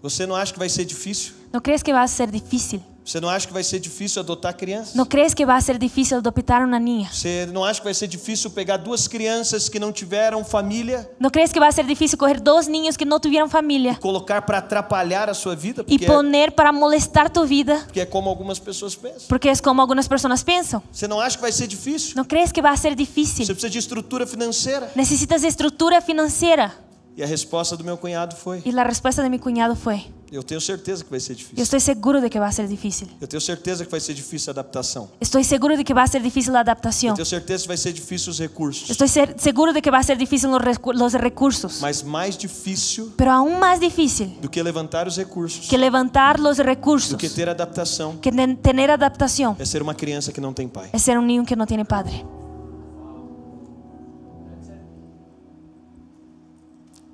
Speaker 2: Você não acha que vai ser difícil?
Speaker 3: ¿No crees que va a ser difícil?
Speaker 2: Você não acha que vai ser difícil adotar crianças?
Speaker 3: ¿No crees que va a ser difícil adoptar una niña?
Speaker 2: Você não acha que vai ser difícil pegar duas crianças que não tiveram família
Speaker 3: ¿No crees que va a ser difícil coger dos niños que no tuvieron familia
Speaker 2: colocar para atrapalhar a sua vida?
Speaker 3: y
Speaker 2: Porque é,
Speaker 3: poner para molestar tu vida?
Speaker 2: porque é como algumas pessoas pensam.
Speaker 3: Porque es como algunas personas piensan.
Speaker 2: Você não acha que vai ser difícil?
Speaker 3: ¿No crees que va a ser
Speaker 2: Você
Speaker 3: difícil?
Speaker 2: precisa de estrutura financeira.
Speaker 3: Necesitas estructura financiera.
Speaker 2: E a resposta do meu cunhado foi:
Speaker 3: Y la respuesta de mi cuñado fue,
Speaker 2: Eu tenho certeza que vai ser
Speaker 3: yo
Speaker 2: difícil.
Speaker 3: estoy seguro de que va a ser difícil.
Speaker 2: Eu tenho certeza que vai ser difícil a adaptação.
Speaker 3: Estoy seguro de que va a ser difícil la
Speaker 2: Eu
Speaker 3: adaptación.
Speaker 2: tenho certeza que vai ser difícil os recursos.
Speaker 3: Estoy ser- seguro de que va a ser difícil los, recu- los recursos.
Speaker 2: Mas mais difícil
Speaker 3: Pero aún más difícil
Speaker 2: do que levantar os recursos,
Speaker 3: que levantar los
Speaker 2: do
Speaker 3: recursos,
Speaker 2: que ter adaptação,
Speaker 3: que ten- tener adaptación,
Speaker 2: é ser uma criança que não tem pai.
Speaker 3: es ser un niño que no tiene padre.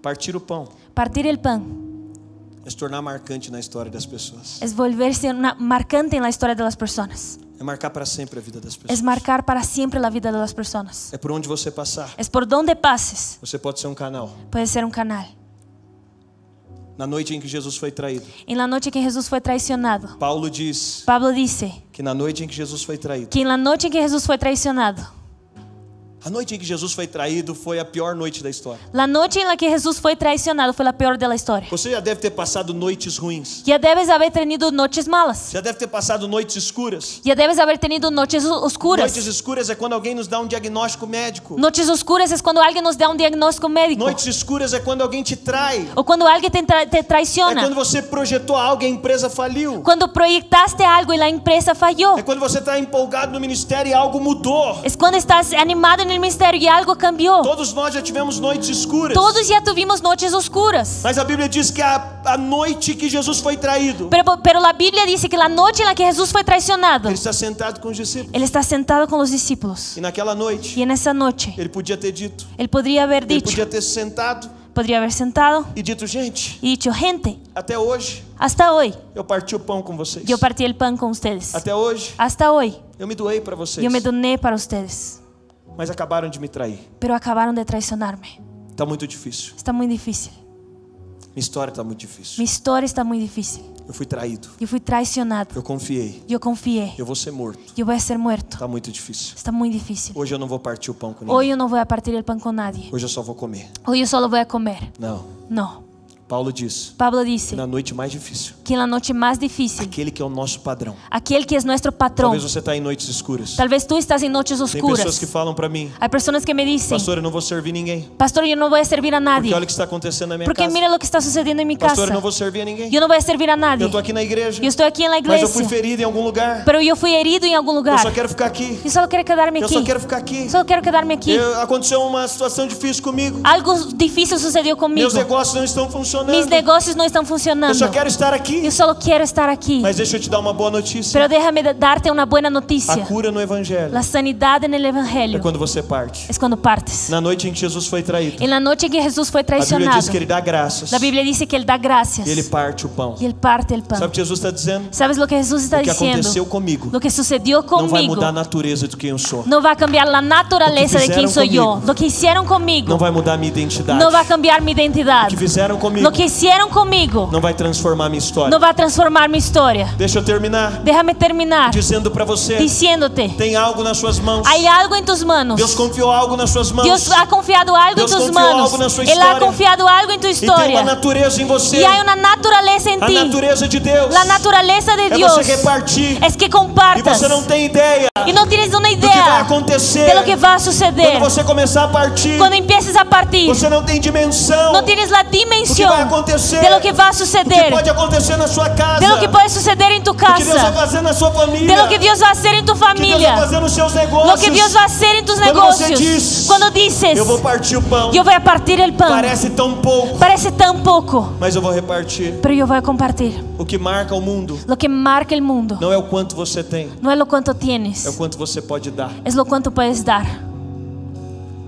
Speaker 2: Partir o pão
Speaker 3: Partir el pan
Speaker 2: é se tornar marcante na história das pessoas.
Speaker 3: es volverse una marcante en la historia de las personas.
Speaker 2: É marcar para sempre a vida das pessoas.
Speaker 3: Es É marcar para siempre la vida de las personas.
Speaker 2: É por onde você passar.
Speaker 3: Es por donde pases,
Speaker 2: Você pode ser um canal.
Speaker 3: puede ser un canal.
Speaker 2: Na noite em que Jesus foi traído,
Speaker 3: En la noche que Jesús fue traicionado,
Speaker 2: Paulo diz
Speaker 3: Pablo dice
Speaker 2: que na noite em que Jesus foi traído,
Speaker 3: que en la noche en que Jesús fue traicionado,
Speaker 2: a noite em que Jesus foi traído foi a pior noite da história.
Speaker 3: La noche en la que Jesús fue traicionado fue la peor de la historia.
Speaker 2: Você já deve ter passado noites ruins.
Speaker 3: Ya debes haber tenido noches malas.
Speaker 2: Já deve ter passado noites escuras.
Speaker 3: Ya debes haber tenido noches os-
Speaker 2: Noites
Speaker 3: oscuras.
Speaker 2: escuras é quando alguém nos dá um diagnóstico médico.
Speaker 3: Noches oscuras es cuando alguien nos da un diagnóstico médico.
Speaker 2: Noites escuras é quando alguém te trai.
Speaker 3: O cuando alguien te, tra- te
Speaker 2: É quando
Speaker 3: traiciona.
Speaker 2: você projetou algo e a empresa faliu.
Speaker 3: Cuando proyectaste algo y la empresa falló.
Speaker 2: É quando você está empolgado no ministério e algo mudou.
Speaker 3: Es cuando estás animado en el ministerio y algo cambió.
Speaker 2: Todos nós já tivemos noites escuras.
Speaker 3: Todos ya tuvimos noches oscuras.
Speaker 2: Mas a Bíblia diz que a, a noite que Jesus foi traído,
Speaker 3: Pero, pero la Biblia dice que la noche en la que Jesús fue traicionado,
Speaker 2: ele está sentado com os discípulos.
Speaker 3: Él está sentado con los discípulos.
Speaker 2: E naquela noite,
Speaker 3: Y en esa noche,
Speaker 2: ele podia ter é dito,
Speaker 3: Él podría haber
Speaker 2: ele
Speaker 3: dicho,
Speaker 2: podia ter se sentado
Speaker 3: podría haber sentado
Speaker 2: e dito, gente,
Speaker 3: y dicho, gente,
Speaker 2: até hoje
Speaker 3: Hasta hoy
Speaker 2: eu parti o pão com vocês.
Speaker 3: yo partí el pan con ustedes.
Speaker 2: Até hoje
Speaker 3: Hasta hoy
Speaker 2: eu me doei para vocês.
Speaker 3: yo me doné para ustedes,
Speaker 2: Mas acabaram de me trair.
Speaker 3: pero acabaron de traicionarme.
Speaker 2: Tá muito difícil.
Speaker 3: Está muy difícil.
Speaker 2: Minha história tá muito difícil.
Speaker 3: Mi historia está muy difícil.
Speaker 2: Eu fui traído.
Speaker 3: Yo fui traicionado.
Speaker 2: Eu confiei.
Speaker 3: Yo confié.
Speaker 2: Eu vou ser morto.
Speaker 3: Yo voy a ser muerto.
Speaker 2: Tá muito difícil.
Speaker 3: Está muy difícil.
Speaker 2: Hoje eu não vou partir o pão com ninguém.
Speaker 3: Hoy yo no voy a partir el pan con nadie.
Speaker 2: Hoje eu só vou comer.
Speaker 3: Hoy yo solo voy a comer.
Speaker 2: Não.
Speaker 3: No.
Speaker 2: Paulo diz
Speaker 3: Pablo
Speaker 2: que
Speaker 3: dice
Speaker 2: na noite mais difícil,
Speaker 3: que en la noche más difícil,
Speaker 2: aquele que é o nosso padrão.
Speaker 3: aquel que es nuestro patrón,
Speaker 2: Talvez você está em noites escuras.
Speaker 3: tal vez tú estás en noches
Speaker 2: Tem pessoas que
Speaker 3: oscuras.
Speaker 2: falam para mim,
Speaker 3: Hay personas que me dicen,
Speaker 2: pastor, eu não vou servir ninguém.
Speaker 3: pastor, yo no voy a servir a
Speaker 2: Porque
Speaker 3: nadie.
Speaker 2: olha o que está acontecendo na minha
Speaker 3: Porque
Speaker 2: casa.
Speaker 3: mira lo que está sucediendo en mi
Speaker 2: Pastor, eu não
Speaker 3: casa.
Speaker 2: vou servir a ninguém.
Speaker 3: Yo no voy a servir a nadie.
Speaker 2: Eu tô aqui na igreja,
Speaker 3: Yo estoy aquí en la
Speaker 2: mas eu fui
Speaker 3: iglesia,
Speaker 2: ferido em algum lugar.
Speaker 3: pero yo fui herido en algún
Speaker 2: Eu
Speaker 3: lugar.
Speaker 2: só quero ficar aqui.
Speaker 3: Yo solo quiero quedarme
Speaker 2: Eu só
Speaker 3: aquí.
Speaker 2: quero ficar aqui.
Speaker 3: Solo quiero quedarme aquí.
Speaker 2: Eu- aconteceu uma situação difícil comigo.
Speaker 3: Algo difícil sucedió conmigo.
Speaker 2: Meus negócios não estão funcionando.
Speaker 3: Mis negocios no están
Speaker 2: Eu
Speaker 3: funcionando.
Speaker 2: só quero estar aqui.
Speaker 3: Yo solo quiero estar aquí.
Speaker 2: Mas deixa eu te dar uma boa notícia.
Speaker 3: Pero déjame da- darte una buena
Speaker 2: A
Speaker 3: noticia.
Speaker 2: cura no evangelho
Speaker 3: La sanidad en el
Speaker 2: é
Speaker 3: Evangelio
Speaker 2: quando você parte.
Speaker 3: es cuando partes.
Speaker 2: Na noite em que Jesus foi traído,
Speaker 3: En la noche en que Jesús fue
Speaker 2: a Bíblia diz
Speaker 3: traicionado,
Speaker 2: que ele dá graças.
Speaker 3: la Biblia dice que Él da gracias
Speaker 2: E ele parte o pão.
Speaker 3: y Él parte el
Speaker 2: Sabe o
Speaker 3: pan.
Speaker 2: que Jesus está dizendo?
Speaker 3: ¿Sabes lo que Jesús está
Speaker 2: O que aconteceu
Speaker 3: diciendo?
Speaker 2: comigo
Speaker 3: Lo que sucedió
Speaker 2: não vai mudar a
Speaker 3: conmigo
Speaker 2: natureza de quem eu sou.
Speaker 3: no va a cambiar la naturaleza de
Speaker 2: hicieron
Speaker 3: quién soy yo.
Speaker 2: conmigo.
Speaker 3: Lo que hicieron conmigo
Speaker 2: Não vai mudar a minha identidade.
Speaker 3: no va a cambiar mi identidad.
Speaker 2: O que fizeram comigo comigo
Speaker 3: Lo que hicieron conmigo
Speaker 2: não vai transformar minha história.
Speaker 3: no va a transformar mi historia.
Speaker 2: Deixa eu terminar
Speaker 3: Déjame terminar
Speaker 2: dizendo para você:
Speaker 3: diciéndote,
Speaker 2: tem algo nas suas mãos.
Speaker 3: hay algo en tus manos.
Speaker 2: Deus confiou algo nas suas mãos.
Speaker 3: Dios ha confiado algo
Speaker 2: Dios
Speaker 3: en tus
Speaker 2: confió
Speaker 3: manos.
Speaker 2: algo en su
Speaker 3: Él ha
Speaker 2: historia.
Speaker 3: confiado algo en tu
Speaker 2: e tem uma
Speaker 3: historia.
Speaker 2: natureza em você.
Speaker 3: Y hay una naturaleza en
Speaker 2: A
Speaker 3: ti.
Speaker 2: natureza É de Deus.
Speaker 3: La naturaleza de
Speaker 2: é
Speaker 3: Dios
Speaker 2: você repartir.
Speaker 3: es que
Speaker 2: E
Speaker 3: compartas.
Speaker 2: você não tem ideia
Speaker 3: Y no tienes una
Speaker 2: do que vai
Speaker 3: idea
Speaker 2: acontecer.
Speaker 3: de lo que va a
Speaker 2: Quando
Speaker 3: suceder.
Speaker 2: você começar a partir,
Speaker 3: Cuando empieces a partir,
Speaker 2: você não tem dimensão
Speaker 3: no tienes la
Speaker 2: va a
Speaker 3: dimensión
Speaker 2: acontecer,
Speaker 3: de lo que va a
Speaker 2: do que
Speaker 3: suceder,
Speaker 2: pode acontecer na sua casa.
Speaker 3: de lo que puede suceder en tu
Speaker 2: o que Deus vai
Speaker 3: casa,
Speaker 2: fazer na sua família.
Speaker 3: de lo que Dios va a hacer en tu
Speaker 2: o que Deus vai
Speaker 3: familia,
Speaker 2: fazer nos seus negócios.
Speaker 3: lo que Dios va a hacer en tus
Speaker 2: Cuando você
Speaker 3: negocios.
Speaker 2: diz,
Speaker 3: Cuando dices,
Speaker 2: Eu vou partir o pão.
Speaker 3: yo voy a partir el pan,
Speaker 2: Parece tão pouco,
Speaker 3: parece tan poco,
Speaker 2: mas eu vou repartir.
Speaker 3: pero yo voy a compartir.
Speaker 2: O que marca o mundo
Speaker 3: Lo que marca el mundo
Speaker 2: não é o quanto você tem,
Speaker 3: no es lo cuánto
Speaker 2: é o
Speaker 3: tienes,
Speaker 2: quanto você pode dar.
Speaker 3: es lo cuánto puedes dar.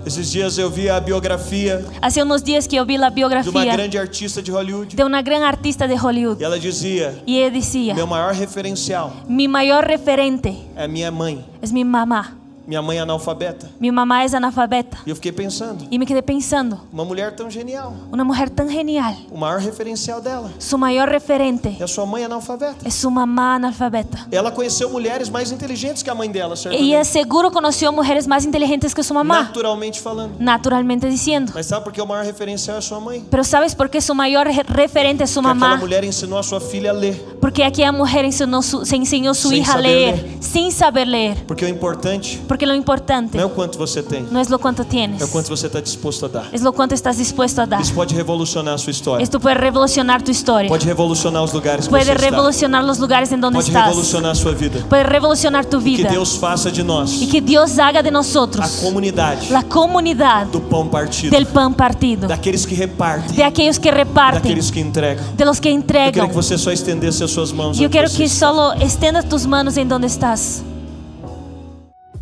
Speaker 2: Esses dias eu vi a biografia
Speaker 3: Hace unos días que yo vi la
Speaker 2: de uma
Speaker 3: biografía
Speaker 2: grande artista de Hollywood
Speaker 3: de una gran artista de Hollywood
Speaker 2: e ela dizia:
Speaker 3: y ella decía,
Speaker 2: Meu maior referencial
Speaker 3: mi mayor referente
Speaker 2: é minha mãe.
Speaker 3: es mi mamá.
Speaker 2: Minha mãe é analfabeta.
Speaker 3: Mi mamá es analfabeta.
Speaker 2: E eu fiquei pensando:
Speaker 3: Y me quedé pensando,
Speaker 2: uma mulher tão genial,
Speaker 3: una mujer tan genial,
Speaker 2: o maior referencial dela
Speaker 3: su mayor referente
Speaker 2: é a sua mãe analfabeta.
Speaker 3: es su mamá analfabeta.
Speaker 2: Ela conheceu mulheres mais inteligentes que a mãe dela, certamente,
Speaker 3: Ella seguro conoció mujeres más inteligentes que su mamá,
Speaker 2: naturalmente falando.
Speaker 3: naturalmente diciendo.
Speaker 2: Mas sabe por que o maior referencial é a sua mãe?
Speaker 3: Pero ¿sabes por qué su mayor re- referente es su
Speaker 2: Porque aquela
Speaker 3: mamá?
Speaker 2: mulher ensinou a sua filha a ler.
Speaker 3: Porque aquella mujer enseñó su- se enseñó su
Speaker 2: Sin
Speaker 3: hija a
Speaker 2: saber
Speaker 3: leer,
Speaker 2: leer.
Speaker 3: sin saber leer.
Speaker 2: Porque o importante
Speaker 3: Porque lo importante
Speaker 2: não é o quanto você tem,
Speaker 3: no es lo cuánto tienes,
Speaker 2: é o quanto você está disposto a dar.
Speaker 3: es lo cuánto estás dispuesto a dar.
Speaker 2: Isso pode revolucionar a sua história.
Speaker 3: Esto puede revolucionar tu historia,
Speaker 2: Pode revolucionar os lugares que você
Speaker 3: puede
Speaker 2: está.
Speaker 3: revolucionar los lugares en donde
Speaker 2: Pode
Speaker 3: estás,
Speaker 2: revolucionar a sua vida.
Speaker 3: puede revolucionar tu
Speaker 2: Que
Speaker 3: vida.
Speaker 2: Deus faça de nós
Speaker 3: Y que Dios haga de
Speaker 2: a
Speaker 3: nosotros
Speaker 2: comunidade
Speaker 3: la comunidad
Speaker 2: do pão partido,
Speaker 3: del pan partido,
Speaker 2: daqueles que repartem,
Speaker 3: de aquellos que reparten,
Speaker 2: daqueles que entregam.
Speaker 3: de los que
Speaker 2: Eu quero
Speaker 3: entregan.
Speaker 2: que você só estendesse as suas mãos.
Speaker 3: Yo
Speaker 2: onde
Speaker 3: quiero
Speaker 2: você
Speaker 3: que
Speaker 2: está.
Speaker 3: solo extiendas tus manos en donde estás.